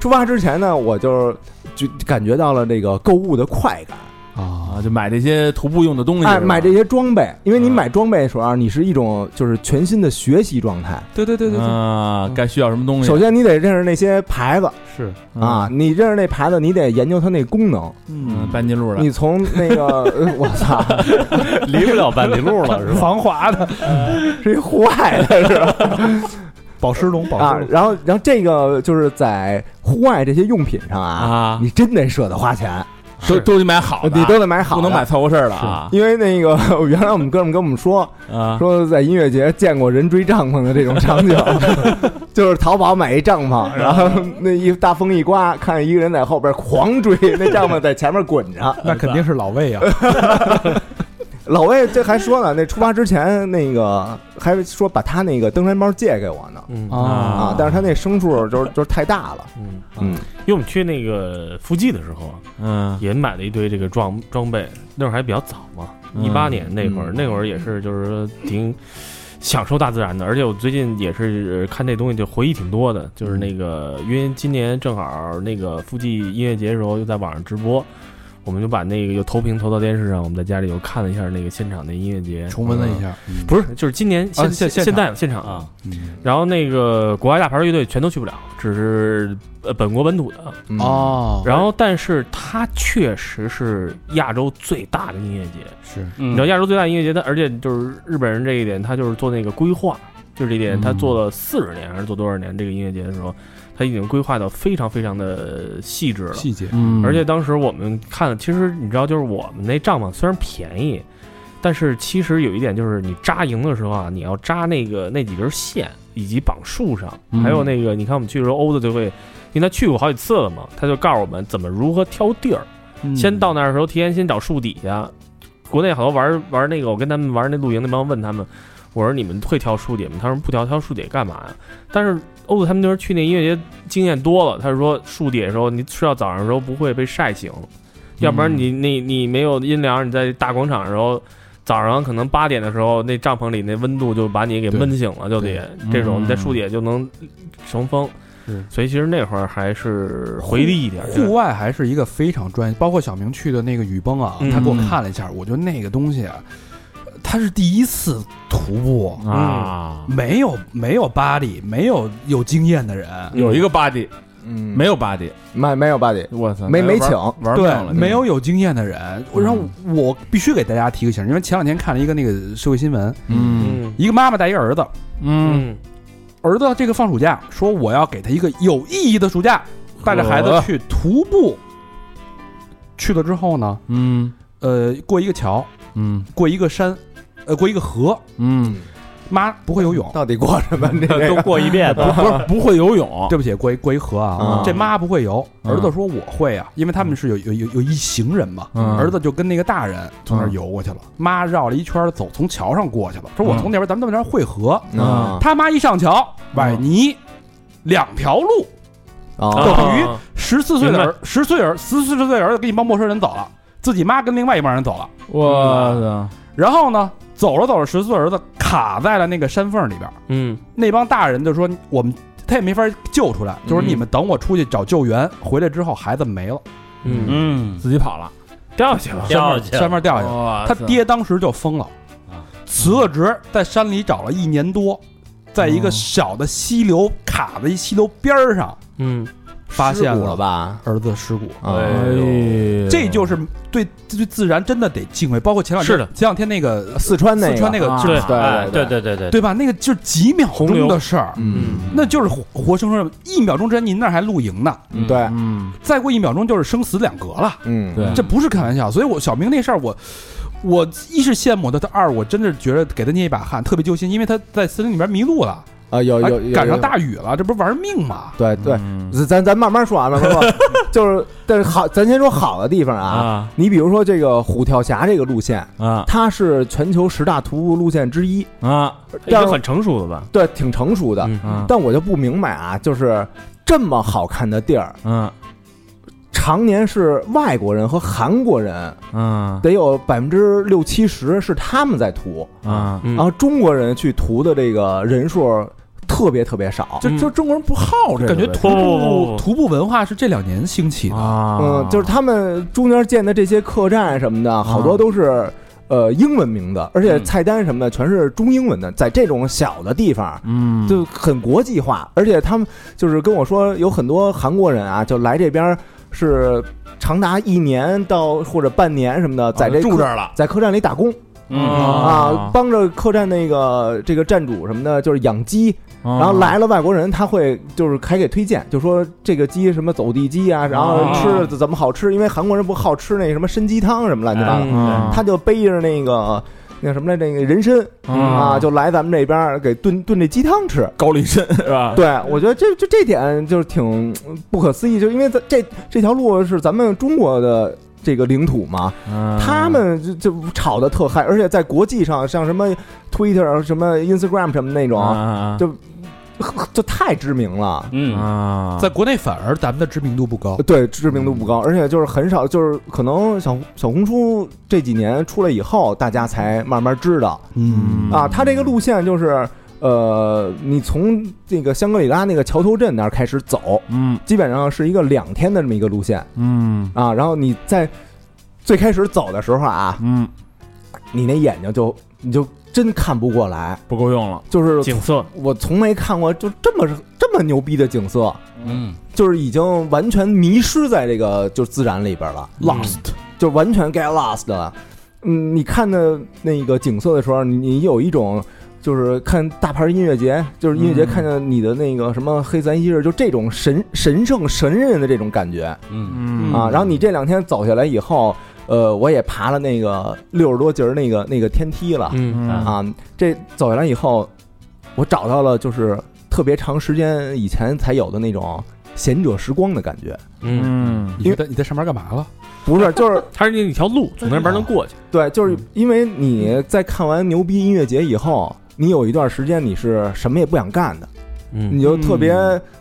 [SPEAKER 2] 出发之前呢，我就就感觉到了这个购物的快感，
[SPEAKER 1] 啊
[SPEAKER 3] 啊，，就买这些徒步用的东西，
[SPEAKER 2] 哎，买这些装备，因为你
[SPEAKER 3] 嗯
[SPEAKER 2] 买装备的时候啊，你是一种就是全新的学习状态。
[SPEAKER 1] 对对对对对，
[SPEAKER 3] 啊，该需要什么东西，
[SPEAKER 2] 首先你得认识那些牌子
[SPEAKER 1] 是，
[SPEAKER 2] 啊，你认识那牌子，你得研究它那功能。
[SPEAKER 3] 嗯，半截路了
[SPEAKER 2] 你，从那个， 呃我操，
[SPEAKER 7] 离不了半里路了，是吧？
[SPEAKER 1] 防滑的
[SPEAKER 2] 是一户外的是吧？
[SPEAKER 1] 保湿龙，保
[SPEAKER 2] 啊
[SPEAKER 1] 湿，龙，
[SPEAKER 2] 然后然后这个就是在户外这些用品上啊，
[SPEAKER 3] 啊，
[SPEAKER 2] 你真得舍得花钱，
[SPEAKER 3] 都都得买好的啊，
[SPEAKER 2] 你都得买好，
[SPEAKER 3] 不能买。凑合事儿了啊
[SPEAKER 2] 因为那个原来我们哥们跟我们说
[SPEAKER 3] 啊
[SPEAKER 2] 说在音乐节见过人追帐篷的这种 场景，就是淘宝买一帐篷，然后
[SPEAKER 3] 啊
[SPEAKER 2] 那一大风一刮，看见一个人在后边狂追，那帐篷在前面滚着。
[SPEAKER 1] 那肯定是老魏啊，
[SPEAKER 2] 老魏这还说呢，那出发之前那个还说把他那个登山包借给我呢，
[SPEAKER 4] 嗯
[SPEAKER 2] 啊
[SPEAKER 3] 啊，
[SPEAKER 2] 但是他那牲畜就是就是太大了，
[SPEAKER 4] 嗯，
[SPEAKER 2] 嗯，
[SPEAKER 4] 因为我们去那个附近的时候啊，
[SPEAKER 3] 嗯
[SPEAKER 4] 也买了一堆这个装装备，那会儿还比较早嘛，
[SPEAKER 3] 嗯
[SPEAKER 4] 一八年那会儿，
[SPEAKER 2] 嗯
[SPEAKER 4] 那会儿也是就是说挺享受大自然的，而且我最近也是看这东西就回忆挺多的，就是
[SPEAKER 1] 嗯
[SPEAKER 4] 那个因为今年正好那个附近音乐节的时候又在网上直播，我们就把那个又投屏投到电视上，我们在家里又看了一下那个现场的音乐节，
[SPEAKER 1] 重温了一下，
[SPEAKER 4] 不是就是今年现、
[SPEAKER 1] 啊现
[SPEAKER 4] 现
[SPEAKER 1] 现
[SPEAKER 4] 在现场
[SPEAKER 7] 啊，
[SPEAKER 1] 嗯，
[SPEAKER 4] 然后那个国外大牌乐队全都去不了，只是呃本国本土的。
[SPEAKER 2] 嗯，
[SPEAKER 1] 哦，
[SPEAKER 4] 然后，但是它确实是亚洲最大的音乐节。
[SPEAKER 1] 是，
[SPEAKER 7] 你
[SPEAKER 4] 你知道亚洲最大的音乐节，它而且就是日本人这一点，他就是做那个规划，就是这一点，
[SPEAKER 1] 嗯
[SPEAKER 4] 他做了四十年还是做多少年这个音乐节的时候，他已经规划到非常非常的细致了。
[SPEAKER 1] 细节，
[SPEAKER 3] 嗯
[SPEAKER 4] 而且当时我们看了，其实你知道，就是我们那帐篷虽然便宜，但是其实有一点就是你扎营的时候啊，你要扎那个那几根线，以及绑树上，
[SPEAKER 7] 嗯
[SPEAKER 4] 还有那个你看我们去的时候，欧子就会，因为他去过好几次了嘛，他就告诉我们怎么如何挑地儿。先到那儿的时候，提前先找树底下。国内好多玩玩那个，我跟他们玩那露营那帮问他们，我说你们会挑树底吗？他说不挑，挑树底干嘛呀？但是欧子他们就是去那音乐节经验多了，他是说树底的时候，你睡到早上的时候不会被晒醒，要不然你你你没有阴凉，你在大广场的时候。早上可能八点的时候，那帐篷里那温度就把你给
[SPEAKER 1] 对
[SPEAKER 4] 闷醒了，就得这种你在树底下就能乘风
[SPEAKER 7] 是，
[SPEAKER 4] 所以其实那会儿还是回力一点，
[SPEAKER 1] 户外还是一个非常专业，包括小明去的那个雨崩啊，
[SPEAKER 4] 嗯
[SPEAKER 1] 他给我看了一下，我觉得那个东西啊，他是第一次徒步，
[SPEAKER 2] 嗯
[SPEAKER 3] 啊，
[SPEAKER 1] 没有没有 body，没有有经验的人，
[SPEAKER 3] 有一个 body
[SPEAKER 2] 嗯，
[SPEAKER 3] 没有 body，
[SPEAKER 2] 没没有 buddy，
[SPEAKER 3] 我操，
[SPEAKER 2] 没
[SPEAKER 3] 那
[SPEAKER 2] 没
[SPEAKER 3] 玩
[SPEAKER 2] 请，
[SPEAKER 3] 玩命了
[SPEAKER 1] 对，
[SPEAKER 3] 嗯
[SPEAKER 1] 没有有经验的人，我让我我必须给大家提个醒，因为前两天看了一个那个社会新闻，
[SPEAKER 8] 嗯
[SPEAKER 4] 嗯
[SPEAKER 1] 一个妈妈带一儿子，
[SPEAKER 8] 嗯，
[SPEAKER 4] 嗯
[SPEAKER 1] 儿子这个放暑假说我要给他一个有意义的暑假，带着孩子去徒步，去了之后呢，
[SPEAKER 8] 嗯
[SPEAKER 1] 呃，过一个桥，
[SPEAKER 8] 嗯
[SPEAKER 1] 过一个山，呃，过一个河，
[SPEAKER 8] 嗯
[SPEAKER 1] 妈不会游泳，
[SPEAKER 2] 到底过什么？这个
[SPEAKER 7] 都过一遍
[SPEAKER 3] 不不是不会游泳，
[SPEAKER 1] 对不起，过一过一河啊
[SPEAKER 2] 嗯，
[SPEAKER 1] 这妈不会游，
[SPEAKER 8] 哦嗯
[SPEAKER 1] 儿子说我会啊，因为他们是有有有有一行人嘛，
[SPEAKER 8] 嗯
[SPEAKER 1] 儿子就跟那个大人从那儿游过去了，妈绕了一圈儿走，从桥上过去了，说
[SPEAKER 8] 嗯
[SPEAKER 1] 我从那边咱们到那边汇合，
[SPEAKER 2] 啊
[SPEAKER 1] 他妈一上桥，崴泥，两条路，
[SPEAKER 2] 啊
[SPEAKER 1] 就等于
[SPEAKER 4] 啊
[SPEAKER 1] 十四岁的儿，十岁儿，十四岁的儿子跟一帮陌生人走了，自己妈跟另外一帮人走了，
[SPEAKER 4] 嗯
[SPEAKER 3] 我操，
[SPEAKER 1] 然后呢，走着走着，十四岁儿子卡在了那个山缝里边儿，
[SPEAKER 4] 嗯
[SPEAKER 1] 那帮大人就说我们他也没法救出来，就是
[SPEAKER 3] 嗯
[SPEAKER 1] 你们等我出去找救援，回来之后孩子没了，
[SPEAKER 4] 嗯，
[SPEAKER 7] 嗯，
[SPEAKER 3] 自己跑了，
[SPEAKER 4] 掉下来，
[SPEAKER 7] 掉去
[SPEAKER 1] 山
[SPEAKER 7] 了，
[SPEAKER 1] 面掉下去，
[SPEAKER 3] 哇
[SPEAKER 1] 他
[SPEAKER 3] 塞
[SPEAKER 1] 爹当时就疯了
[SPEAKER 7] 啊，
[SPEAKER 1] 辞了职，在山里找了一年多，在一个
[SPEAKER 3] 哦
[SPEAKER 1] 小的溪流卡在一溪流边儿上，
[SPEAKER 4] 嗯
[SPEAKER 1] 发现
[SPEAKER 2] 失误了吧？
[SPEAKER 1] 儿子尸骨。
[SPEAKER 2] 啊
[SPEAKER 4] 哎
[SPEAKER 3] 哎呦
[SPEAKER 1] 这就是对对自然真的得敬畏，包括前两天
[SPEAKER 4] 是的
[SPEAKER 1] 前两天那个
[SPEAKER 2] 四川那
[SPEAKER 1] 四川那个
[SPEAKER 3] 啊
[SPEAKER 1] 就是
[SPEAKER 2] 对
[SPEAKER 7] 哎，
[SPEAKER 2] 对
[SPEAKER 7] 对对对对，
[SPEAKER 1] 对吧？那个就是几秒钟的事儿，
[SPEAKER 2] 嗯，
[SPEAKER 1] 那就是活活生生一秒钟之前您那儿还露营呢，
[SPEAKER 2] 嗯
[SPEAKER 3] 哎
[SPEAKER 2] 对，
[SPEAKER 8] 嗯
[SPEAKER 1] 再过一秒钟就是生死两隔了，
[SPEAKER 2] 嗯，
[SPEAKER 3] 对
[SPEAKER 1] 这不是开玩笑。所以我小明那事儿，我我一是羡慕他，他二我真是觉得给他捏一把汗，特别揪心，因为他在森林里边迷路了，
[SPEAKER 2] 啊，有
[SPEAKER 1] 还
[SPEAKER 2] 有有
[SPEAKER 1] 哎赶上
[SPEAKER 2] 有
[SPEAKER 1] 大雨了，这不是玩命吗？
[SPEAKER 2] 对对，咱咱咱慢慢说啊，慢慢说，就是但是好，咱先说好的地方啊。
[SPEAKER 3] 啊
[SPEAKER 2] 你比如说这个虎跳峡这个路线，
[SPEAKER 3] 啊
[SPEAKER 2] 它是全球十大徒步路线之一，
[SPEAKER 3] 啊
[SPEAKER 4] 已经
[SPEAKER 2] 但是
[SPEAKER 4] 很嗯成熟了吧？
[SPEAKER 2] 对挺成熟的。
[SPEAKER 3] 啊
[SPEAKER 2] 但我就不明白啊，就是这么好看的地儿，
[SPEAKER 3] 嗯
[SPEAKER 2] 常年是外国人和韩国人，
[SPEAKER 3] 嗯
[SPEAKER 2] 得有百分之六七十是他们在涂，
[SPEAKER 3] 啊
[SPEAKER 4] 嗯
[SPEAKER 2] 然后中国人去涂的这个人数特别特别少。
[SPEAKER 4] 嗯
[SPEAKER 1] 就就中国人不好这个
[SPEAKER 3] 感
[SPEAKER 1] 感
[SPEAKER 3] 觉
[SPEAKER 1] 觉
[SPEAKER 3] 徒
[SPEAKER 1] 徒
[SPEAKER 4] 步
[SPEAKER 1] 步徒步文化是这两年兴起的，
[SPEAKER 3] 啊
[SPEAKER 2] 嗯，就是他们中间建的这些客栈什么的，好多都是呃英文名
[SPEAKER 3] 嗯
[SPEAKER 2] 字，而且菜单什么的全是中英文的。在这种小的地方，
[SPEAKER 3] 嗯
[SPEAKER 2] 就很国际化，而且他们就是跟我说，有很多韩国人啊，就来这边是长达一年到或者半年什么的，在这
[SPEAKER 3] 啊住这
[SPEAKER 2] 客
[SPEAKER 3] 儿了
[SPEAKER 2] 在客栈里打工
[SPEAKER 7] 嗯
[SPEAKER 2] 啊，帮着客栈那个这个站主什么的，就是养鸡，
[SPEAKER 3] 然
[SPEAKER 2] 啊然后来了外国人，他会就是还给推荐，就说这个鸡什么走地鸡啊，然后吃的怎么好吃，因为韩国人不好吃那什么参鸡汤什么乱七八糟，
[SPEAKER 3] 嗯
[SPEAKER 2] 他就背着那个那什么来那个人参啊，就来咱们这边儿给炖炖这鸡汤吃。
[SPEAKER 3] 高丽参是吧？
[SPEAKER 2] 对，我觉得这就这点就是挺嗯不可思议，就因为咱这这条路是咱们中国的这个领土嘛，
[SPEAKER 3] 嗯
[SPEAKER 2] 他们就就吵得特嗨，而且在国际上，像什么 Twitter、什啊么 Instagram 什么那种，
[SPEAKER 3] 啊
[SPEAKER 2] 就太知名了。
[SPEAKER 7] 嗯，
[SPEAKER 3] 啊
[SPEAKER 1] 在国内反而咱们的知名度不 高。
[SPEAKER 2] 对，知名度不高，而且就是很少，就是可能小小红书这几年出来以后，大家才慢慢知道
[SPEAKER 1] 嗯
[SPEAKER 2] 啊。它这个路线就是，呃，你从这个香格里拉那个桥头镇那儿开始走，
[SPEAKER 3] 嗯
[SPEAKER 2] 基本上是一个两天的这么一个路线
[SPEAKER 3] 嗯
[SPEAKER 2] 啊。然后你在最开始走的时候啊，
[SPEAKER 3] 嗯，
[SPEAKER 2] 你那眼睛就你就真看不过来，
[SPEAKER 3] 不够用了，
[SPEAKER 2] 就是
[SPEAKER 4] 嗯景色，
[SPEAKER 2] 我从没看过就这么这么牛逼的景色，
[SPEAKER 7] 嗯，
[SPEAKER 2] 就是已经完全迷失在这个就是自然里边了，lost，就
[SPEAKER 1] 嗯
[SPEAKER 2] 完全 get lost 了。嗯，你看的那个景色的时候，你你有一种就是看大牌音乐节，就是音乐节
[SPEAKER 3] 嗯
[SPEAKER 2] 看见你的那个什么黑三一日，就这种神神圣神人的这种感觉
[SPEAKER 7] 嗯，
[SPEAKER 3] 嗯
[SPEAKER 2] 啊。然后你这两天走下来以后，呃，我也爬了那个六十多节儿那个那个天梯了啊
[SPEAKER 4] 嗯
[SPEAKER 3] 嗯
[SPEAKER 2] 啊。这走下来以后，我找到了就是特别长时间以前才有的那种贤者时光的感觉。
[SPEAKER 4] 嗯，
[SPEAKER 8] 嗯，
[SPEAKER 1] 你在你在上班干嘛了？
[SPEAKER 2] 不是，就是
[SPEAKER 4] 它是那一条路，从那边能过去。
[SPEAKER 2] 对，就是因为你在看完牛逼音乐节以后，你有一段时间你是什么也不想干的，
[SPEAKER 4] 嗯
[SPEAKER 2] 你就特别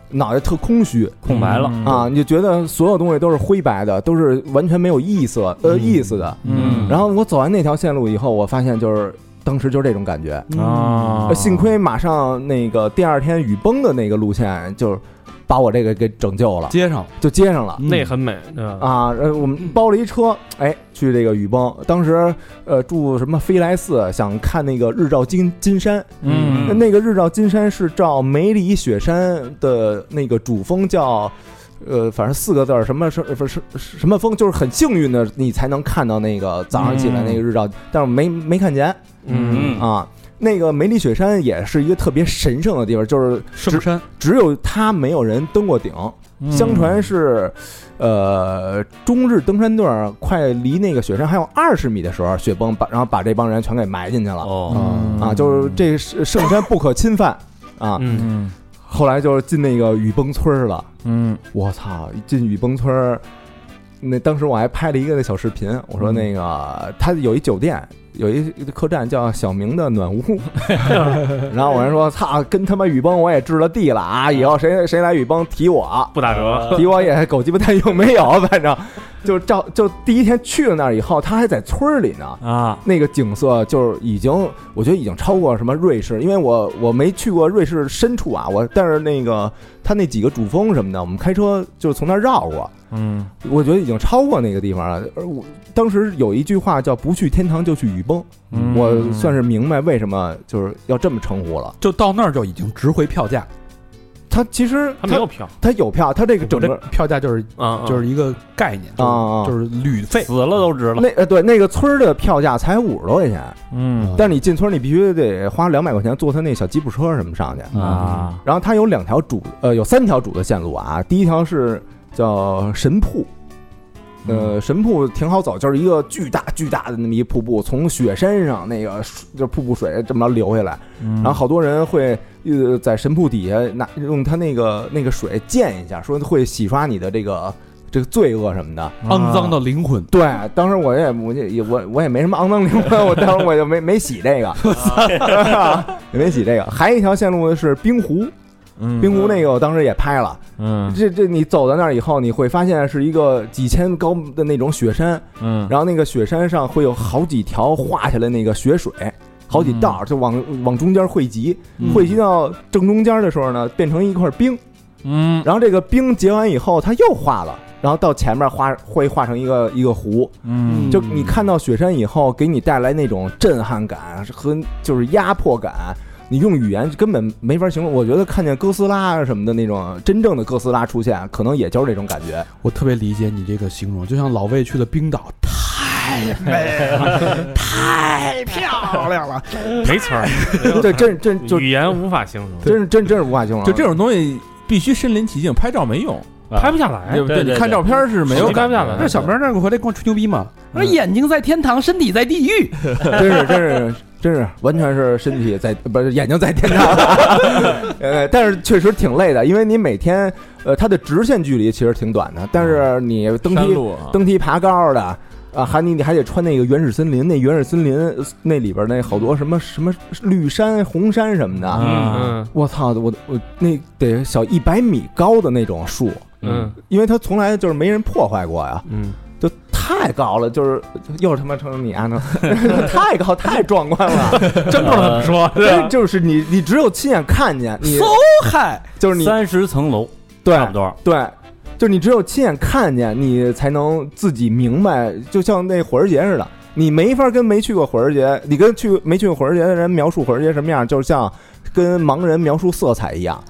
[SPEAKER 2] 脑袋特空虚
[SPEAKER 7] 空白了。
[SPEAKER 3] 嗯
[SPEAKER 2] 啊，你就觉得所有东西都是灰白的，都是完全没有意思呃
[SPEAKER 4] 嗯
[SPEAKER 2] 意思的。
[SPEAKER 8] 嗯
[SPEAKER 2] 然后我走完那条线路以后，我发现就是当时就是这种感觉。
[SPEAKER 3] 嗯
[SPEAKER 4] 啊
[SPEAKER 2] 呃幸亏马上那个第二天雨崩的那个路线，就是把我这个给拯救了，
[SPEAKER 1] 接上了，
[SPEAKER 2] 就接上了。
[SPEAKER 4] 那很美，对吧？
[SPEAKER 2] 嗯啊，呃，我们包了一车，哎，去这个雨崩。当时，呃，住什么飞来寺，想看那个日照金金山。
[SPEAKER 8] 嗯
[SPEAKER 2] 那个日照金山是照梅里雪山的那个主峰叫，呃，反正四个字儿，什么什不是什么峰，就是很幸运的你才能看到那个早上起来那个日照，但是没没看见
[SPEAKER 4] 嗯，
[SPEAKER 2] 啊。那个梅里雪山也是一个特别神圣的地方，就是
[SPEAKER 1] 圣山
[SPEAKER 2] 只有它没有人登过顶。相传是，呃，中日登山队儿快离那个雪山还有二十米的时候，雪崩把然后把这帮人全给埋进去了、
[SPEAKER 7] 哦，
[SPEAKER 3] 嗯
[SPEAKER 2] 啊，就是这是圣山不可侵犯啊。
[SPEAKER 4] 嗯，
[SPEAKER 8] 嗯
[SPEAKER 2] 后来就是进那个雨崩村儿了，
[SPEAKER 8] 嗯
[SPEAKER 2] 我操！一进雨崩村儿，那当时我还拍了一个那小视频，我说那个他有一酒店，有一客栈叫小明的暖屋， 然后我还说操，跟他妈雨崩我也置了地了啊！以后谁谁来雨崩提我，
[SPEAKER 4] 不打折，
[SPEAKER 2] 提我也狗鸡巴蛋用没有，反正就照就第一天去了那儿以后，他还在村儿里呢。
[SPEAKER 8] 啊，
[SPEAKER 2] 那个景色就是已经，我觉得已经超过什么瑞士，因为我我没去过瑞士深处啊，我但是那个他那几个主峰什么的，我们开车就是从那儿绕过，
[SPEAKER 8] 嗯
[SPEAKER 2] 我觉得已经超过那个地方了。而我当时有一句话叫“不去天堂就去雨崩”，
[SPEAKER 8] 嗯
[SPEAKER 2] 我算是明白为什么就是要这么称呼了。
[SPEAKER 1] 就到那儿就已经值回票价，
[SPEAKER 2] 他其实
[SPEAKER 4] 它没
[SPEAKER 2] 他
[SPEAKER 4] 有票
[SPEAKER 2] 他有票，他这个
[SPEAKER 1] 我
[SPEAKER 2] 整
[SPEAKER 1] 这
[SPEAKER 2] 个嗯
[SPEAKER 1] 票价就是
[SPEAKER 4] 啊，啊
[SPEAKER 1] 就是一个概念
[SPEAKER 2] 啊啊
[SPEAKER 1] 就是就是旅费
[SPEAKER 7] 死了都值了。
[SPEAKER 2] 那呃对那个村儿的票价才五十多块钱，
[SPEAKER 8] 嗯
[SPEAKER 2] 但是你进村儿你必须得花两百块钱坐他那小吉普车什么上去。
[SPEAKER 7] 啊，
[SPEAKER 2] 然后它有两条主呃有三条主的线路啊，第一条是叫神瀑。呃，神瀑挺好走，就是一个巨大巨大的那么一瀑布，从雪山上那个水就瀑布水这么着流下来，
[SPEAKER 8] 嗯
[SPEAKER 2] 然后好多人会呃在神瀑底下拿用它那个那个水溅一下，说会洗刷你的这个这个罪恶什么的。
[SPEAKER 1] 肮脏的灵魂，
[SPEAKER 2] 对，当时我也我也我我也没什么肮脏灵魂，我当时我就没没洗这个， 也没洗这个。还有一条线路是冰湖，
[SPEAKER 8] 嗯
[SPEAKER 2] 冰湖那个我当时也拍了。
[SPEAKER 8] 嗯
[SPEAKER 2] 这这你走到那儿以后，你会发现是一个几千高的那种雪山，
[SPEAKER 8] 嗯
[SPEAKER 2] 然后那个雪山上会有好几条画下来那个雪水，好几
[SPEAKER 8] 嗯
[SPEAKER 2] 道就往往中间汇集，汇集到正中间的时候呢，变成一块冰，
[SPEAKER 8] 嗯
[SPEAKER 2] 然后这个冰结完以后，它又化了。然后到前面画会画成一个一个湖，
[SPEAKER 8] 嗯
[SPEAKER 2] 就你看到雪山以后，给你带来那种震撼感和就是压迫感，你用语言根本没法形容。我觉得看见哥斯拉什么的那种真正的哥斯拉出现，可能也就是这种感 觉。
[SPEAKER 1] 我特别理解你这个形容，就像老魏去了冰岛，太美了， 嗯太漂亮了。
[SPEAKER 4] 没词儿，
[SPEAKER 2] 对，真真 就
[SPEAKER 4] 语言无法形容，
[SPEAKER 2] 真是真真是无法形容。
[SPEAKER 3] 就这种东西必须身临其境，拍照没用，
[SPEAKER 4] 拍不下来
[SPEAKER 3] 对。不
[SPEAKER 7] 对对
[SPEAKER 3] 你看照片是没有
[SPEAKER 4] 手机拍不
[SPEAKER 3] 感觉
[SPEAKER 4] 下来
[SPEAKER 3] 的
[SPEAKER 1] 那小明那个回来跟我吹牛逼嘛，说
[SPEAKER 2] 嗯
[SPEAKER 1] 眼睛在天堂，身体在地狱。
[SPEAKER 2] 真是真是真是完全是身体在不是眼睛在天堂， 呃，但是确实挺累的，因为你每天呃它的直线距离其实挺短的，但是你登
[SPEAKER 3] 山
[SPEAKER 2] 梯
[SPEAKER 3] 路啊，
[SPEAKER 2] 登梯爬高的啊，还你你还得穿那个原始森林，那原始森林呃那里边那好多什么什么绿山、红山什么的，
[SPEAKER 8] 嗯
[SPEAKER 4] 嗯
[SPEAKER 2] 我操，我我那得小一百米高的那种树，
[SPEAKER 4] 嗯
[SPEAKER 2] 因为它从来就是没人破坏过呀，
[SPEAKER 4] 嗯，
[SPEAKER 2] 就太高了，就是又他妈成你啊，那太高太壮观了，
[SPEAKER 4] 真不能说，嗯 对啊
[SPEAKER 2] 这
[SPEAKER 4] 吧
[SPEAKER 2] 就是你你只有亲眼看见，你
[SPEAKER 1] So high，
[SPEAKER 2] 就是你
[SPEAKER 7] 三十层楼
[SPEAKER 2] 对
[SPEAKER 7] 差不多。
[SPEAKER 2] 对，就是你只有亲眼看见，你才能自己明白。就像那火儿节似的，你没法跟没去过火儿节，你跟去没去过火儿节的人描述火儿节什么样，就像跟盲人描述色彩一样，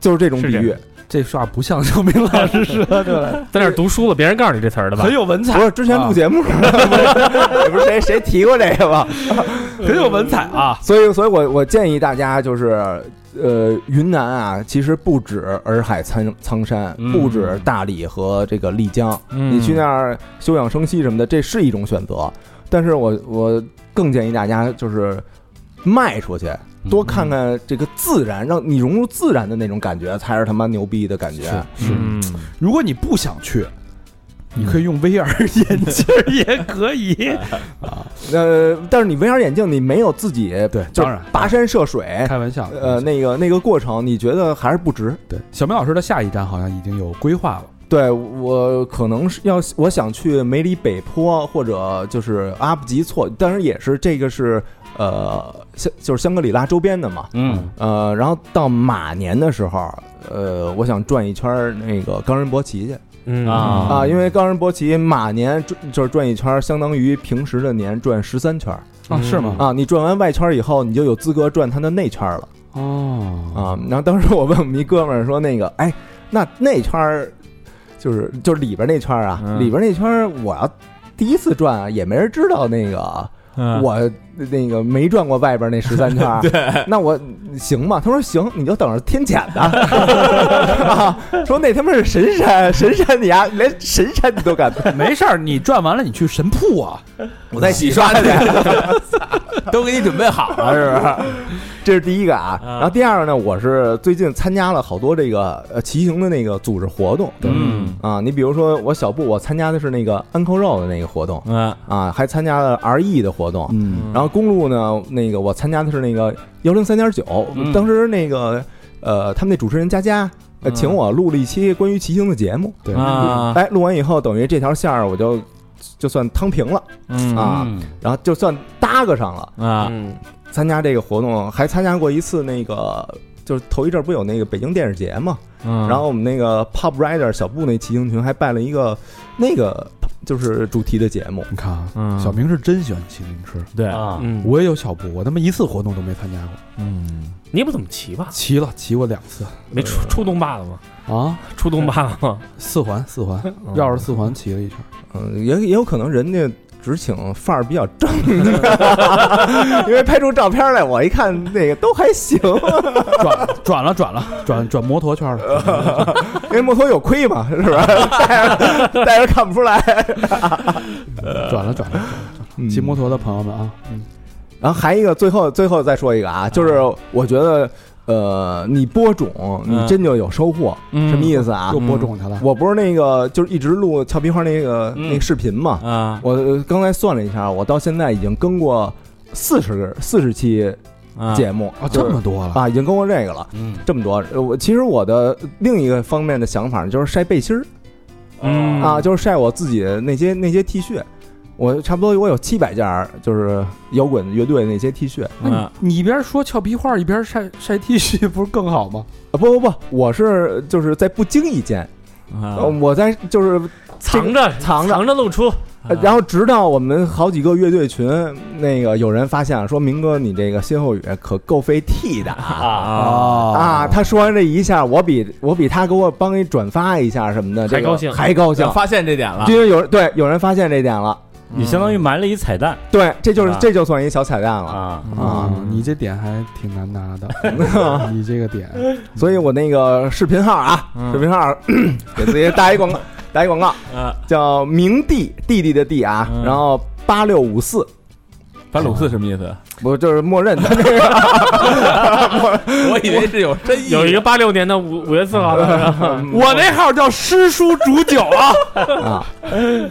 [SPEAKER 2] 就是这种比
[SPEAKER 4] 是这
[SPEAKER 2] 喻。
[SPEAKER 1] 这话不像小明 老师说的，
[SPEAKER 4] 在那儿读书了，别人告诉你这词儿的吧
[SPEAKER 1] 很？有文
[SPEAKER 2] 不
[SPEAKER 1] 采，啊
[SPEAKER 2] 是之前录节目，也不是 谁谁提过这个吧？
[SPEAKER 1] 很有文采啊。
[SPEAKER 2] 所以，所以我我建议大家就是，呃，云南啊，其实不止洱海苍苍山，
[SPEAKER 7] 嗯
[SPEAKER 2] 不止大理和这个丽江，
[SPEAKER 8] 嗯
[SPEAKER 2] 你去那儿休养生息什么的，这是一种选择。但是我我更建议大家就是迈出去，多看看这个自然，让你融入自然的那种感觉，才是他妈牛逼的感觉。
[SPEAKER 4] 嗯，
[SPEAKER 8] 如果你不想去，
[SPEAKER 1] 你可以用 VR 眼镜，
[SPEAKER 4] 也可以。
[SPEAKER 2] 呃，但是你 VR 眼镜，你没有自己
[SPEAKER 1] 对，
[SPEAKER 2] 就
[SPEAKER 1] 当
[SPEAKER 2] 是
[SPEAKER 1] 然
[SPEAKER 2] 跋山涉水，
[SPEAKER 1] 开玩笑。
[SPEAKER 2] 呃，那个那个过程，你觉得还是不值？
[SPEAKER 1] 对，小明老师的下一站好像已经有规划了。
[SPEAKER 2] 对我可能是要我想去梅里北坡或者就是阿布吉措，当然也是这个是呃香就是香格里拉周边的嘛，
[SPEAKER 7] 嗯，
[SPEAKER 2] 呃，然后到马年的时候，呃，我想转一圈儿那个冈仁波齐去
[SPEAKER 4] 嗯
[SPEAKER 7] 啊
[SPEAKER 2] 啊，因为冈仁波齐马年转就是转一圈儿，相当于平时的年转十三圈儿
[SPEAKER 1] 啊，是吗？
[SPEAKER 2] 啊，你转完外圈儿以后，你就有资格转它的内圈儿了。
[SPEAKER 1] 哦，
[SPEAKER 2] 啊，然后当时我问我们一哥们儿说，那个，哎，那那圈儿就是就是里边那圈儿啊，
[SPEAKER 3] 嗯
[SPEAKER 2] 里边那圈儿我要第一次转啊，也没人知道那个、啊
[SPEAKER 3] 嗯
[SPEAKER 2] 我那个没转过外边那十三圈儿，那我行吗？他说行，你就等着天谴吧。 啊说那他妈是神山，神山你啊，连神山你都敢动，
[SPEAKER 1] 没事儿，你转完了你去神铺啊。
[SPEAKER 2] 我再洗刷 去。
[SPEAKER 3] 都给你准备好了，是不是？
[SPEAKER 2] 这是第一个啊，
[SPEAKER 4] 啊
[SPEAKER 2] 然后第二个呢，我是最近参加了好多这个呃骑行的那个组织活动，
[SPEAKER 3] 嗯
[SPEAKER 2] 啊，你比如说我小布，我参加的是那个 Uncle Row 的那个活动
[SPEAKER 3] 嗯
[SPEAKER 2] 啊，还参加了 RE 的活动。
[SPEAKER 1] 嗯
[SPEAKER 2] 然后公路呢，那个我参加的是那个幺零三点九
[SPEAKER 7] 嗯，
[SPEAKER 2] 当时那个呃，他们那主持人佳佳。呃，
[SPEAKER 3] 嗯
[SPEAKER 2] 请我录了一期关于骑行的节目，
[SPEAKER 1] 对，
[SPEAKER 3] 啊
[SPEAKER 2] 哎，录完以后，等于这条线儿我就就算趟平了，
[SPEAKER 3] 嗯
[SPEAKER 2] 啊然后就算搭个上了。
[SPEAKER 3] 啊
[SPEAKER 4] 嗯
[SPEAKER 2] 参加这个活动，还参加过一次那个，就是头一阵儿不有那个北京电视节嘛，
[SPEAKER 3] 嗯
[SPEAKER 2] 然后我们那个 Pop Rider 小布那骑行群还办了一个那个就是主题的节目，
[SPEAKER 1] 你看啊，
[SPEAKER 3] 嗯
[SPEAKER 1] 小明是真喜欢骑自行车。
[SPEAKER 3] 对
[SPEAKER 7] 啊，
[SPEAKER 4] 嗯，
[SPEAKER 1] 我也有小布，我他妈一次活动都没参加过，
[SPEAKER 3] 嗯
[SPEAKER 4] 你也不怎么骑吧？
[SPEAKER 1] 骑了骑过两次
[SPEAKER 4] 没出出东坝了吗？
[SPEAKER 1] 啊，
[SPEAKER 4] 出东坝了吗？
[SPEAKER 1] 四环四环绕着四环骑了一圈。
[SPEAKER 2] 嗯，也也有可能人家只请范儿比较正 的，因为拍出照片来，我一看那个都还行，
[SPEAKER 1] 转转了转了转转摩托圈了，
[SPEAKER 2] 因为摩托有亏嘛，是不是？戴着戴着看不出来。
[SPEAKER 1] 转了转了。
[SPEAKER 2] 嗯
[SPEAKER 1] 骑摩托的朋友们啊，
[SPEAKER 2] 然后还一个，最后最后再说一个啊，就是我觉得，呃，你播种，你真就有收获，
[SPEAKER 3] 嗯
[SPEAKER 2] 什么意思啊
[SPEAKER 1] 又？播种去了。
[SPEAKER 2] 我不是那个，就是一直录俏皮话那个、
[SPEAKER 7] 嗯
[SPEAKER 2] 那个视频嘛，
[SPEAKER 3] 啊
[SPEAKER 2] 我呃刚才算了一下，我到现在已经更过四十四十期
[SPEAKER 3] 啊
[SPEAKER 2] 节目
[SPEAKER 1] 啊，
[SPEAKER 2] 就
[SPEAKER 1] 这
[SPEAKER 2] 是
[SPEAKER 1] 么多了，
[SPEAKER 2] 啊，已经更过这个了。
[SPEAKER 7] 嗯，
[SPEAKER 2] 这么多，呃我其实我的另一个方面的想法就是晒背心儿、
[SPEAKER 4] 嗯
[SPEAKER 2] 啊，就是晒我自己的那些那些 T 恤，我差不多我有七百件儿，就是摇滚乐队那些 T 恤啊，
[SPEAKER 1] 那你你一边说俏皮话一边晒晒 T 恤，不是更好吗？
[SPEAKER 2] 不不不，我是就是在不经意间，呃
[SPEAKER 3] 啊
[SPEAKER 2] 我在就是
[SPEAKER 4] 藏着
[SPEAKER 2] 藏着
[SPEAKER 4] 藏着露出，
[SPEAKER 2] 呃然后直到我们好几个乐队群那个有人发现了，说明哥你这个歇后语可够费 T 的啊。
[SPEAKER 4] 啊
[SPEAKER 2] 啊，
[SPEAKER 1] 啊
[SPEAKER 2] 他说完这一下，我比我比他给我帮你转发一下什么的，这个
[SPEAKER 4] 还高兴
[SPEAKER 2] 还高兴，
[SPEAKER 3] 发现这点了
[SPEAKER 2] 因为有人对有人发现这点了，
[SPEAKER 7] 你相当于埋了一彩蛋
[SPEAKER 2] 对，这就是
[SPEAKER 7] 啊
[SPEAKER 2] 这就算一小彩蛋了。
[SPEAKER 7] 啊，
[SPEAKER 4] 嗯
[SPEAKER 1] 啊
[SPEAKER 2] 啊，
[SPEAKER 1] 你这点还挺难拿 的，你这个点，
[SPEAKER 2] 所以我那个视频号啊，视频号给自己打一广告，打一广告，
[SPEAKER 3] 啊
[SPEAKER 2] 叫明弟弟弟的弟啊，
[SPEAKER 3] 嗯
[SPEAKER 2] 然后八六五四，
[SPEAKER 3] 反鲁四什么意思？
[SPEAKER 2] 我就是默认的那个
[SPEAKER 3] 我以为是有真意，
[SPEAKER 4] 有一个八六年的五五月四号的，
[SPEAKER 2] 嗯
[SPEAKER 1] 我那号叫诗书煮酒 啊，
[SPEAKER 2] 啊，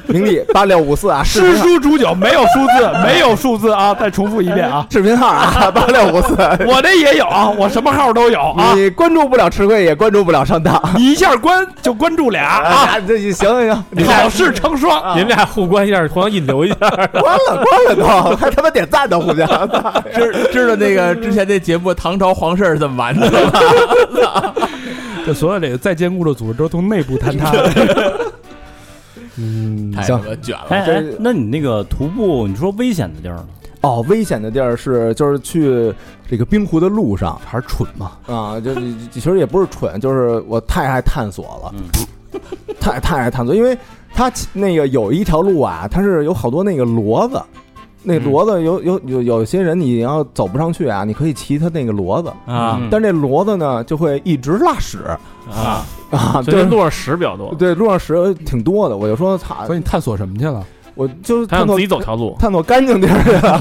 [SPEAKER 2] 明弟八六五四啊，视
[SPEAKER 1] 诗
[SPEAKER 2] 频号
[SPEAKER 1] 书煮酒没有数字，没有数字啊，再重复一遍啊，
[SPEAKER 2] 视频号啊，八六五四，
[SPEAKER 1] 我这也有啊，我什么号都有啊，
[SPEAKER 2] 你关注不了吃亏，也关注不了上当。
[SPEAKER 1] 你一下关就关注俩啊，
[SPEAKER 2] 啊，这行行行，你
[SPEAKER 1] 好事成双，
[SPEAKER 4] 你们俩互关一下，互相引流一下。
[SPEAKER 2] 关了关了都，还他妈点赞都互相。
[SPEAKER 3] 知知道那个之前那节目唐朝皇室是怎么玩的了吗？
[SPEAKER 1] 这所有这个再坚固的组织都从内部坍塌了。 嗯，
[SPEAKER 3] 太他妈卷了
[SPEAKER 7] 哎
[SPEAKER 2] 这
[SPEAKER 7] 哎，那你那个徒步，你说危险的地儿呢？
[SPEAKER 2] 哦，危险的地儿是就是去这个冰湖的路上
[SPEAKER 1] 还是蠢嘛，
[SPEAKER 2] 啊，就是其实也不是蠢，就是我太爱探索了， 太太爱探索，因为它其那个有一条路啊，它是有好多那个骡子。那骡子有有有有些人你要走不上去啊，你可以骑它那个骡子，
[SPEAKER 4] 啊
[SPEAKER 7] 嗯
[SPEAKER 2] 但这骡子呢就会一直拉屎
[SPEAKER 4] 啊！
[SPEAKER 2] 啊，
[SPEAKER 4] 所以
[SPEAKER 2] 对
[SPEAKER 4] 路上屎比较多，
[SPEAKER 2] 对，路上屎挺多的，我就说操，
[SPEAKER 1] 所以你探索什么去了？
[SPEAKER 2] 我就
[SPEAKER 4] 他
[SPEAKER 2] 探
[SPEAKER 4] 想
[SPEAKER 2] 索
[SPEAKER 4] 自己走条路，
[SPEAKER 2] 探索干净地儿去了。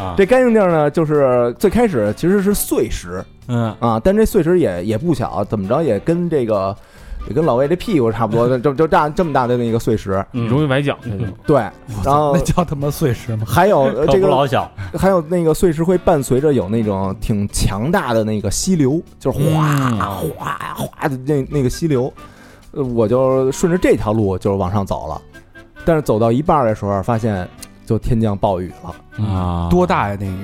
[SPEAKER 7] 啊，
[SPEAKER 2] 这干净地儿呢，就是最开始其实是碎石
[SPEAKER 3] 嗯，
[SPEAKER 2] 啊，但这碎石也也不小，怎么着也跟这个也跟老魏这屁股差不 多，就就大这么大的那个碎石。
[SPEAKER 7] 嗯
[SPEAKER 4] 容易崴脚，那就
[SPEAKER 2] 对，然后
[SPEAKER 1] 那叫他妈碎石吗？
[SPEAKER 2] 还有呃
[SPEAKER 7] 可
[SPEAKER 2] 这
[SPEAKER 7] 不
[SPEAKER 2] 个
[SPEAKER 7] 老小，
[SPEAKER 2] 还有那个碎石会伴随着有那种挺强大的那个溪流，就是哗
[SPEAKER 7] 嗯
[SPEAKER 3] 哇，
[SPEAKER 2] 哗呀哗的那那个溪流，呃我就顺着这条路就是往上走了，但是走到一半儿的时候发现就天降暴雨了。
[SPEAKER 3] 啊，
[SPEAKER 1] 多大呀那雨？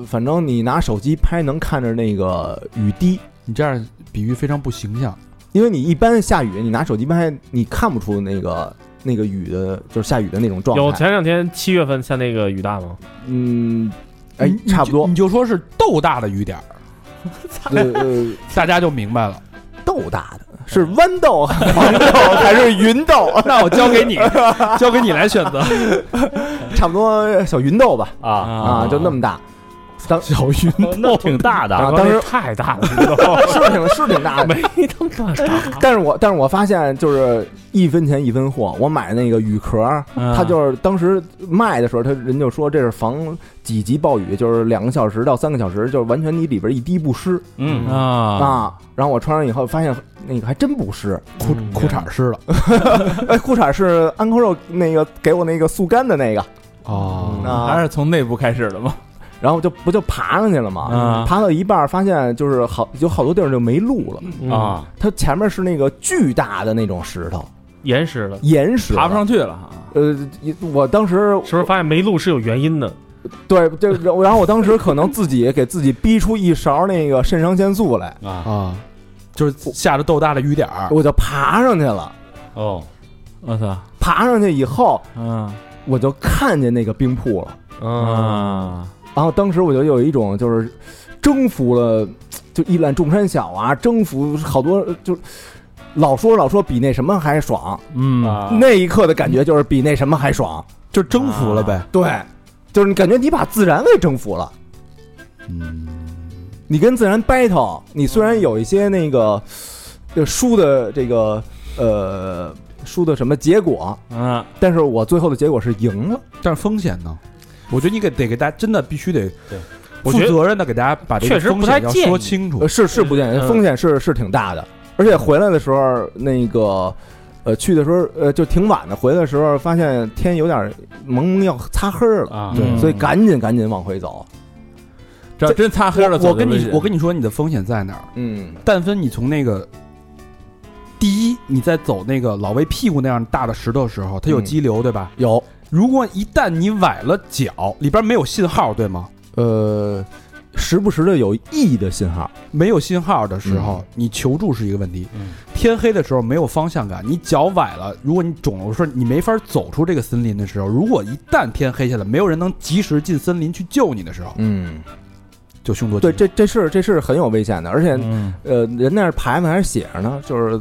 [SPEAKER 2] 呃，反正你拿手机拍能看着那个雨滴，
[SPEAKER 1] 你这样比喻非常不形象。
[SPEAKER 2] 因为你一般下雨，你拿手机拍你看不出那个那个雨的，就是下雨的那种状
[SPEAKER 4] 有
[SPEAKER 2] 态。
[SPEAKER 4] 前两天七月份下那个雨大吗？
[SPEAKER 2] 嗯，哎
[SPEAKER 1] 你，你
[SPEAKER 2] 差不多
[SPEAKER 1] 就你。就说是豆大的雨点儿，
[SPEAKER 2] 呃呃，
[SPEAKER 1] 大家就明白 了。
[SPEAKER 2] 豆大的是豌 豆、黄豆还是芸 豆？
[SPEAKER 1] 那我哦交给 你，交给你来选择。
[SPEAKER 2] 差不多小芸豆吧，
[SPEAKER 7] 啊
[SPEAKER 2] 啊，就那么大。当
[SPEAKER 1] 小云
[SPEAKER 7] 哦 那挺大的，
[SPEAKER 2] 啊当时
[SPEAKER 4] 太大了，
[SPEAKER 2] 是挺是挺大的，
[SPEAKER 4] 没那么大。
[SPEAKER 2] 但是我但是我发现就是一分钱一分货，我买那个雨壳儿，
[SPEAKER 3] 嗯
[SPEAKER 2] 他就是当时卖的时候，他人就说这是防几级暴雨，就是两个小时到三个小时，就是完全你里边一滴不湿
[SPEAKER 7] 嗯，
[SPEAKER 3] 啊
[SPEAKER 2] 啊。然后我穿上以后发现那个还真 不湿，
[SPEAKER 1] 裤裤衩湿了
[SPEAKER 2] 哎，裤衩是安扣肉那个给我那个速干的那个，
[SPEAKER 1] 哦，
[SPEAKER 2] 啊
[SPEAKER 3] 嗯还是从内部开始的嘛，
[SPEAKER 2] 然后就不就爬上去了嘛
[SPEAKER 3] 啊，
[SPEAKER 2] 爬到一半儿发现就是好有好多地儿就没路
[SPEAKER 3] 嗯
[SPEAKER 2] 了，
[SPEAKER 4] 嗯
[SPEAKER 7] 啊，
[SPEAKER 2] 它前面是那个巨大的那种石头
[SPEAKER 4] 岩石的，
[SPEAKER 2] 岩石，
[SPEAKER 3] 爬不。上去了啊，
[SPEAKER 2] 呃，我当时
[SPEAKER 4] 是不是发现没路是有原因的？
[SPEAKER 2] 对，这然后我当时可能自己给自己逼出一勺那个肾上腺素来，
[SPEAKER 7] 啊
[SPEAKER 1] 啊，就是下着豆大的雨点儿，
[SPEAKER 2] 我就爬上去了。
[SPEAKER 7] 哦，
[SPEAKER 3] 我操，
[SPEAKER 2] 爬上去以后，
[SPEAKER 3] 嗯
[SPEAKER 2] 我就看见那个冰瀑了。嗯
[SPEAKER 3] 啊，
[SPEAKER 2] 然后当时我就有一种就是征服了，就一览众山小啊，征服好多就。老说老说比那什么还爽，
[SPEAKER 3] 嗯，
[SPEAKER 7] 啊
[SPEAKER 2] 那一刻的感觉就是比那什么还爽。
[SPEAKER 1] 就征服了呗。
[SPEAKER 2] 对，就是你感觉你把自然给征服了。嗯，你跟自然 battle，你虽然有一些那个呃输的这个呃输的什么结果，
[SPEAKER 3] 嗯，
[SPEAKER 2] 但是我最后的结果是赢了。
[SPEAKER 1] 但是风险呢？我觉得你给得给大家真的必须得
[SPEAKER 7] 对
[SPEAKER 1] 负
[SPEAKER 4] 我觉得
[SPEAKER 1] 责任的给大家把这个
[SPEAKER 4] 确实
[SPEAKER 1] 风
[SPEAKER 4] 不太
[SPEAKER 1] 险要
[SPEAKER 4] 建议
[SPEAKER 1] 说清楚
[SPEAKER 2] 呃，。是是不见
[SPEAKER 4] 嗯
[SPEAKER 2] 风险是是挺大的，而且回来的时候那个。呃，去的时候，呃，就挺晚的。回来的时候，发现天有点蒙蒙要擦黑了，
[SPEAKER 7] 啊，
[SPEAKER 3] 对嗯
[SPEAKER 2] 所以赶紧赶紧往回走。
[SPEAKER 3] 这要真擦黑了，
[SPEAKER 1] 我跟你我
[SPEAKER 3] 跟
[SPEAKER 1] 跟你说，你的风险在哪儿？
[SPEAKER 2] 嗯，
[SPEAKER 1] 但凡你从那个第一，你在走那个老魏屁股那样大的石头的时候，它有
[SPEAKER 2] 嗯
[SPEAKER 1] 激流，对吧？
[SPEAKER 2] 有，
[SPEAKER 1] 如果一旦你崴了脚，里边没有信号，对吗？
[SPEAKER 2] 呃，时不时的有异的信号。
[SPEAKER 1] 没有信号的时候，你求助是一个问题。
[SPEAKER 7] 嗯
[SPEAKER 1] 天黑的时候没有方向感，你脚崴了，如果你肿了，我说你没法走出这个森林的时候，如果一旦天黑下来，没有人能及时进森林去救你的时候，
[SPEAKER 2] 嗯，
[SPEAKER 1] 就凶多吉
[SPEAKER 2] 对，
[SPEAKER 1] 少。
[SPEAKER 2] 这这事儿这事儿很有危险的，而且、
[SPEAKER 3] 嗯
[SPEAKER 2] 呃，人那儿牌子还写着呢，就是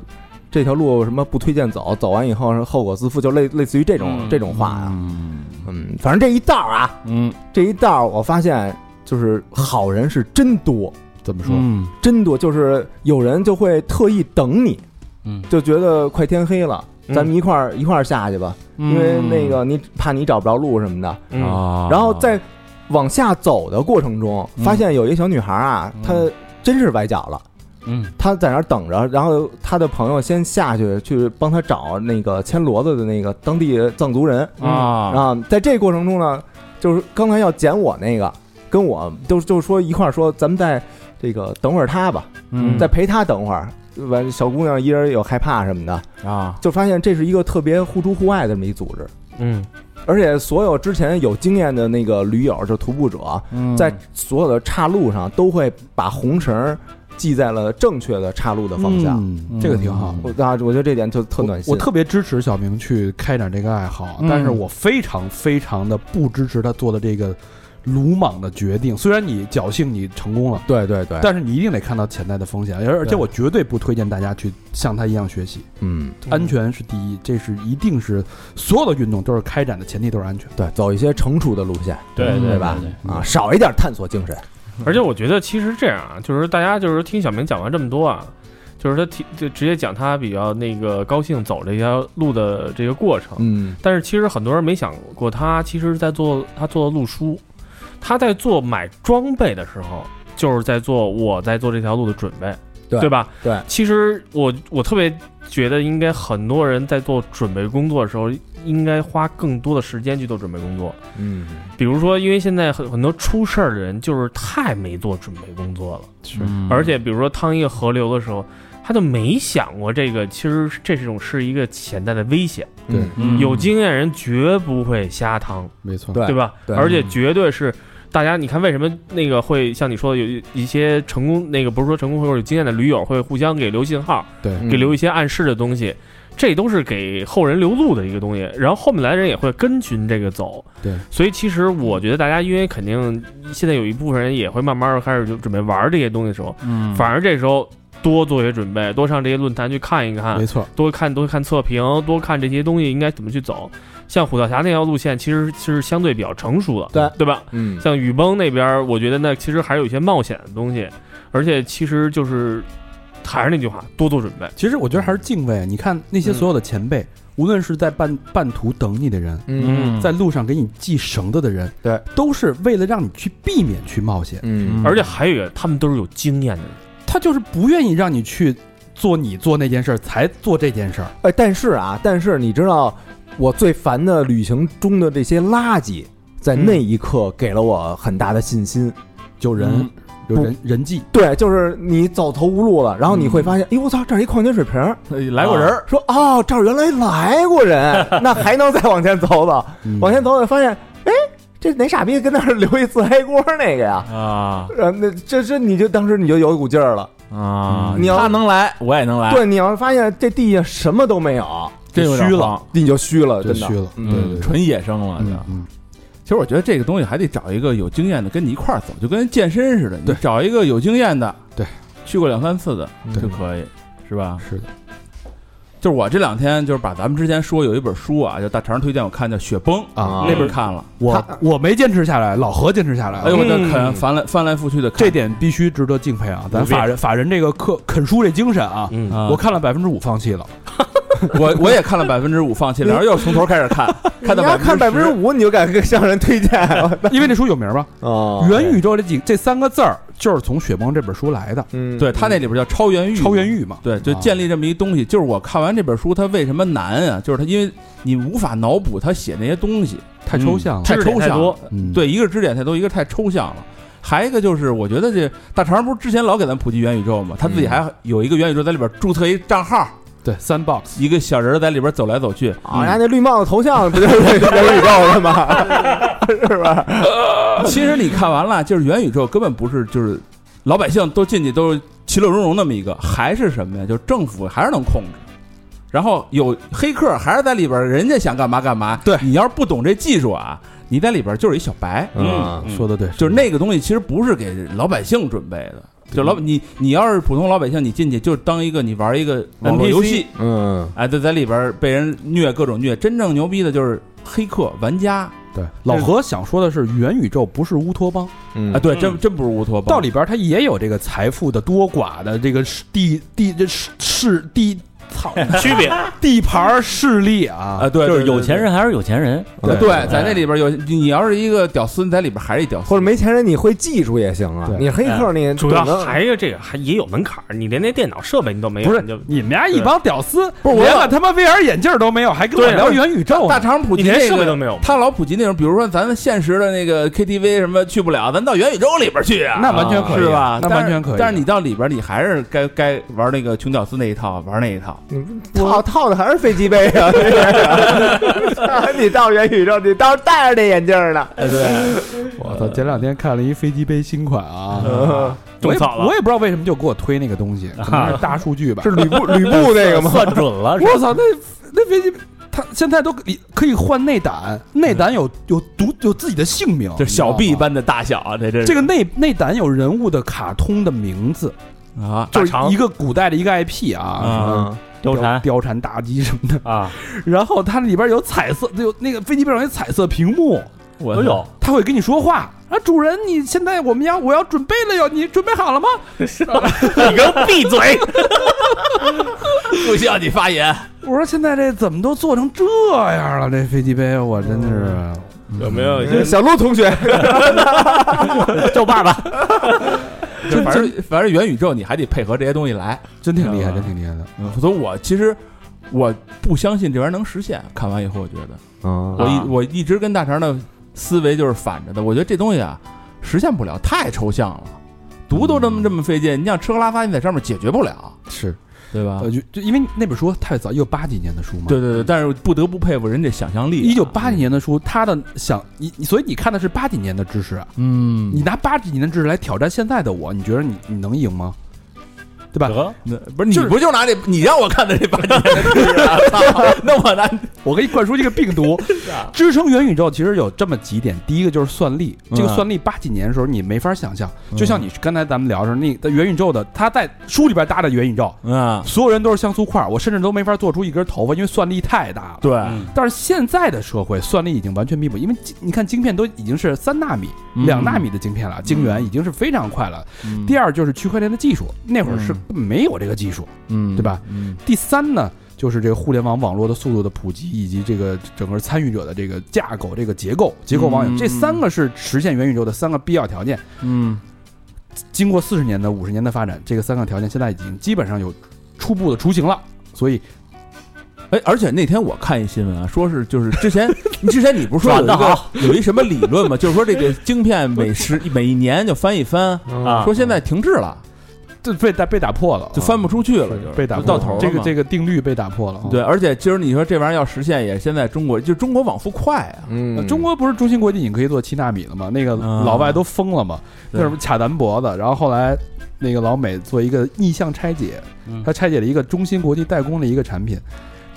[SPEAKER 2] 这条路什么不推荐走，走完以后是后果自负，就类类似于这种、
[SPEAKER 7] 嗯
[SPEAKER 2] 这种话啊。
[SPEAKER 3] 嗯
[SPEAKER 2] 嗯，反正这一道儿啊，
[SPEAKER 3] 嗯，
[SPEAKER 2] 这一道儿我发现就是好人是真多，
[SPEAKER 1] 怎么说？
[SPEAKER 3] 嗯
[SPEAKER 2] 真多，就是有人就会特意等你，
[SPEAKER 7] 嗯
[SPEAKER 2] 就觉得快天黑了。
[SPEAKER 4] 嗯
[SPEAKER 2] 咱们一块儿一块儿下去吧，因为
[SPEAKER 3] 嗯
[SPEAKER 2] 那个你怕你找不着路什么的。
[SPEAKER 4] 嗯，
[SPEAKER 3] 啊，
[SPEAKER 2] 然后在往下走的过程中，发现有一个小女孩啊，
[SPEAKER 3] 嗯
[SPEAKER 2] 她真是崴脚了。
[SPEAKER 7] 嗯
[SPEAKER 2] 他在那儿等着，然后他的朋友先下去去帮他找那个牵骡子的那个当地藏族人
[SPEAKER 4] 嗯
[SPEAKER 3] 啊
[SPEAKER 2] 啊。在这过程中呢，就是刚才要捡我那个，跟我就就说一块儿说，咱们再这个等会儿他吧，
[SPEAKER 3] 嗯
[SPEAKER 2] 再陪他等会儿。完，小姑娘一人有害怕什么的，
[SPEAKER 3] 啊，
[SPEAKER 2] 就发现这是一个特别互助互爱的这么一组织，
[SPEAKER 4] 嗯，
[SPEAKER 2] 而且所有之前有经验的那个驴友，就徒步者，
[SPEAKER 3] 嗯
[SPEAKER 2] 在所有的岔路上都会把红绳儿系在了正确的岔路的方向。
[SPEAKER 1] 嗯这个挺好。
[SPEAKER 2] 我啊，我觉得这点就特暖心。
[SPEAKER 1] 我特别支持小明去开展这个爱好，
[SPEAKER 3] 嗯
[SPEAKER 1] 但是我非常非常的不支持他做的这个鲁莽的决定。虽然你侥幸你成功了，
[SPEAKER 2] 对对对，
[SPEAKER 1] 但是你一定得看到潜在的风险，而而且
[SPEAKER 2] 对
[SPEAKER 1] 我绝对不推荐大家去像他一样学习。
[SPEAKER 2] 嗯，
[SPEAKER 1] 安全是第一，这是一定是所有的运动都是开展的前提都是安全。
[SPEAKER 2] 对，走一些成熟的路线
[SPEAKER 7] 对
[SPEAKER 3] 对
[SPEAKER 2] 吧
[SPEAKER 7] 对
[SPEAKER 2] 啊，少一点探索精神。
[SPEAKER 4] 而且我觉得其实这样啊，就是大家就是听小明讲完这么多啊，就是他提就直接讲他比较那个高兴走这条路的这个过程。
[SPEAKER 2] 嗯
[SPEAKER 4] 但是其实很多人没想过，他其实在做他做的路书，他在做买装备的时候，就是在做我在做这条路的准备，
[SPEAKER 2] 对
[SPEAKER 4] 吧？
[SPEAKER 2] 对
[SPEAKER 4] 其实我我特别觉得，应该很多人在做准备工作的时候，应该花更多的时间去做准备工作。
[SPEAKER 2] 嗯，
[SPEAKER 4] 比如说，因为现在很很多出事儿的人，就是太没做准备工作了。
[SPEAKER 2] 嗯
[SPEAKER 4] 而且比如说趟一个河流的时候，他就没想过这个，其实这种是一个潜在的危险。
[SPEAKER 2] 对
[SPEAKER 3] 嗯
[SPEAKER 4] 有经验人绝不会瞎趟，
[SPEAKER 1] 没错，
[SPEAKER 2] 嗯对
[SPEAKER 4] 对吧？
[SPEAKER 2] 对
[SPEAKER 4] 而且绝对是大家，你看为什么那个会像你说的有一一些成功那个不是说成功或者有经验的驴友会互相给留信号，
[SPEAKER 1] 对
[SPEAKER 2] 嗯
[SPEAKER 4] 给留一些暗示的东西。这都是给后人留路的一个东西，然后后面来的人也会跟循这个走。
[SPEAKER 1] 对，
[SPEAKER 4] 所以其实我觉得大家，因为肯定现在有一部分人也会慢慢地开始就准备玩这些东西的时候，
[SPEAKER 8] 嗯
[SPEAKER 4] 反而这时候多做些准备，多上这些论坛去看一看
[SPEAKER 1] 没，错，
[SPEAKER 4] 多看多看测评，多看这些东西应该怎么去走。像虎跳峡那条路线，其实是相对比较成熟的，
[SPEAKER 2] 对
[SPEAKER 4] 对吧？
[SPEAKER 2] 嗯
[SPEAKER 4] 像雨崩那边儿，我觉得那其实还是有一些冒险的东西，而且其实就是还是那句话，多做准备。
[SPEAKER 1] 其实我觉得还是敬畏。你看那些所有的前辈，无论是在半半途等你的人，
[SPEAKER 2] 嗯
[SPEAKER 1] 在路上给你系绳子的人，
[SPEAKER 2] 对，
[SPEAKER 1] 都是为了让你去避免去冒险。
[SPEAKER 2] 嗯
[SPEAKER 4] 而且还有一个，他们都是有经验的人。
[SPEAKER 1] 他就是不愿意让你去做你做那件事儿，才做这件事儿。
[SPEAKER 2] 哎，但是啊，但是你知道我最烦的旅行中的这些垃圾，在那一刻给了我很大的信心。
[SPEAKER 1] 有人、有人人际，
[SPEAKER 2] 对，就是你走投无路了，然后你会发
[SPEAKER 3] 嗯
[SPEAKER 2] 现，哎呦我操，这儿一矿泉水瓶儿，
[SPEAKER 3] 来过人儿，
[SPEAKER 2] 说哦，这儿原来来 过人，那还能再往前走走，嗯
[SPEAKER 3] 嗯
[SPEAKER 1] 嗯
[SPEAKER 2] 往前走走，发现，哎，这哪傻逼跟那儿留一自嗨锅那个呀？
[SPEAKER 3] 啊
[SPEAKER 2] 呃，那这这你就当时你就有一股劲儿了。
[SPEAKER 3] 啊
[SPEAKER 2] 嗯你要
[SPEAKER 3] 他能来，我也能来，
[SPEAKER 2] 对，你要是发现这地下什么都没有，
[SPEAKER 3] 真有点
[SPEAKER 2] 虚
[SPEAKER 3] 慌
[SPEAKER 2] 了，你就虚了，
[SPEAKER 1] 就
[SPEAKER 2] 真
[SPEAKER 1] 虚
[SPEAKER 2] 的。
[SPEAKER 1] 了。
[SPEAKER 2] 嗯
[SPEAKER 1] 对对
[SPEAKER 3] 嗯，
[SPEAKER 1] 对，
[SPEAKER 3] 纯野生了就。
[SPEAKER 1] 嗯嗯，
[SPEAKER 3] 其实我觉得这个东西还得找一个有经验的跟你一块儿走，就跟健身似的，你
[SPEAKER 1] 对
[SPEAKER 3] 找一个有经验的，
[SPEAKER 1] 对，
[SPEAKER 3] 去过两三次的
[SPEAKER 1] 对
[SPEAKER 2] 嗯
[SPEAKER 3] 就可以，是吧？
[SPEAKER 1] 是的，
[SPEAKER 3] 就是我这两天就是把咱们之前说有一本书啊，就大肠推荐我看叫《雪崩》
[SPEAKER 1] 啊
[SPEAKER 3] 那本看了，
[SPEAKER 1] 我我没坚持下来，老何坚持下来了。啊
[SPEAKER 3] 哎呦我
[SPEAKER 4] 嗯
[SPEAKER 3] 这啃翻来翻来覆去的看，
[SPEAKER 1] 这点必须值得敬佩啊！咱
[SPEAKER 4] 牛逼
[SPEAKER 1] 法人法人这个克啃书这精神啊，
[SPEAKER 4] 嗯
[SPEAKER 3] 啊
[SPEAKER 1] 我看了百分之五放弃了。
[SPEAKER 3] 我我也看了百分之五 放弃了，然后又从头开始看，看到
[SPEAKER 2] 你要看百分之
[SPEAKER 3] 五，
[SPEAKER 2] 五，你就敢跟向人推荐
[SPEAKER 1] 因为这书有名吧？
[SPEAKER 2] 哦
[SPEAKER 1] 元宇宙这几这三个字儿就是从《雪崩》这本书来的，
[SPEAKER 2] 嗯，
[SPEAKER 3] 对他那里边叫超元域，
[SPEAKER 1] 超元。域嘛。
[SPEAKER 3] 嗯对，就
[SPEAKER 1] 啊
[SPEAKER 3] 建立这么一东西，就是我看完这本书，它为什么难啊？就是它因为你无法脑补他写那些东西，
[SPEAKER 1] 太抽象
[SPEAKER 2] 啊
[SPEAKER 1] 了，
[SPEAKER 3] 太
[SPEAKER 4] 知识点
[SPEAKER 3] 抽
[SPEAKER 4] 太
[SPEAKER 3] 象
[SPEAKER 4] 多
[SPEAKER 3] 了，
[SPEAKER 1] 嗯
[SPEAKER 3] 嗯对，一个是支点太多，一个太抽象了。还一个就是，我觉得这大肠不是之前老给咱普及元宇宙嘛，他自己
[SPEAKER 2] 嗯
[SPEAKER 3] 还有一个元宇宙在里边注册一账号，
[SPEAKER 1] 对，三 box
[SPEAKER 3] 一个小人儿在里边走来走去。
[SPEAKER 2] 啊，人家那绿帽子头像不就是元宇宙的吗？ 是吧？
[SPEAKER 3] 嗯其实你看完了，就是元宇宙根本不是就是老百姓都进去都是其乐融融那么一个，还是什么呀？就是政府还是能控制。然后有黑客还是在里边，人家想干嘛干嘛。
[SPEAKER 1] 对
[SPEAKER 3] 你要是不懂这技术啊，你在里边就是一小白。
[SPEAKER 2] 嗯，
[SPEAKER 1] 说的对，
[SPEAKER 3] 就是那个东西其实不是给老百姓准备的，就老你你要是普通老百姓，你进去就当一个你玩一个网络游戏，
[SPEAKER 2] 嗯，
[SPEAKER 3] 哎，就在里边儿被人虐各种虐。真正牛逼的就是黑客玩家，
[SPEAKER 1] 对，老何想说的是，元宇宙不是乌托邦，
[SPEAKER 2] 嗯
[SPEAKER 3] 啊，对，真
[SPEAKER 4] 嗯
[SPEAKER 3] 真不是乌托邦。
[SPEAKER 1] 到里边它也有这个财富的多寡的这个势地地这势势地操
[SPEAKER 4] 区别，
[SPEAKER 1] 地盘儿势力啊
[SPEAKER 3] 啊，，对，
[SPEAKER 7] 就是
[SPEAKER 3] 对
[SPEAKER 7] 有钱，人还是有钱人，
[SPEAKER 3] 对对，
[SPEAKER 2] 对
[SPEAKER 3] 对在那里边有你你要是一个屌丝，你在里边还是一屌丝，
[SPEAKER 2] 或者没钱人你会技术也行啊
[SPEAKER 1] 对，
[SPEAKER 2] 你黑客你
[SPEAKER 4] 主要
[SPEAKER 2] 懂得
[SPEAKER 4] 还是这个还也有门槛儿，你连那电脑设备你都没有，
[SPEAKER 1] 不是
[SPEAKER 4] 你就
[SPEAKER 1] 你们家一帮屌丝，
[SPEAKER 3] 不是我
[SPEAKER 1] 连个他妈 VR 眼镜都没有，还跟我
[SPEAKER 4] 对
[SPEAKER 1] 聊元宇宙
[SPEAKER 3] 大
[SPEAKER 1] 呢，
[SPEAKER 3] 厂普及
[SPEAKER 4] 你连
[SPEAKER 3] 那
[SPEAKER 4] 设备都
[SPEAKER 3] 个。
[SPEAKER 4] 没有。
[SPEAKER 3] 他老普及那种，比如说咱们现实的那个 KTV 什么去不了，咱到元宇宙里边去啊，
[SPEAKER 1] 那完嗯全可以
[SPEAKER 3] 是吧？
[SPEAKER 1] 那
[SPEAKER 3] 但
[SPEAKER 1] 完
[SPEAKER 3] 是
[SPEAKER 1] 全可以，啊
[SPEAKER 3] 但是你到里边，你还是该该玩那个穷屌丝那一套，玩那一套。
[SPEAKER 2] 套套的还是飞机杯啊！ 你到元宇宙，你倒是戴着那眼镜儿呢。
[SPEAKER 1] 我操，前两天看了一飞机杯新款
[SPEAKER 2] 嗯
[SPEAKER 1] 啊，我
[SPEAKER 4] 种
[SPEAKER 1] 也
[SPEAKER 4] 草了
[SPEAKER 1] 我也不知道为什么就给我推那个东西，可能是大数据吧，
[SPEAKER 2] 是吕布吕布那个吗？
[SPEAKER 7] 算准了是吧
[SPEAKER 1] 我操，那那飞机，它现在都可以可以换内胆，内胆有有独有自己的姓名，
[SPEAKER 3] 就是小
[SPEAKER 1] 你
[SPEAKER 3] B
[SPEAKER 1] 知道吗。
[SPEAKER 3] 般的大小啊，这这
[SPEAKER 1] 这个内内胆有人物的卡通的名字，
[SPEAKER 3] 啊，
[SPEAKER 1] 就是
[SPEAKER 4] 肠
[SPEAKER 1] 一个古代的一个 IP 啊，
[SPEAKER 2] 嗯
[SPEAKER 3] 啊，
[SPEAKER 7] 貂蝉
[SPEAKER 1] 貂貂蝉妲己什么的。
[SPEAKER 7] 啊，
[SPEAKER 1] 然后它里边有彩色，有那个飞机背上有彩色屏幕，
[SPEAKER 3] 我
[SPEAKER 7] 都有，
[SPEAKER 1] 它会跟你说话啊，主人，你现在我们要我要准备了哟，你准备好了吗？
[SPEAKER 4] 你给我闭嘴！
[SPEAKER 3] 不需要你发言。
[SPEAKER 1] 我说现在这怎么都做成这样了？这飞机杯，我真是
[SPEAKER 4] 有没
[SPEAKER 7] 嗯
[SPEAKER 4] 有一些
[SPEAKER 2] 小鹿同学，
[SPEAKER 7] 叫爸爸。
[SPEAKER 3] 就反正 反正元宇宙你还得配合这些东西来，
[SPEAKER 1] 真挺厉害，
[SPEAKER 3] 嗯
[SPEAKER 1] 真挺厉害的。
[SPEAKER 3] 所以我其实我不相信这玩意儿能实现。看完以后，我觉得
[SPEAKER 2] 嗯
[SPEAKER 3] 我一、
[SPEAKER 4] 啊
[SPEAKER 3] 我一直跟大肠的思维就是反着的。我觉得这东西啊，实现不了，太抽象了，读都这么这么费劲。你想吃喝拉撒，你在上面解决不了，
[SPEAKER 1] 是，
[SPEAKER 3] 对吧？
[SPEAKER 1] 呃，就就因为那本书太早，一九八几年的书嘛。
[SPEAKER 3] 对对对，但是我不得不佩服人家想象力、啊
[SPEAKER 1] 一九八几，年的书，他的想你，你所以你看的是八几年的知识啊，
[SPEAKER 3] 嗯，
[SPEAKER 1] 你拿八几年的知识来挑战现在的我，你觉得你你能赢吗？对吧？
[SPEAKER 7] 得，
[SPEAKER 3] 那不是你
[SPEAKER 1] 就是
[SPEAKER 3] 不就拿这你让我看的这八年的知识啊？操 那我拿
[SPEAKER 1] 我给你灌输这个病毒， 啊支撑元宇宙其实有这么几点，第一个就是算力，这个算力八几年的时候你没法想象，就像你刚才咱们聊的时候，那在元宇宙的，他在书里边搭的元宇宙，
[SPEAKER 3] 啊，
[SPEAKER 1] 所有人都是像素块儿，我甚至都没法做出一根头发，因为算力太大了。
[SPEAKER 3] 对，
[SPEAKER 7] 嗯
[SPEAKER 1] 但是现在的社会算力已经完全弥补，因为晶你看晶片都已经是三纳米、
[SPEAKER 3] 嗯
[SPEAKER 1] 两纳米的晶片了，晶圆已经是非常快了。第
[SPEAKER 3] 二，
[SPEAKER 1] 二就是区块链的技术，那会儿是
[SPEAKER 3] 嗯
[SPEAKER 1] 根本没有这个技术。
[SPEAKER 3] 嗯
[SPEAKER 1] 对吧？
[SPEAKER 3] 嗯
[SPEAKER 1] 第三呢，就是这个互联网网络的速度的普及，以及这个整个参与者的这个架构、这个结构、结构网友，
[SPEAKER 3] 嗯
[SPEAKER 1] 这三个是实现元宇宙的三个必要条件。
[SPEAKER 3] 嗯
[SPEAKER 1] 经过四十年的、五十年的发展，这个三个条件现在已经基本上有初步的雏形了。所以，
[SPEAKER 3] 哎，而且那天我看一新闻啊，说是就是之前你之前你不是说 有一
[SPEAKER 7] 转得
[SPEAKER 3] 个有一什么理论吗？就是说这个晶片每十每一年就翻一翻，
[SPEAKER 2] 嗯
[SPEAKER 7] 啊
[SPEAKER 3] 说现在停滞了，
[SPEAKER 1] 这被打被打破了，啊
[SPEAKER 3] 就翻不出去了，就是
[SPEAKER 1] 被打
[SPEAKER 3] 就
[SPEAKER 1] 破
[SPEAKER 3] 到
[SPEAKER 1] 了
[SPEAKER 3] 头了
[SPEAKER 1] 这个
[SPEAKER 3] 嘛
[SPEAKER 1] 这个定律被打破了。啊
[SPEAKER 3] 对，，而且今儿你说这玩意儿要实现，也现在中国就中国往复快啊，
[SPEAKER 2] 嗯
[SPEAKER 1] 中国不是中芯国际已经可以做七纳米了吗？那个
[SPEAKER 3] 啊
[SPEAKER 1] 老外都疯了嘛，那
[SPEAKER 3] 对
[SPEAKER 1] 什么卡咱脖子，然后后来那个老美做一个逆向拆解，
[SPEAKER 7] 嗯
[SPEAKER 1] 他拆解了一个中芯国际代工的一个产品。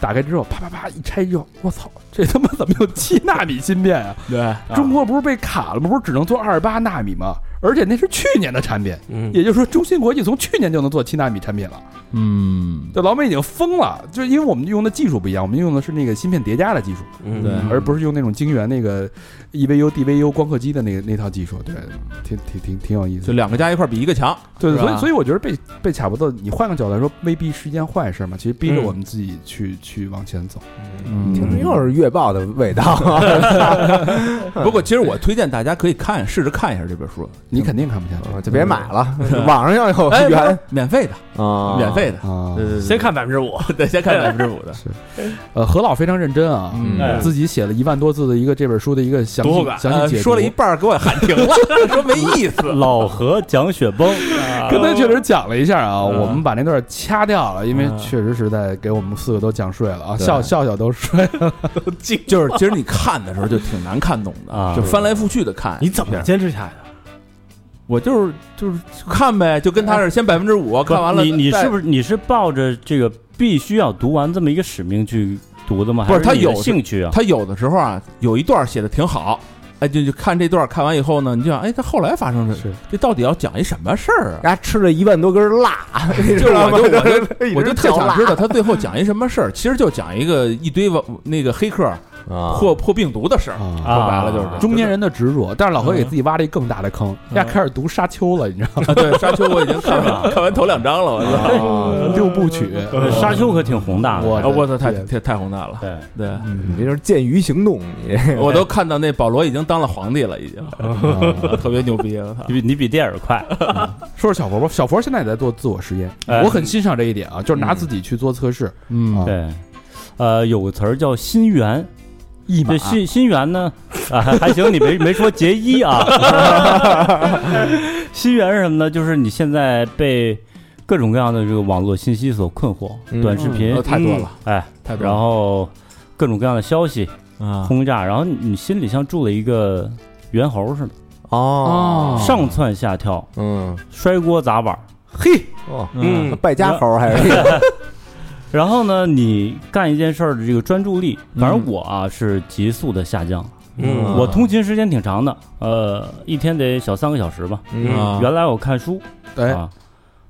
[SPEAKER 1] 打开之后，啪啪啪一拆之后，我操，这他妈怎么有七纳米芯片 啊？
[SPEAKER 3] 对，
[SPEAKER 1] 中国不是被卡了吗？不是只能做二十八纳米吗？而且那是去年的产品，
[SPEAKER 4] 嗯
[SPEAKER 1] 也就是说，中芯国际从去年就能做七纳米产品了。
[SPEAKER 3] 嗯，
[SPEAKER 1] 这老美已经疯了，就是因为我们用的技术不一样，我们用的是那个芯片叠加的技术。
[SPEAKER 4] 嗯
[SPEAKER 3] 对
[SPEAKER 1] 而不是用那种晶圆那个 E EVU、DVU 光刻机的那个那套技术，对，挺挺挺挺有意思
[SPEAKER 3] 就
[SPEAKER 1] 的。
[SPEAKER 3] 两个加一块儿比一个强，
[SPEAKER 1] 对，
[SPEAKER 3] 是吧
[SPEAKER 1] 所以所以我觉得被被卡脖子，你换个角度来说，未必是一件坏事嘛。其实逼着
[SPEAKER 4] 嗯
[SPEAKER 1] 我们自己去、去往前走。
[SPEAKER 2] 听着
[SPEAKER 3] 嗯
[SPEAKER 2] 又是月报的味道啊，
[SPEAKER 3] 不过其实我推荐大家可以看试着看一下这本书，
[SPEAKER 1] 嗯你肯定看不下去，
[SPEAKER 2] 嗯就别买了，网上要有
[SPEAKER 3] 哎，不
[SPEAKER 2] 原
[SPEAKER 3] 是免费的，
[SPEAKER 2] 啊，
[SPEAKER 3] 免费的，
[SPEAKER 1] 啊。
[SPEAKER 3] 对对对
[SPEAKER 4] 先看百分之五，
[SPEAKER 3] 对，先看百分之五 的，
[SPEAKER 1] 呃，何老非常认真啊，
[SPEAKER 3] 嗯
[SPEAKER 7] 哎
[SPEAKER 1] 自己写了一万多字的一个这本书的一个详
[SPEAKER 4] 读
[SPEAKER 1] 细
[SPEAKER 4] 后感
[SPEAKER 1] 详
[SPEAKER 3] 呃
[SPEAKER 1] 细解读，
[SPEAKER 3] 说了一半儿给我喊停了， 说没意思。
[SPEAKER 7] 老何讲 雪崩，
[SPEAKER 1] 跟他确实讲了一下啊，
[SPEAKER 4] 嗯
[SPEAKER 1] 我们把那段掐掉了，因为
[SPEAKER 4] 嗯
[SPEAKER 1] 确实实在给我们四个都讲睡了啊，
[SPEAKER 3] 对
[SPEAKER 1] 笑笑笑都睡了。
[SPEAKER 3] 就是其实你看的时候就挺难看懂的，
[SPEAKER 7] 啊
[SPEAKER 3] 就翻来覆去的看。
[SPEAKER 4] 你怎么坚持下来的？
[SPEAKER 3] 我就是就是看呗，就跟他是先百分之五看完了，
[SPEAKER 7] 你你
[SPEAKER 3] 再
[SPEAKER 7] 是不是你是抱着这个必须要读完这么一个使命去读的吗？
[SPEAKER 3] 不是
[SPEAKER 7] 还
[SPEAKER 3] 他
[SPEAKER 7] 你的
[SPEAKER 3] 有
[SPEAKER 7] 兴趣啊。
[SPEAKER 3] 他有的时候啊，有一段写的挺好，哎，就就看这段看完以后呢，你就想，哎，他后来发生
[SPEAKER 1] 是
[SPEAKER 3] 的这到底要讲一什么事儿啊？
[SPEAKER 2] 人家吃了一万多根辣， 你
[SPEAKER 3] 就是
[SPEAKER 2] 知道
[SPEAKER 3] 我
[SPEAKER 2] 吗
[SPEAKER 3] 就我就
[SPEAKER 2] 一直
[SPEAKER 3] 我就特
[SPEAKER 2] 嚼
[SPEAKER 3] 想
[SPEAKER 2] 蜡
[SPEAKER 3] 知道他最后讲一什么事儿，其实就讲一个一堆网那个黑客
[SPEAKER 4] 嗯
[SPEAKER 2] 啊
[SPEAKER 3] 破破病毒的事儿，
[SPEAKER 1] 啊
[SPEAKER 3] 说白了就是
[SPEAKER 1] 中年人的执着，但是老何给自己挖了一更大的坑，呀，开始读沙丘了，你知道吗？
[SPEAKER 3] 啊，对，沙丘我已经看完看完头两章了，我
[SPEAKER 1] 啊
[SPEAKER 3] 操，
[SPEAKER 1] 六部曲，
[SPEAKER 7] 对呃沙丘可挺宏大的，
[SPEAKER 1] 我
[SPEAKER 3] 啊我操，太
[SPEAKER 1] 对
[SPEAKER 3] 太太宏大了，
[SPEAKER 7] 对，
[SPEAKER 3] 对。
[SPEAKER 2] 你这就是剑鱼行动，你
[SPEAKER 3] 我都看到那保罗已经当了皇帝了，已经特别牛逼了。
[SPEAKER 7] 你比你比电影快，
[SPEAKER 1] 说说小佛吧，小佛现在也在做自我实验，
[SPEAKER 7] 哎
[SPEAKER 1] 我很欣赏这一点啊，就是拿自己去做测试，
[SPEAKER 3] 嗯
[SPEAKER 1] 啊
[SPEAKER 7] 对，呃，有个词儿叫心源。
[SPEAKER 1] 一码
[SPEAKER 7] 这心心源呢？啊，还行，你没没说结衣啊。 心源是什么呢？就是你现在被各种各样的这个网络信息所困惑，
[SPEAKER 2] 嗯
[SPEAKER 7] 短视频
[SPEAKER 3] 呃，太多了，
[SPEAKER 7] 哎，
[SPEAKER 3] 太多
[SPEAKER 7] 然
[SPEAKER 3] 了。
[SPEAKER 7] 后各种各样的消息
[SPEAKER 3] 啊，
[SPEAKER 7] 轰炸，然后你你心里像住了一个猿猴似的，
[SPEAKER 2] 哦
[SPEAKER 7] 上蹿下跳，
[SPEAKER 2] 嗯
[SPEAKER 7] 摔锅砸碗。
[SPEAKER 1] 嘿，
[SPEAKER 2] 哦，
[SPEAKER 4] 嗯
[SPEAKER 2] 败家猴还是
[SPEAKER 7] 然后呢，你干一件事儿的这个专注力，反正我啊是急速的下降。
[SPEAKER 2] 嗯
[SPEAKER 7] 我通勤时间挺长的，呃，一天得小三个小时吧。
[SPEAKER 4] 嗯
[SPEAKER 3] 啊
[SPEAKER 7] 原来我看书
[SPEAKER 1] 哎，
[SPEAKER 7] 啊，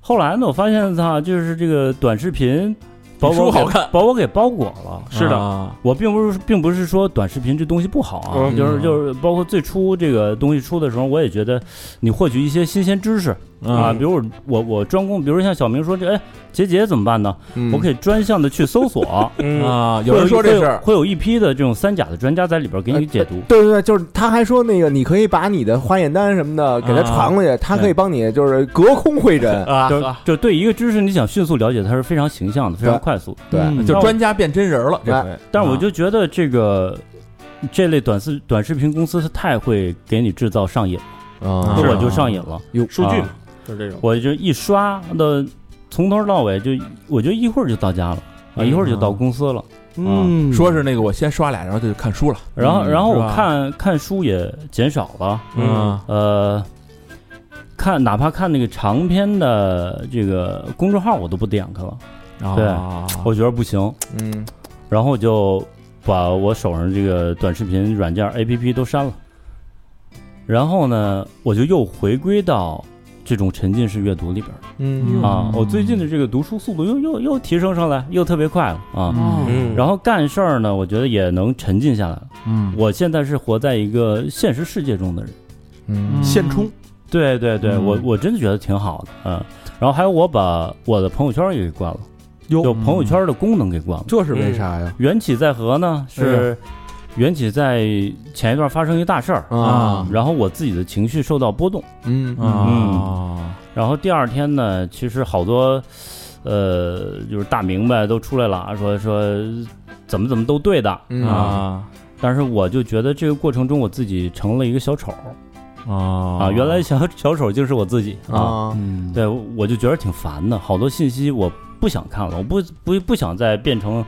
[SPEAKER 7] 后来呢，我发现哈，就是这个短视频把
[SPEAKER 3] 比书
[SPEAKER 7] 我给
[SPEAKER 3] 好看
[SPEAKER 7] 把我给包裹了。
[SPEAKER 4] 是的
[SPEAKER 3] 啊
[SPEAKER 7] 我并不是，并不是说短视频这东西不好啊，
[SPEAKER 4] 嗯
[SPEAKER 7] 就是就是，包括最初这个东西出的时候，我也觉得你获取一些新鲜知识，
[SPEAKER 3] 嗯
[SPEAKER 7] 啊，比如我我我专攻，比如像小明说这，哎，结节怎么办呢？
[SPEAKER 2] 嗯
[SPEAKER 7] 我可以专项的去搜索，
[SPEAKER 4] 嗯，
[SPEAKER 3] 啊，
[SPEAKER 7] 会
[SPEAKER 3] 嗯 有人说这事儿，哎
[SPEAKER 7] 会有一批的这种三甲的专家在里边给你解读。
[SPEAKER 2] 呃对对对，就是他还说那个，你可以把你的化验单什么的给他传过去，他可以帮你就是隔空会诊。
[SPEAKER 4] 啊，
[SPEAKER 7] 就就对一个知识，你想迅速了解，它是非常形象的，非常快速。
[SPEAKER 2] 对，嗯
[SPEAKER 1] 嗯
[SPEAKER 3] 就专家变真人
[SPEAKER 2] 哎
[SPEAKER 3] 了，这回。
[SPEAKER 7] 但是我就觉得这个这类短视短视频公司，它太会给你制造上瘾，
[SPEAKER 4] 嗯
[SPEAKER 2] 啊
[SPEAKER 7] 我就上瘾了。
[SPEAKER 4] 数据
[SPEAKER 7] 啊
[SPEAKER 4] 就是这种，
[SPEAKER 7] 我就一刷的，从头到尾就，我就一会儿就到家了，啊，一会儿就到公司了。
[SPEAKER 1] 嗯
[SPEAKER 3] 说是那个我先刷俩，然后就看书了，
[SPEAKER 7] 然后，
[SPEAKER 1] 嗯
[SPEAKER 7] 然后
[SPEAKER 3] 是
[SPEAKER 7] 我
[SPEAKER 3] 吧
[SPEAKER 7] 看看书也减少了，
[SPEAKER 4] 嗯，
[SPEAKER 7] 呃，看哪怕看那个长篇的这个公众号，我都不点开了，对
[SPEAKER 3] 啊，
[SPEAKER 7] 我觉得不行，
[SPEAKER 2] 嗯，
[SPEAKER 7] 然后我就把我手上这个短视频软件 APP 都删了，然后呢，我就又回归到这种沉浸式阅读里边儿
[SPEAKER 2] 嗯
[SPEAKER 7] 啊，我最近的这个读书速度又又又提升上来，又特别快了啊。
[SPEAKER 1] 嗯
[SPEAKER 4] 嗯，
[SPEAKER 7] 然后干事儿呢，我觉得也能沉浸下来了。
[SPEAKER 1] 嗯
[SPEAKER 7] 我现在是活在一个现实世界中的人，
[SPEAKER 2] 嗯
[SPEAKER 1] 现充，
[SPEAKER 7] 对对对，
[SPEAKER 1] 嗯
[SPEAKER 7] 我我真的觉得挺好的，嗯。然后还有我把我的朋友圈也给关了，
[SPEAKER 1] 哟
[SPEAKER 7] 就朋友圈的功能给关了。
[SPEAKER 1] 这是为啥呀？
[SPEAKER 7] 缘起在何呢？是缘起在前一段发生一大事儿，
[SPEAKER 2] 啊
[SPEAKER 7] 然后我自己的情绪受到波动，
[SPEAKER 2] 嗯
[SPEAKER 3] 啊，
[SPEAKER 7] 然后第二天呢，其实好多，呃，就是大明白都出来了啊，说说怎么怎么都对的，
[SPEAKER 2] 嗯
[SPEAKER 3] 啊
[SPEAKER 7] 但是我就觉得这个过程中我自己成了一个小丑
[SPEAKER 3] 啊
[SPEAKER 7] 啊，原来小小丑就是我自己啊，
[SPEAKER 2] 啊
[SPEAKER 3] 嗯
[SPEAKER 7] 对，我就觉得挺烦的，好多信息我不想看了，我不不不想再变成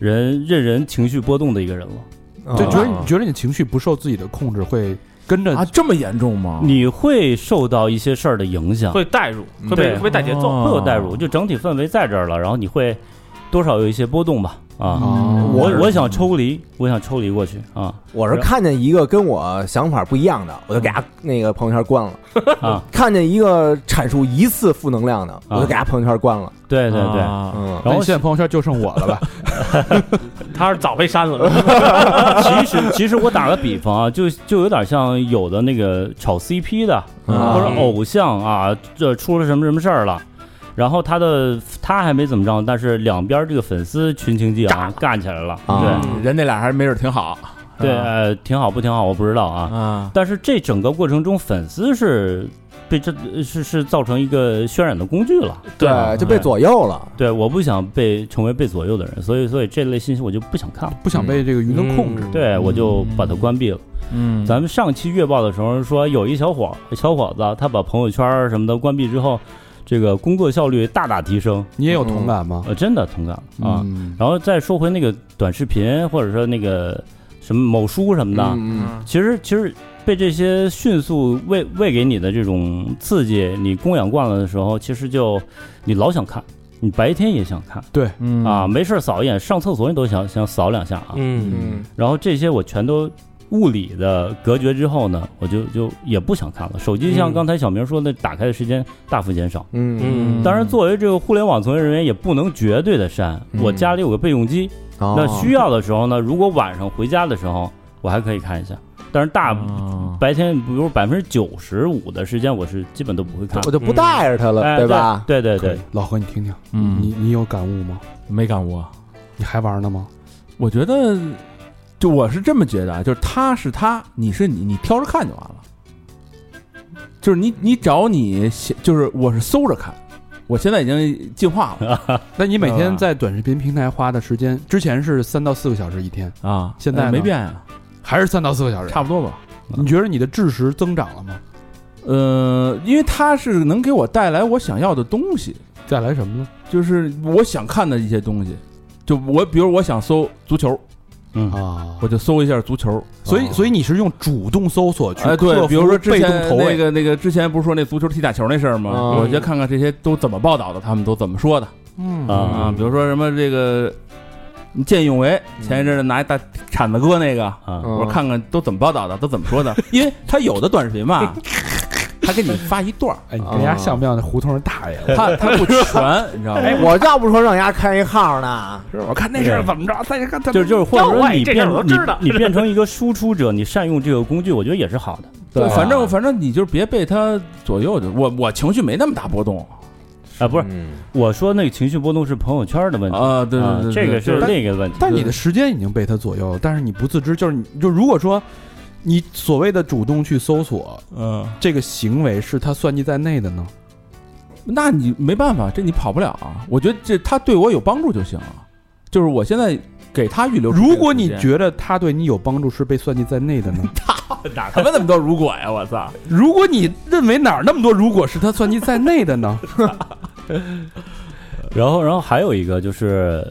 [SPEAKER 7] 人任人情绪波动的一个人了。
[SPEAKER 1] 嗯就觉得
[SPEAKER 2] 啊
[SPEAKER 1] 你觉得你情绪不受自己的控制，会跟着
[SPEAKER 3] 啊，这么严重吗？
[SPEAKER 7] 你会受到一些事儿的影响，
[SPEAKER 4] 会带入，会被
[SPEAKER 7] 对
[SPEAKER 4] 会被带节奏，
[SPEAKER 7] 会有代
[SPEAKER 3] 哦
[SPEAKER 7] 入，就整体氛围在这儿了，然后你会多少有一些波动吧？啊，
[SPEAKER 1] 哦
[SPEAKER 7] 我我想抽离，我想抽离过去啊
[SPEAKER 2] 我是看见一个跟我想法不一样的，我就给他那个朋友圈关了；
[SPEAKER 7] 啊，
[SPEAKER 2] 看见一个阐述疑似负能量的，我就给他朋友圈关了。
[SPEAKER 7] 对对对，
[SPEAKER 3] 啊
[SPEAKER 2] 嗯，
[SPEAKER 7] 然
[SPEAKER 1] 那
[SPEAKER 7] 后
[SPEAKER 1] 你现在朋友圈就剩我了 吧？
[SPEAKER 4] 他是早被删了，
[SPEAKER 7] 其实其实我打个比方啊，就就有点像有的那个炒 CP 的
[SPEAKER 2] 啊
[SPEAKER 7] 或者偶像啊，这出了什么什么事儿了。然后他的他还没怎么着，但是两边这个粉丝群情激昂，干起来了。
[SPEAKER 2] 啊
[SPEAKER 3] 人那俩还没准挺好
[SPEAKER 7] 对对，呃，挺好不挺好，我不知道 啊。
[SPEAKER 3] 啊
[SPEAKER 7] 但是这整个过程中，粉丝是被这是是造成一个渲染的工具了。
[SPEAKER 2] 对，就被左右了。
[SPEAKER 7] 对，我不想被成为被左右的人，所以所以这类信息我就不想看了。
[SPEAKER 1] 不想被这个舆论控制。
[SPEAKER 7] 对，我就把它关闭了。
[SPEAKER 3] 嗯
[SPEAKER 7] 咱们上期月报的时候说，有一小伙小伙子，他把朋友圈儿什么的关闭之后，这个工作效率大大提升，
[SPEAKER 1] 你也有同感吗？
[SPEAKER 7] 呃，真的同感了啊。
[SPEAKER 1] 嗯
[SPEAKER 7] 然后再说回那个短视频，或者说那个什么某书什么的，
[SPEAKER 2] 嗯
[SPEAKER 7] 其实其实被这些迅速喂喂给你的这种刺激，你供养惯了的时候，其实就你老想看，你白天也想看
[SPEAKER 3] 嗯
[SPEAKER 7] 啊，没事儿扫一眼，上厕所你都想想扫两下啊。
[SPEAKER 4] 嗯，
[SPEAKER 2] 嗯
[SPEAKER 7] 然后这些我全都物理的隔绝之后呢，我就就也不想看了。手机像
[SPEAKER 4] 嗯
[SPEAKER 7] 刚才小明说的，打开的时间大幅减少。
[SPEAKER 2] 嗯
[SPEAKER 4] 嗯
[SPEAKER 7] 当然，作为这个互联网从业人员，也不能绝对的删。
[SPEAKER 2] 嗯
[SPEAKER 7] 我家里有个备用机，
[SPEAKER 2] 哦
[SPEAKER 7] 那需要的时候呢，如果晚上回家的时候，我还可以看一下。但是大
[SPEAKER 3] 啊
[SPEAKER 7] 白天，比如百分之九十五的时间，我是基本都不会看
[SPEAKER 2] 我。就不带着他了，
[SPEAKER 7] 哎
[SPEAKER 2] 对吧？
[SPEAKER 7] 对
[SPEAKER 1] 啊
[SPEAKER 7] 对对，
[SPEAKER 1] 老何，你听听，
[SPEAKER 3] 嗯
[SPEAKER 1] 你你有感悟吗？
[SPEAKER 3] 没感悟啊。
[SPEAKER 1] 你还玩呢吗？
[SPEAKER 3] 我觉得，就我是这么觉得啊，就是他是他，你是你，你挑着看就完了。就是你，你找你想，就是我是搜着看，我现在已经进化 了
[SPEAKER 1] 那你每
[SPEAKER 3] 对吧
[SPEAKER 1] 天在短视频平台花的时间，之前是三到四个小时一天，
[SPEAKER 3] 啊，
[SPEAKER 1] 现在呢
[SPEAKER 3] 没变啊，
[SPEAKER 1] 还是三到四个小时？
[SPEAKER 3] 差不多吧。
[SPEAKER 1] 你觉得你的智识增长了吗？
[SPEAKER 3] 呃，因为它是能给我带来我想要的东西，
[SPEAKER 1] 带来什么呢？
[SPEAKER 3] 就是我想看的一些东西。就我，比如我想搜足球，
[SPEAKER 7] 嗯，
[SPEAKER 1] 啊哦
[SPEAKER 3] 我，就搜一下足球。
[SPEAKER 1] 所以所以你是用主动搜索去
[SPEAKER 3] 哎，
[SPEAKER 1] 克
[SPEAKER 3] 对，
[SPEAKER 1] 服
[SPEAKER 3] 比如说之
[SPEAKER 1] 被
[SPEAKER 3] 前
[SPEAKER 1] 动投
[SPEAKER 3] 那
[SPEAKER 1] 喂，
[SPEAKER 3] 个那个之前不是说那足球踢打球那事儿吗？
[SPEAKER 2] 嗯
[SPEAKER 3] 我就看看这些都怎么报道的，他们都怎么说的。
[SPEAKER 1] 嗯嗯
[SPEAKER 7] 啊
[SPEAKER 3] 啊，比如说什么这个见义勇为，前一阵儿拿一大铲子割那个，
[SPEAKER 1] 哦
[SPEAKER 7] 啊
[SPEAKER 2] 嗯
[SPEAKER 3] 我看看都怎么报道的，都怎么 说的，因为他有的短视频吧，他给你发一 段儿，
[SPEAKER 1] 哎，你跟人家像不像那胡同的大爷？
[SPEAKER 3] 他他不全，你知道
[SPEAKER 1] 哎
[SPEAKER 3] 吗？
[SPEAKER 2] 我要不说让丫开一号呢，
[SPEAKER 1] 是我看那事儿 怎么着，再看他
[SPEAKER 7] 就是就是，或者
[SPEAKER 4] 要
[SPEAKER 7] 说
[SPEAKER 4] 嗯我
[SPEAKER 7] 你
[SPEAKER 4] 这
[SPEAKER 7] 变
[SPEAKER 4] 点我都知道
[SPEAKER 7] 你你变成一个输出者，你善用这个工具，我觉得也是好的。
[SPEAKER 2] 对
[SPEAKER 1] 啊
[SPEAKER 3] 反正反正你就别被他左右就我我情绪没那么大波动
[SPEAKER 7] 啊，不是，
[SPEAKER 2] 嗯哦
[SPEAKER 7] 我说那个情绪波动是朋友圈的问题，
[SPEAKER 3] 啊，对
[SPEAKER 7] 啊
[SPEAKER 3] 对对，
[SPEAKER 7] 这个是
[SPEAKER 3] 对
[SPEAKER 7] 另一个问题。
[SPEAKER 1] 但你的时间已经被他左右了，但是你不自知，就是你就如果说你所谓的主动去搜索
[SPEAKER 3] 嗯，
[SPEAKER 1] 这个行为是他算计在内的呢？
[SPEAKER 3] 那你没办法，这你跑不了啊。我觉得这他对我有帮助就行了，就是我现在给他预留出这个时间。
[SPEAKER 1] 如果你觉得他对你有帮助是被算计在内的呢？
[SPEAKER 3] 哪他妈那么多如果呀，我操！
[SPEAKER 1] 如果你认为哪儿那么多如果是他算计在内的呢？
[SPEAKER 7] 然后，然后还有一个就是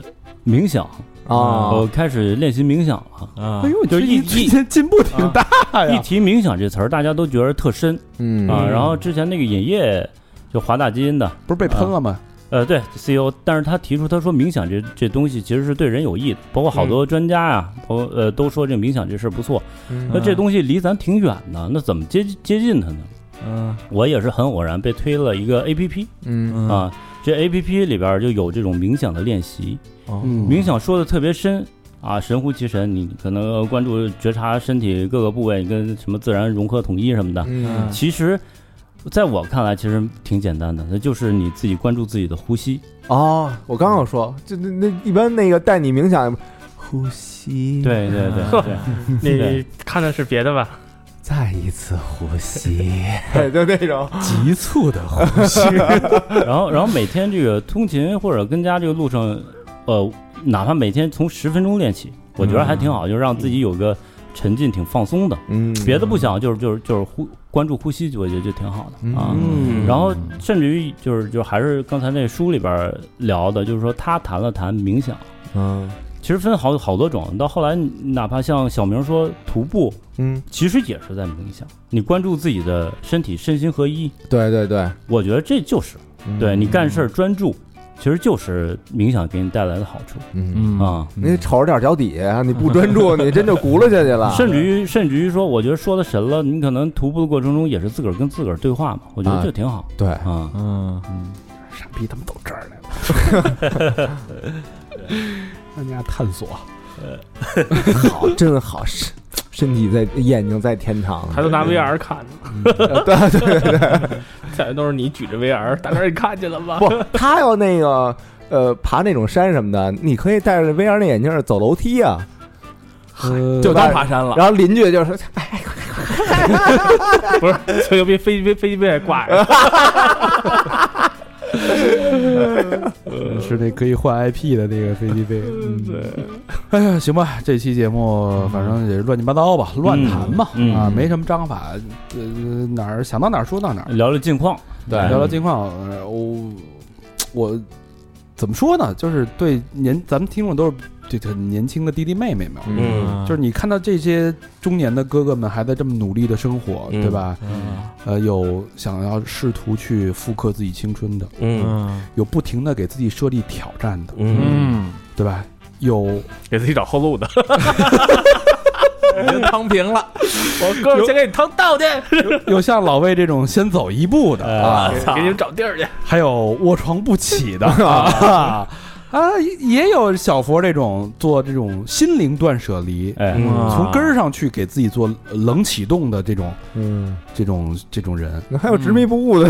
[SPEAKER 7] 冥想，
[SPEAKER 2] 啊
[SPEAKER 7] 我开始练习冥想 了。
[SPEAKER 3] 啊
[SPEAKER 1] 哎呦，
[SPEAKER 7] 就一
[SPEAKER 1] 你最近进步挺大
[SPEAKER 7] 一
[SPEAKER 1] 呀！
[SPEAKER 7] 提冥想这词儿，大家都觉得特深
[SPEAKER 2] 哎嗯
[SPEAKER 7] 啊。然后之前那个尹烨，就华大基因的，
[SPEAKER 1] 不是被喷了吗？
[SPEAKER 3] 啊
[SPEAKER 7] 呃，对 CEO，但是他提出他说冥想这这东西其实是对人有益的，包括好多专家啊，包括呃都说这冥想这事儿不错。那这东西离咱挺远的，那怎么接接近它呢？
[SPEAKER 3] 嗯
[SPEAKER 7] 我也是很偶然被推了一个 A P P
[SPEAKER 2] 嗯
[SPEAKER 3] 嗯
[SPEAKER 7] 啊，这 A P P 里边就有这种冥想的练习，
[SPEAKER 1] 嗯
[SPEAKER 7] 冥想说的特别深啊，神乎其神，你可能关注觉察身体各个部位跟什么自然融合统一什么的，
[SPEAKER 2] 嗯
[SPEAKER 7] 其实。在我看来，其实挺简单的，那就是你自己关注自己的呼吸，
[SPEAKER 2] 哦，我刚要说，就那那一般那个带你冥想，呼吸，，
[SPEAKER 7] 对对对对，
[SPEAKER 4] 你看的是别的吧？
[SPEAKER 2] 再一次呼吸，对， 就那种，
[SPEAKER 1] 急促的呼吸，
[SPEAKER 7] 然后，然后每天这个通勤或者跟家这个路上，呃，哪怕每天从十分钟练起，我觉得还挺
[SPEAKER 1] 嗯
[SPEAKER 7] 好，就让自己有个沉浸、挺放松的。
[SPEAKER 2] 嗯，
[SPEAKER 7] 别的不想，就是就是就是呼关注呼吸，我觉得就挺好的啊。
[SPEAKER 1] 嗯
[SPEAKER 7] 然后，甚至于就是就还是刚才那书里边聊的，就是说他谈了谈冥想，
[SPEAKER 2] 嗯
[SPEAKER 7] 其实分好好多种。到后来，哪怕像小明说徒步，
[SPEAKER 2] 嗯，
[SPEAKER 7] 其实也是在冥想。你关注自己的身体，身心合一，
[SPEAKER 2] 对对对，
[SPEAKER 7] 我觉得这就是。
[SPEAKER 2] 嗯
[SPEAKER 7] 对你干事儿专注，其实就是冥想给你带来的好处
[SPEAKER 2] 嗯，
[SPEAKER 3] 嗯
[SPEAKER 7] 啊。
[SPEAKER 2] 你瞅着点脚底下，啊你不专注，你真就轱辘下去了，
[SPEAKER 7] 甚至于，甚至于说，我觉得说的神了，你可能徒步的过程中也是自个儿跟自个儿对话嘛，我觉
[SPEAKER 2] 啊
[SPEAKER 7] 得这挺好
[SPEAKER 2] 对，
[SPEAKER 7] 啊。
[SPEAKER 3] 嗯，
[SPEAKER 1] 傻逼他们都这儿来了，让大家探索。
[SPEAKER 2] 好，真好，身身体在，眼睛在天堂，呃
[SPEAKER 4] 还都拿 VR 看呢，
[SPEAKER 2] 对对对对。
[SPEAKER 4] 下面都是你举着 VR，大哥你看见了吗？
[SPEAKER 2] 不，他要那个呃爬那种山什么的，你可以戴着 VR 那眼镜儿走楼梯啊。
[SPEAKER 3] 就当爬
[SPEAKER 4] 啊
[SPEAKER 3] 山了。
[SPEAKER 2] 然后邻居就说：“
[SPEAKER 4] 不是，最牛逼飞机杯飞机杯还挂着，
[SPEAKER 1] 呃是那可以换 IP 的那个飞机杯。对，哎呀，行吧，这期节目反正也是乱七八糟吧，乱谈吧，
[SPEAKER 7] 嗯
[SPEAKER 1] 啊，
[SPEAKER 7] 嗯
[SPEAKER 1] 没什么章法，呃，哪儿想到哪儿说到哪儿，
[SPEAKER 7] 聊聊近况，
[SPEAKER 2] 对
[SPEAKER 1] 聊聊近况。呃我我怎么说呢？就是对年咱们听众都是对很年轻的弟弟妹妹嘛。
[SPEAKER 4] 嗯
[SPEAKER 1] 就是你看到这些中年的哥哥们还在这么努力的生活，
[SPEAKER 9] 嗯
[SPEAKER 1] 对吧？
[SPEAKER 3] 嗯
[SPEAKER 1] 呃，有想要试图去复刻自己青春的，
[SPEAKER 9] 嗯
[SPEAKER 1] 有不停的给自己设立挑战的，
[SPEAKER 9] 嗯，
[SPEAKER 1] 对吧？有
[SPEAKER 4] 给自己找后路 的。
[SPEAKER 3] 躺平了，
[SPEAKER 4] 我哥们儿先给你腾道去，
[SPEAKER 1] 有像老魏这种先走一步的啊，
[SPEAKER 4] 给你们找地儿去。
[SPEAKER 1] 还有卧床不起 的啊啊，也有小佛这种做这种心灵断舍离，嗯
[SPEAKER 7] 哎，
[SPEAKER 3] 嗯
[SPEAKER 1] 从根儿上去给自己做冷启动的这种
[SPEAKER 2] 嗯，
[SPEAKER 1] 这种这种人。
[SPEAKER 2] 还有执迷不悟的，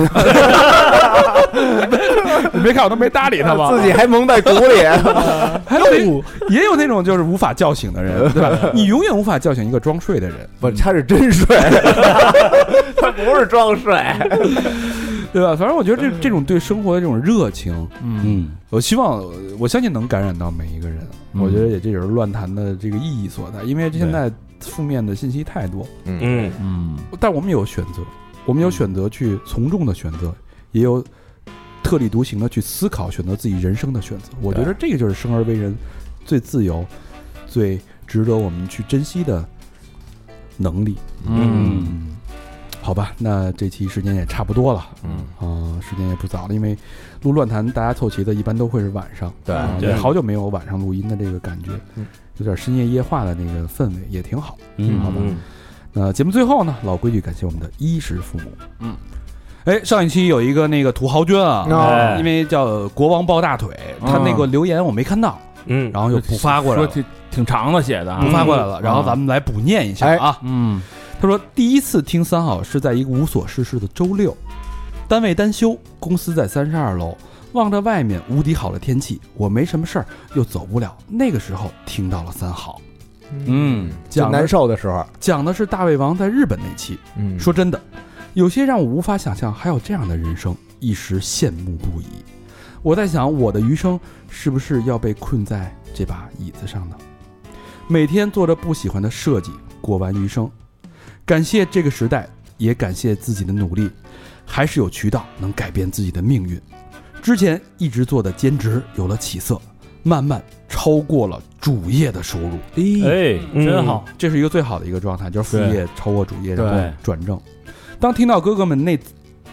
[SPEAKER 1] 你 别看我都没搭理他 吧，
[SPEAKER 2] 自己还蒙在鼓里。
[SPEAKER 1] 还有那 也有那种就是无法叫醒的 人，对吧？你永远无法叫醒一个装睡的人，
[SPEAKER 2] 不，他是真睡，他不是装睡。
[SPEAKER 1] 对吧？反正我觉得这这种对生活的这种热情，
[SPEAKER 7] 嗯，
[SPEAKER 1] 我希望，我相信能感染到每一个人。啊我觉得
[SPEAKER 3] 嗯
[SPEAKER 1] 也这也是乱谈的这个意义所在，因为现在负面的信息太多，
[SPEAKER 9] 嗯
[SPEAKER 3] 嗯
[SPEAKER 1] 但我们有选择，我们有选择去从众的选择，也有特立独行的去思考，选择自己人生的选择。我觉得这个就是生而为人最自由、最值得我们去珍惜的能力。
[SPEAKER 7] 嗯
[SPEAKER 1] 嗯，好吧，那这期时间也差不多了。
[SPEAKER 2] 嗯
[SPEAKER 1] 啊、时间也不早了，因为录乱谈大家凑齐的一般都会是晚上，
[SPEAKER 2] 对
[SPEAKER 1] 啊
[SPEAKER 7] 对
[SPEAKER 1] 也好久没有晚上录音的这个感觉，
[SPEAKER 2] 嗯
[SPEAKER 1] 有点深夜夜话的那个氛围也挺好。
[SPEAKER 7] 嗯
[SPEAKER 1] 好吧。
[SPEAKER 9] 嗯
[SPEAKER 1] 那节目最后呢，老规矩，感谢我们的衣食父母。嗯，哎，上一期有一个那个土豪君啊，
[SPEAKER 2] 啊
[SPEAKER 1] 因为叫国王抱大腿，他那个留言我没看到，
[SPEAKER 9] 嗯，
[SPEAKER 1] 然后又补发过来
[SPEAKER 3] 说
[SPEAKER 1] 了。
[SPEAKER 3] 挺挺长的写的啊
[SPEAKER 1] 补，发过来了，
[SPEAKER 3] 嗯
[SPEAKER 1] 然后咱们来补念一下啊。
[SPEAKER 3] 嗯
[SPEAKER 1] 他说第一次听三好是在一个无所事事的周六，单位单休，公司在三十二楼，望着外面无敌好的天气，我没什么事儿，又走不了。那个时候听到了三好，
[SPEAKER 3] 嗯，
[SPEAKER 2] 最
[SPEAKER 1] 讲
[SPEAKER 2] 难
[SPEAKER 1] 的
[SPEAKER 2] 受的时候，
[SPEAKER 1] 讲的是大胃王在日本那期。
[SPEAKER 2] 嗯
[SPEAKER 1] 说真的，有些让我无法想象还有这样的人生，一时羡慕不已。我在想，我的余生是不是要被困在这把椅子上呢？每天做着不喜欢的设计，过完余生。感谢这个时代，也感谢自己的努力，还是有渠道能改变自己的命运。之前一直做的兼职有了起色，慢慢超过了主业的收入。
[SPEAKER 7] 哎，真好，
[SPEAKER 1] 这是一个最好的一个状态，就是副业超过主业，
[SPEAKER 3] 对
[SPEAKER 1] 然后转正。当听到哥哥们那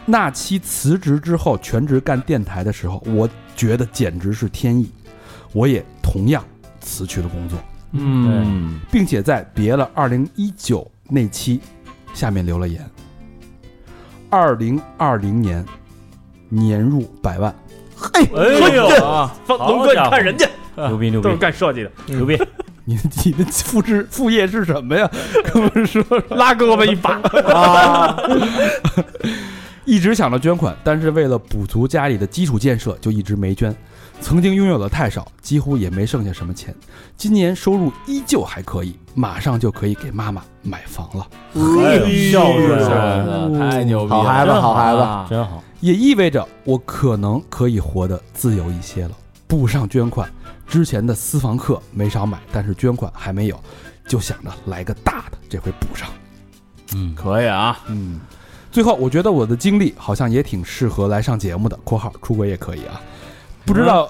[SPEAKER 1] 那期辞职之后全职干电台的时候，我觉得简直是天意。我也同样辞去了工作，
[SPEAKER 8] 嗯，
[SPEAKER 1] 并且在别了二零一九那期下面留了言：二零二零年年入百万，
[SPEAKER 7] 哎呦，
[SPEAKER 4] 放龙哥，你看人家
[SPEAKER 7] 牛逼牛逼
[SPEAKER 4] 都是干设计的，
[SPEAKER 7] 牛逼，
[SPEAKER 1] 你的你的副职副业是什么呀？
[SPEAKER 4] 拉 胳膊一把，
[SPEAKER 1] 一直想着捐款，但是为了补足家里的基础建设，就一直没捐。曾经拥有的太少，几乎也没剩下什么钱。今年收入依旧还可以，马上就可以给妈妈买房了，
[SPEAKER 7] 孝顺
[SPEAKER 3] 哎呀太牛逼了，
[SPEAKER 2] 好孩子
[SPEAKER 3] 哎真
[SPEAKER 2] 好孩子
[SPEAKER 3] 啊
[SPEAKER 7] 真好，
[SPEAKER 1] 也意味着我可能可以活得自由一些了。补上捐款，之前的私房课没少买，但是捐款还没有，就想着来个大的，这回补上。
[SPEAKER 7] 嗯，
[SPEAKER 3] 可以啊，
[SPEAKER 1] 嗯，最后我觉得我的经历好像也挺适合来上节目的（括号出轨也可以啊）。不知道，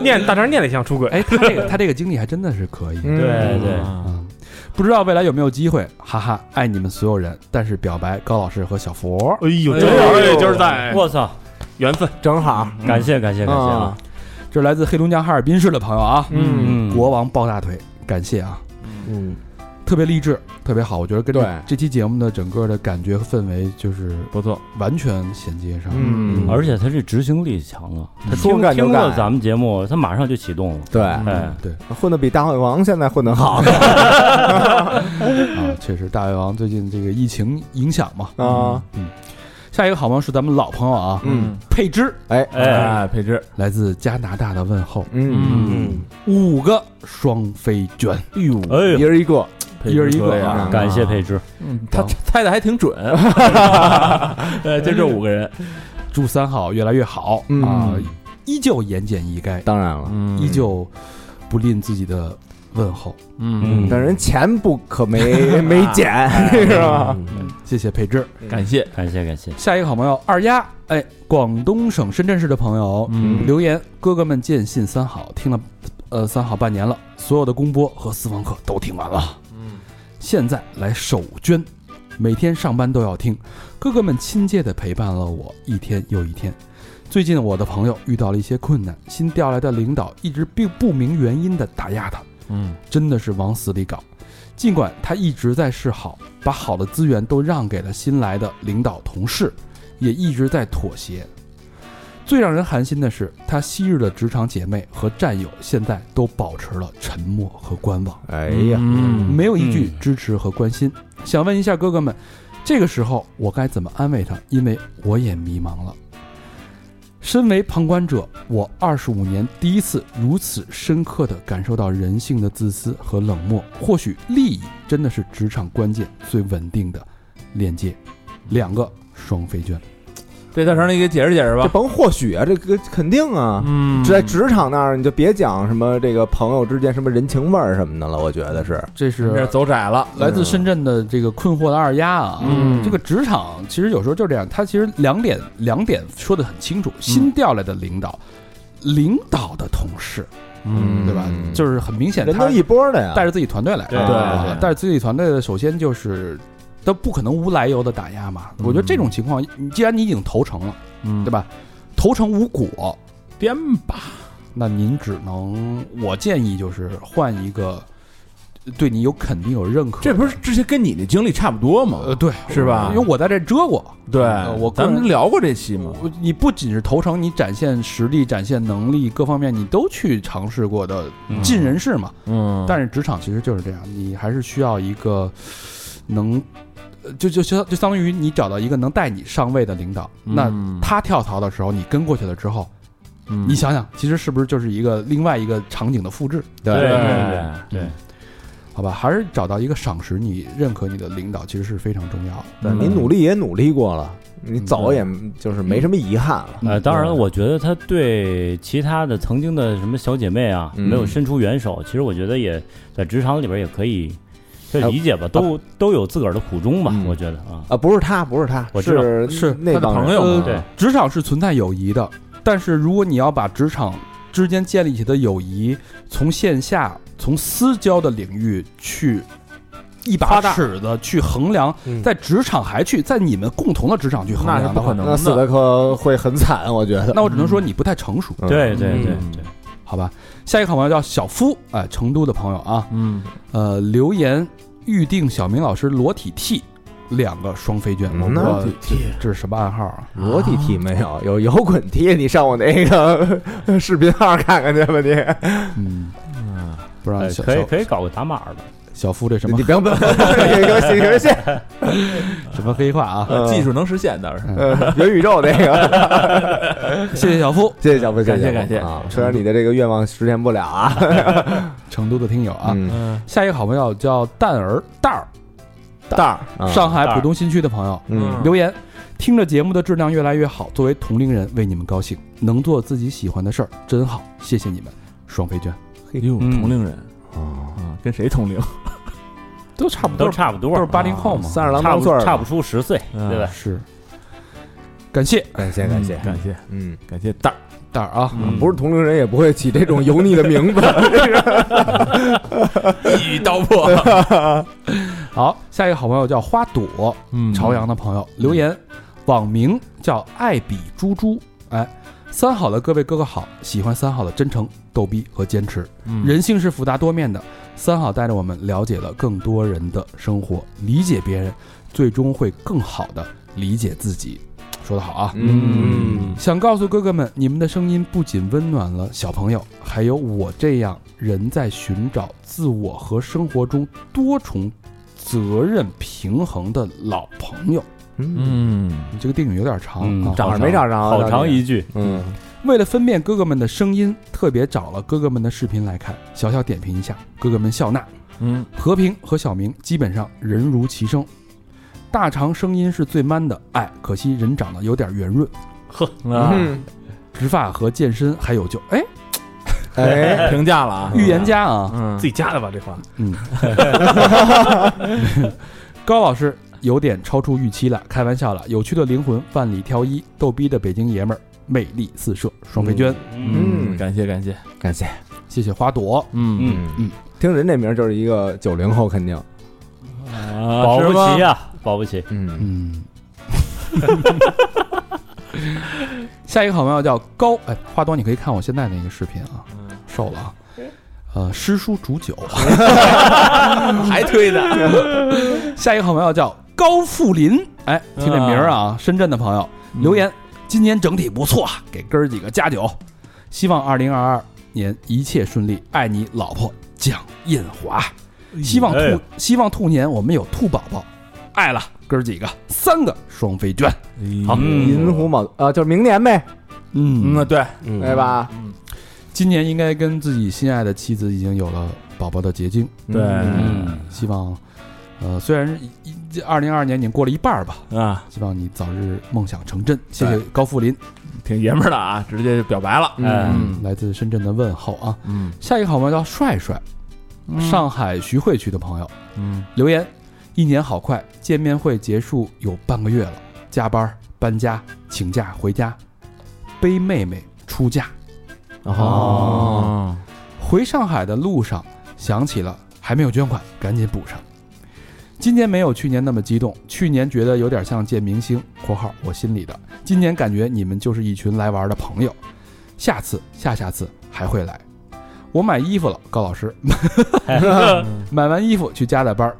[SPEAKER 4] 念大肠念得像出轨，
[SPEAKER 1] 哎，他这个他这个经历还真的是可以。
[SPEAKER 2] 嗯
[SPEAKER 4] 哎
[SPEAKER 7] 对对，
[SPEAKER 1] 嗯，不知道未来有没有机会，哈哈，爱你们所有人。但是表白高老师和小佛，
[SPEAKER 4] 哎呦，
[SPEAKER 3] 正好
[SPEAKER 4] 哎，就是在
[SPEAKER 7] 我操，
[SPEAKER 4] 缘分，
[SPEAKER 2] 正好，
[SPEAKER 7] 感谢感谢感谢啊
[SPEAKER 2] 啊，，
[SPEAKER 1] 这是来自黑龙江哈尔滨市的朋友啊，
[SPEAKER 2] 嗯
[SPEAKER 7] 嗯，
[SPEAKER 1] 国王抱大腿，感谢啊，
[SPEAKER 2] 嗯，
[SPEAKER 1] 特别励志，特别好，我觉得跟
[SPEAKER 2] 对
[SPEAKER 1] 这这期节目的整个的感觉和氛围就是
[SPEAKER 3] 不错，
[SPEAKER 1] 完全衔接上。
[SPEAKER 2] 嗯
[SPEAKER 7] 而且他这执行力强啊，他
[SPEAKER 2] 说
[SPEAKER 7] 听
[SPEAKER 2] 干就
[SPEAKER 7] 听
[SPEAKER 2] 干
[SPEAKER 7] 了咱们节目，他马上就启动了，
[SPEAKER 2] 对，
[SPEAKER 7] 哎，
[SPEAKER 1] 对
[SPEAKER 2] 混的比大胃王现在混的好
[SPEAKER 1] 啊，确实，大胃王最近这个疫情影响嘛。
[SPEAKER 2] 啊，
[SPEAKER 1] 下一个好朋友是咱们老朋友啊，
[SPEAKER 2] 嗯，
[SPEAKER 1] 佩芝，
[SPEAKER 2] 哎
[SPEAKER 7] 哎，
[SPEAKER 3] 佩芝，
[SPEAKER 1] 来自加拿大的问候，
[SPEAKER 2] 嗯，
[SPEAKER 4] 嗯，
[SPEAKER 1] 五个双飞卷，
[SPEAKER 3] 哟，
[SPEAKER 7] 哎
[SPEAKER 2] 一
[SPEAKER 7] 呦，
[SPEAKER 2] 人一个，
[SPEAKER 3] 佩
[SPEAKER 1] 一人
[SPEAKER 3] 芝
[SPEAKER 1] 一个哎
[SPEAKER 3] 可以啊
[SPEAKER 2] 啊，
[SPEAKER 7] 感谢佩芝，
[SPEAKER 3] 嗯他猜的还挺准，呃，就这五个人，
[SPEAKER 1] 祝三好越来越好
[SPEAKER 2] 嗯
[SPEAKER 1] 啊，依旧言简意赅，
[SPEAKER 2] 当然了，
[SPEAKER 3] 嗯
[SPEAKER 1] 依旧不吝自己的问候。
[SPEAKER 3] 嗯，
[SPEAKER 2] 但人钱不可没没减，是吧？
[SPEAKER 1] 谢谢佩芝。
[SPEAKER 3] 感谢，
[SPEAKER 7] 感谢感谢，
[SPEAKER 1] 下一个好朋友二丫，哎，广东省深圳市的朋友、
[SPEAKER 3] 嗯
[SPEAKER 1] 留言：哥哥们见信三好，听了呃三好半年了，所有的公播和私房课都听完了。现在来首捐，每天上班都要听。哥哥们亲切地陪伴了我一天又一天。最近我的朋友遇到了一些困难，新调来的领导一直并不明原因地打压他，
[SPEAKER 3] 嗯
[SPEAKER 1] 真的是往死里搞。尽管他一直在示好，把好的资源都让给了新来的领导同事，也一直在妥协。最让人寒心的是，他昔日的职场姐妹和战友现在都保持了沉默和观望。
[SPEAKER 2] 哎
[SPEAKER 3] 哎呀
[SPEAKER 2] 呀，，
[SPEAKER 1] 没有一句支持和关心。想问一下哥哥们，这个时候我该怎么安慰他？因为我也迷茫了。身为旁观者，我二十五年第一次如此深刻地感受到人性的自私和冷漠。或许利益真的是职场关键最稳定的链接。两个双飞卷，
[SPEAKER 3] 这大成你给解释解释
[SPEAKER 2] 这
[SPEAKER 3] 吧，
[SPEAKER 2] 甭或许啊，这个肯定啊。
[SPEAKER 4] 嗯
[SPEAKER 2] 在职场那儿，你就别讲什么这个朋友之间什么人情味儿什么的了，我觉得是，
[SPEAKER 1] 这
[SPEAKER 3] 你这
[SPEAKER 1] 是
[SPEAKER 3] 走窄了，
[SPEAKER 1] 来自深圳的这个困惑的二丫啊，
[SPEAKER 4] 嗯
[SPEAKER 1] 这个职场其实有时候就这样，他其实两点两点说的很清楚，新调来的领导，领导的同事，
[SPEAKER 2] 嗯
[SPEAKER 1] 对吧？就是很明显
[SPEAKER 2] 人
[SPEAKER 1] 他
[SPEAKER 2] 都一波的呀，
[SPEAKER 1] 带着自己团队来，
[SPEAKER 7] 对
[SPEAKER 1] 啊
[SPEAKER 3] 对对
[SPEAKER 1] 带着自己团队的，首先就是。他不可能无来由的打压嘛，我觉得这种情况，你既然你已经投诚了，
[SPEAKER 3] 嗯
[SPEAKER 1] 对吧？投诚无果，
[SPEAKER 3] 编吧，
[SPEAKER 1] 那您只能，我建议就是换一个对你有肯定、有认可的。
[SPEAKER 3] 这不是之前跟你那经历差不多
[SPEAKER 7] 啊
[SPEAKER 3] 吗？
[SPEAKER 1] 呃，对，
[SPEAKER 3] 是
[SPEAKER 7] 嗯
[SPEAKER 3] 吧
[SPEAKER 1] 因为我在这遮过，
[SPEAKER 3] 对
[SPEAKER 1] 呃，我个
[SPEAKER 3] 咱
[SPEAKER 1] 人
[SPEAKER 3] 们聊过这期吗？
[SPEAKER 7] 嗯
[SPEAKER 1] 我你不仅是投诚，你展现实力、展现能力各方面，你都去尝试过的尽人事嘛。
[SPEAKER 3] 嗯但
[SPEAKER 1] 但是职场其实就是这样，你还是需要一个能，呃就就相就相当于你找到一个能带你上位的领导，那
[SPEAKER 8] 嗯
[SPEAKER 1] 他跳槽的时候，你跟过去了之后，
[SPEAKER 8] 嗯
[SPEAKER 1] 你想想，其实是不是就是一个另外一个场景的复制？
[SPEAKER 7] 对
[SPEAKER 8] 对
[SPEAKER 7] 对
[SPEAKER 1] 好吧，还是找到一个赏识你、认可你的领导，其实是非常重要的。
[SPEAKER 2] 对你努力也努力过了，你走也就是没什么遗憾了。
[SPEAKER 1] 嗯
[SPEAKER 7] 呃，当然了，我觉得他对其他的曾经的什么小姐妹啊，
[SPEAKER 2] 嗯
[SPEAKER 7] 没有伸出援手，其实我觉得也在职场里边也可以，这理解吧，都都有自个儿的苦衷吧
[SPEAKER 2] 嗯，
[SPEAKER 7] 我觉得啊，
[SPEAKER 2] 啊，不是他，不是他，
[SPEAKER 7] 我知道
[SPEAKER 2] 是
[SPEAKER 1] 是
[SPEAKER 2] 那
[SPEAKER 3] 他的
[SPEAKER 2] 帮人嗯
[SPEAKER 3] 朋友
[SPEAKER 1] 呃
[SPEAKER 3] 嘛，
[SPEAKER 7] 对
[SPEAKER 1] 职场是存在友谊的，但是如果你要把职场之间建立起的友谊，从线下、从私交的领域去一把
[SPEAKER 4] 夸大
[SPEAKER 1] 尺子去衡量，
[SPEAKER 4] 嗯
[SPEAKER 1] 在职场还去在你们共同的职场去衡
[SPEAKER 8] 那
[SPEAKER 1] 量
[SPEAKER 8] 是
[SPEAKER 1] 的
[SPEAKER 8] 不
[SPEAKER 1] 话
[SPEAKER 8] 可能
[SPEAKER 2] 那死
[SPEAKER 8] 的。
[SPEAKER 2] 的可会很惨，我觉得。
[SPEAKER 1] 那我只能说你不太成熟，
[SPEAKER 2] 嗯
[SPEAKER 7] 对对对
[SPEAKER 8] 嗯
[SPEAKER 7] 对，
[SPEAKER 1] 好吧？下一个好朋友叫小夫，哎，成都的朋友啊，
[SPEAKER 8] 嗯，
[SPEAKER 1] 呃，留言预定小明老师裸体 T 两个双飞卷，我不知道
[SPEAKER 2] 裸体
[SPEAKER 1] 这这是什么暗号啊？
[SPEAKER 2] 裸体踢没有，有摇滚踢，你上我那个 视频号看看去吧，你
[SPEAKER 1] 嗯，不知道
[SPEAKER 7] 呃
[SPEAKER 1] 哎小
[SPEAKER 7] 可以
[SPEAKER 1] 小
[SPEAKER 7] 可以搞个打码吧，
[SPEAKER 1] 小夫这什么
[SPEAKER 2] 你不要不要， 给我写给我写，
[SPEAKER 1] 什么黑话 啊？
[SPEAKER 2] 嗯
[SPEAKER 3] 技术能实现倒是。
[SPEAKER 2] 呃元宇宙那个，
[SPEAKER 1] 谢谢小夫，
[SPEAKER 2] 谢谢小飞，
[SPEAKER 3] 感谢
[SPEAKER 2] 谢
[SPEAKER 3] 感谢
[SPEAKER 2] 啊！虽然你的这个愿望实现不了啊，
[SPEAKER 1] 成都的听友啊。
[SPEAKER 2] 嗯，
[SPEAKER 3] 嗯，
[SPEAKER 1] 下一个好朋友叫蛋儿蛋儿，
[SPEAKER 2] 蛋儿，啊
[SPEAKER 1] 上海
[SPEAKER 7] 蛋儿
[SPEAKER 1] 浦东新区的朋友
[SPEAKER 2] 嗯
[SPEAKER 1] 留言，听着节目的质量越来越好，作为同龄人为你们高兴，能做自己喜欢的事儿真好，谢谢你们，双飞卷
[SPEAKER 3] 哎呦，
[SPEAKER 1] 嗯
[SPEAKER 3] 同龄人
[SPEAKER 2] 哦
[SPEAKER 3] 啊，跟谁同龄？
[SPEAKER 1] 都差不
[SPEAKER 7] 都差不多
[SPEAKER 1] 都是，八零后嘛，
[SPEAKER 2] 三十郎
[SPEAKER 7] 差
[SPEAKER 2] 当
[SPEAKER 7] 不
[SPEAKER 2] 岁儿
[SPEAKER 7] 多
[SPEAKER 2] 了，
[SPEAKER 7] 差不出十岁，
[SPEAKER 3] 嗯
[SPEAKER 7] 对吧？
[SPEAKER 1] 是。感谢
[SPEAKER 2] 感谢感谢
[SPEAKER 3] 嗯，感谢
[SPEAKER 2] 嗯，
[SPEAKER 3] 感谢蛋儿，
[SPEAKER 1] 蛋儿
[SPEAKER 3] 嗯
[SPEAKER 1] 啊，
[SPEAKER 2] 不是同龄人也不会起这种油腻的名字，
[SPEAKER 3] 一语 道破。
[SPEAKER 1] 好，下一个好朋友叫花朵，
[SPEAKER 8] 嗯
[SPEAKER 1] 朝阳的朋友留言，网名叫爱比猪猪。哎，三好的各位哥哥好，喜欢三好的真诚、逗逼和坚持。
[SPEAKER 3] 嗯
[SPEAKER 1] 人性是复杂多面的，三好带着我们了解了更多人的生活，理解别人，最终会更好的理解自己。说得好啊！
[SPEAKER 2] 嗯，
[SPEAKER 1] 想告诉哥哥们，你们的声音不仅温暖了小朋友，还有我这样人在寻找自我和生活中多重责任平衡的老朋友。
[SPEAKER 2] 嗯，
[SPEAKER 3] 嗯，
[SPEAKER 1] 你这个定语有点长
[SPEAKER 7] 嗯
[SPEAKER 1] 啊，。
[SPEAKER 7] 长
[SPEAKER 2] 没找着啊
[SPEAKER 7] 好
[SPEAKER 2] 到
[SPEAKER 7] 长
[SPEAKER 2] 底
[SPEAKER 7] 一句，
[SPEAKER 2] 嗯，
[SPEAKER 1] 为了分辨哥哥们的声音，特别找了哥哥们的视频来看，小小点评一下，哥哥们笑纳。
[SPEAKER 3] 嗯，
[SPEAKER 1] 和平和小明基本上人如其声，大肠声音是最 man 的，哎，可惜人长得有点圆润，
[SPEAKER 3] 啊，
[SPEAKER 2] 嗯
[SPEAKER 1] 植发和健身还有救。哎，
[SPEAKER 2] 哎，
[SPEAKER 3] 评价了啊，
[SPEAKER 1] 预言家啊，
[SPEAKER 3] 嗯
[SPEAKER 4] 自，己加的吧，这话
[SPEAKER 1] 嗯，高老师有点超出预期了，开玩笑了。有趣的灵魂，万里挑一，逗逼的北京爷们儿，魅力四射，双飞娟，
[SPEAKER 2] 嗯
[SPEAKER 3] 感谢感谢，
[SPEAKER 2] 感谢，
[SPEAKER 1] 谢谢花朵。
[SPEAKER 3] 嗯
[SPEAKER 2] 嗯嗯，听人这名儿就是一个九零后，肯定，
[SPEAKER 7] 保不齐
[SPEAKER 3] 呀，
[SPEAKER 7] 呀，保不齐，
[SPEAKER 2] 嗯
[SPEAKER 1] 嗯， 下一个好朋友叫高，哎，花朵，你可以看我现在那个视频啊，
[SPEAKER 3] 嗯
[SPEAKER 1] 瘦了啊，呃，诗书煮酒。
[SPEAKER 3] 还推的，
[SPEAKER 1] 下一个好朋友叫高富林，哎，听这名儿啊，深圳的朋友留言，今年整体不错啊，给哥儿几个加酒，希望二零二二年一切顺利，爱你老婆蒋艳华，希望
[SPEAKER 7] 哎
[SPEAKER 1] 兔希望兔年我们有兔宝宝，爱了哥儿几个三个双飞娟，
[SPEAKER 3] 好，
[SPEAKER 2] 嗯银狐卯啊，就是明年呗，
[SPEAKER 1] 嗯
[SPEAKER 3] 嗯，对，
[SPEAKER 2] 对吧？
[SPEAKER 1] 今年应该跟自己心爱的妻子已经有了宝宝的结晶，
[SPEAKER 3] 对
[SPEAKER 2] 嗯
[SPEAKER 7] 嗯，
[SPEAKER 1] 希望，呃，虽然二零二二年已经过了一半儿吧，
[SPEAKER 3] 啊，
[SPEAKER 1] 希望你早日梦想成真。谢谢
[SPEAKER 3] 对
[SPEAKER 1] 高富林，
[SPEAKER 3] 挺爷们儿的啊，直接就表白了，
[SPEAKER 7] 哎
[SPEAKER 1] 嗯，来自深圳的问候啊。
[SPEAKER 3] 嗯，
[SPEAKER 1] 下一个好朋友叫帅帅，嗯上海徐汇区的朋友
[SPEAKER 3] 嗯，
[SPEAKER 1] 留言：一年好快，见面会结束有半个月了，加班、搬家、请假、回家，背妹妹出嫁，
[SPEAKER 3] 嗯
[SPEAKER 2] 哦，
[SPEAKER 1] 回上海的路上，想起了还没有捐款，赶紧补上。今年没有去年那么激动，去年觉得有点像见明星（括号我心里的），今年感觉你们就是一群来玩的朋友，下次、下下次还会来。我买衣服了，高老师，买完衣服去加的班儿。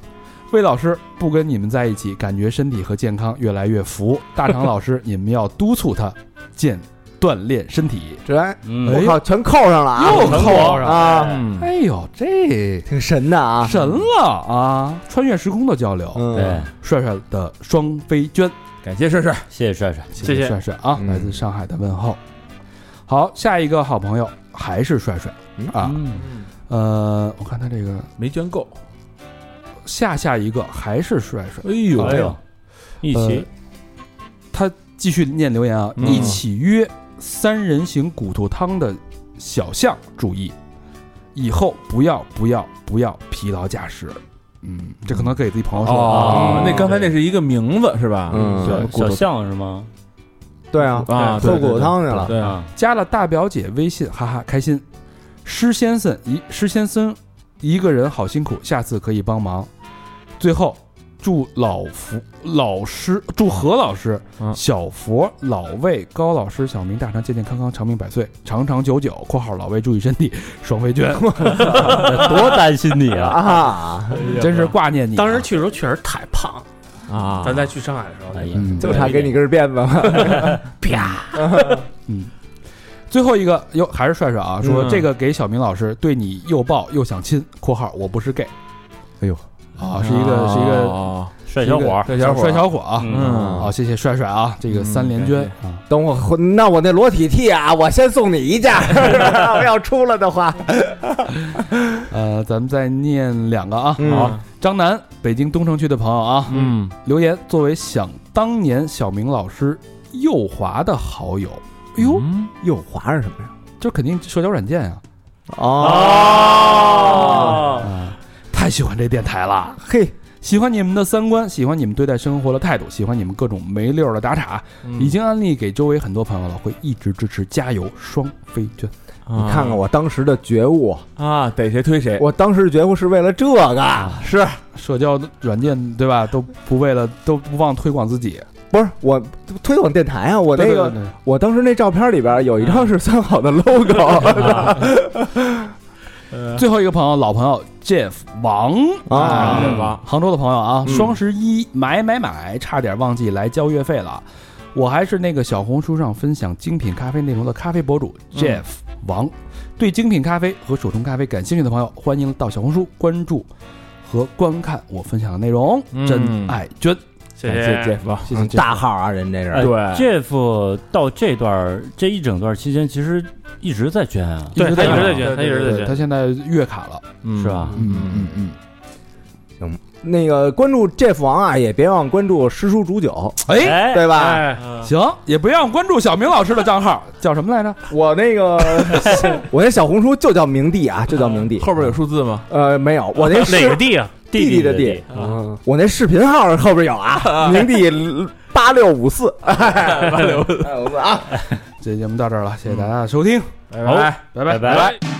[SPEAKER 1] 魏老师不跟你们在一起，感觉身体和健康越来越浮。大肠老师，你们要督促他健锻炼身体。
[SPEAKER 2] 这哎
[SPEAKER 7] 嗯
[SPEAKER 2] 我靠，全扣上了啊！
[SPEAKER 1] 又扣上，
[SPEAKER 2] 啊，
[SPEAKER 8] 嗯，
[SPEAKER 1] 哎呦，这
[SPEAKER 2] 挺神的啊！
[SPEAKER 1] 神了啊！穿越时空的交流，
[SPEAKER 2] 嗯
[SPEAKER 7] 对，，
[SPEAKER 1] 帅帅的双飞娟，
[SPEAKER 3] 感谢帅帅，
[SPEAKER 7] 谢谢帅帅，
[SPEAKER 4] 谢谢
[SPEAKER 1] 帅帅啊，
[SPEAKER 2] 嗯
[SPEAKER 1] 来自上海的问候。好，下一个好朋友还是帅帅
[SPEAKER 2] 嗯
[SPEAKER 1] 啊，呃，我看他这个
[SPEAKER 3] 没捐够，
[SPEAKER 1] 下下一个还是帅帅，
[SPEAKER 3] 哎呦
[SPEAKER 7] 哎呦，一起
[SPEAKER 1] 呃他继续念留言啊，
[SPEAKER 2] 嗯
[SPEAKER 1] 一起约三人行骨头汤的小象注意，以后不要不要不要疲劳驾驶。嗯，这可能给自己朋友说的啊。
[SPEAKER 3] 哦
[SPEAKER 7] 嗯，
[SPEAKER 3] 那刚才那是一个名字是吧？
[SPEAKER 2] 嗯
[SPEAKER 7] 小
[SPEAKER 3] 骨
[SPEAKER 7] 小
[SPEAKER 3] 头
[SPEAKER 7] 象是吗？
[SPEAKER 2] 对啊，
[SPEAKER 3] 啊，
[SPEAKER 2] 做
[SPEAKER 3] 对
[SPEAKER 2] 骨头汤去了。
[SPEAKER 3] 对啊，
[SPEAKER 7] 啊，
[SPEAKER 1] 加了大表姐微信，哈哈，开心。施先生一施先生一个人好辛苦，下次可以帮忙。最后祝老福老师祝何老师、
[SPEAKER 3] 嗯
[SPEAKER 1] 小佛、老魏、高老师、小明大肠健健康康，长命百岁，长长久久。（括号老魏注意身体，双飞娟
[SPEAKER 7] 多担心你啊！
[SPEAKER 2] 啊，
[SPEAKER 1] 真是挂念你、啊
[SPEAKER 4] 当时，去的时候确实太胖了，
[SPEAKER 3] 啊，
[SPEAKER 4] 咱再去上海的时候，
[SPEAKER 7] 哎呀，
[SPEAKER 1] 嗯，
[SPEAKER 2] 就差给你根辫子了。
[SPEAKER 4] 啪，
[SPEAKER 1] 最后一个哟，还是帅帅啊，说
[SPEAKER 3] 嗯
[SPEAKER 1] 这个给小明老师，对你又抱又想亲。（括号我不是 gay）。
[SPEAKER 8] 哎呦，
[SPEAKER 1] 啊，是一个是一个
[SPEAKER 3] 哦
[SPEAKER 7] 帅小伙儿，
[SPEAKER 3] 帅小伙儿
[SPEAKER 1] 帅小伙啊，
[SPEAKER 7] 嗯
[SPEAKER 1] 好，谢谢帅帅啊，这个三连捐啊，
[SPEAKER 2] 等我回，那我那裸体剃啊，我先送你一件。我 要出了的话，
[SPEAKER 1] 呃，咱们再念两个啊，
[SPEAKER 2] 嗯
[SPEAKER 1] 好，张楠，北京东城区的朋友啊，
[SPEAKER 3] 嗯，
[SPEAKER 1] 留言作为想当年小明老师右滑的好友，哎
[SPEAKER 3] 嗯
[SPEAKER 1] 呦，
[SPEAKER 2] 又划是什么呀？
[SPEAKER 1] 这肯定社交软件啊，
[SPEAKER 2] 嗯哦，
[SPEAKER 4] 嗯
[SPEAKER 1] 啊，太喜欢这电台了。
[SPEAKER 2] 嘿，
[SPEAKER 1] 喜欢你们的三观，喜欢你们对待生活的态度，喜欢你们各种没溜儿的打岔，啊已经安利给周围很多朋友了，会一直支持，加油，双飞娟。
[SPEAKER 3] 你
[SPEAKER 2] 你看看我当时的觉悟，
[SPEAKER 3] 啊，逮谁推谁，
[SPEAKER 2] 我当时的觉悟是为了这个，是
[SPEAKER 1] 社交软件对吧？都不为了都不忘推广自己。
[SPEAKER 2] 不是我推广电台啊？我那
[SPEAKER 1] 对
[SPEAKER 2] 个
[SPEAKER 1] 对对对
[SPEAKER 2] 我当时那照片里边有一张是三好的 logo
[SPEAKER 1] 最后一个朋友，老朋友 Jeff 王， 哎
[SPEAKER 2] 啊，
[SPEAKER 3] 对吧？
[SPEAKER 1] 杭州的朋友啊，
[SPEAKER 2] 嗯
[SPEAKER 1] 双十一买买买，差点忘记来交月费了。我还是那个小红书上分享精品咖啡内容的咖啡博主 Jeff 王，对精品咖啡和手冲咖啡感兴趣的朋友，欢迎到小红书关注和观看我分享的内容。
[SPEAKER 3] 嗯
[SPEAKER 1] 真爱娟，
[SPEAKER 4] 谢
[SPEAKER 3] 感谢
[SPEAKER 4] 谢。
[SPEAKER 3] Jeff 嗯吧，
[SPEAKER 1] 谢谢 Jeff
[SPEAKER 2] 大号啊，人这是
[SPEAKER 7] 哎
[SPEAKER 3] 对
[SPEAKER 7] Jeff 到这段儿这一整段期间，其实一直在捐啊，
[SPEAKER 4] 对他一直在
[SPEAKER 1] 捐，
[SPEAKER 4] 捐，他一直在
[SPEAKER 1] 对他
[SPEAKER 4] 捐，
[SPEAKER 1] 现在月卡了，
[SPEAKER 7] 是吧？
[SPEAKER 1] 嗯嗯嗯，
[SPEAKER 2] 那个关注 Jeff 王啊，也别忘关注师叔煮酒，
[SPEAKER 1] 哎。
[SPEAKER 7] 哎，
[SPEAKER 2] 对吧？
[SPEAKER 4] 哎，
[SPEAKER 1] 行，也不要关注小明老师的账号，叫什么来着？
[SPEAKER 2] 我那个，我那小红书就叫明帝啊，就叫明帝。
[SPEAKER 3] 嗯后边有数字吗？
[SPEAKER 2] 呃没有，我那
[SPEAKER 4] 哪
[SPEAKER 2] 视
[SPEAKER 4] 个地啊？
[SPEAKER 2] 弟
[SPEAKER 7] 弟
[SPEAKER 2] 的
[SPEAKER 7] 弟
[SPEAKER 2] 弟，嗯我那视频号后边有啊，明帝八六五四，八六五四啊。
[SPEAKER 1] 这节目到这儿了，谢谢大家的收听，
[SPEAKER 3] 拜
[SPEAKER 7] 好
[SPEAKER 3] 拜。
[SPEAKER 1] 拜
[SPEAKER 7] 拜
[SPEAKER 1] 拜。
[SPEAKER 7] 拜。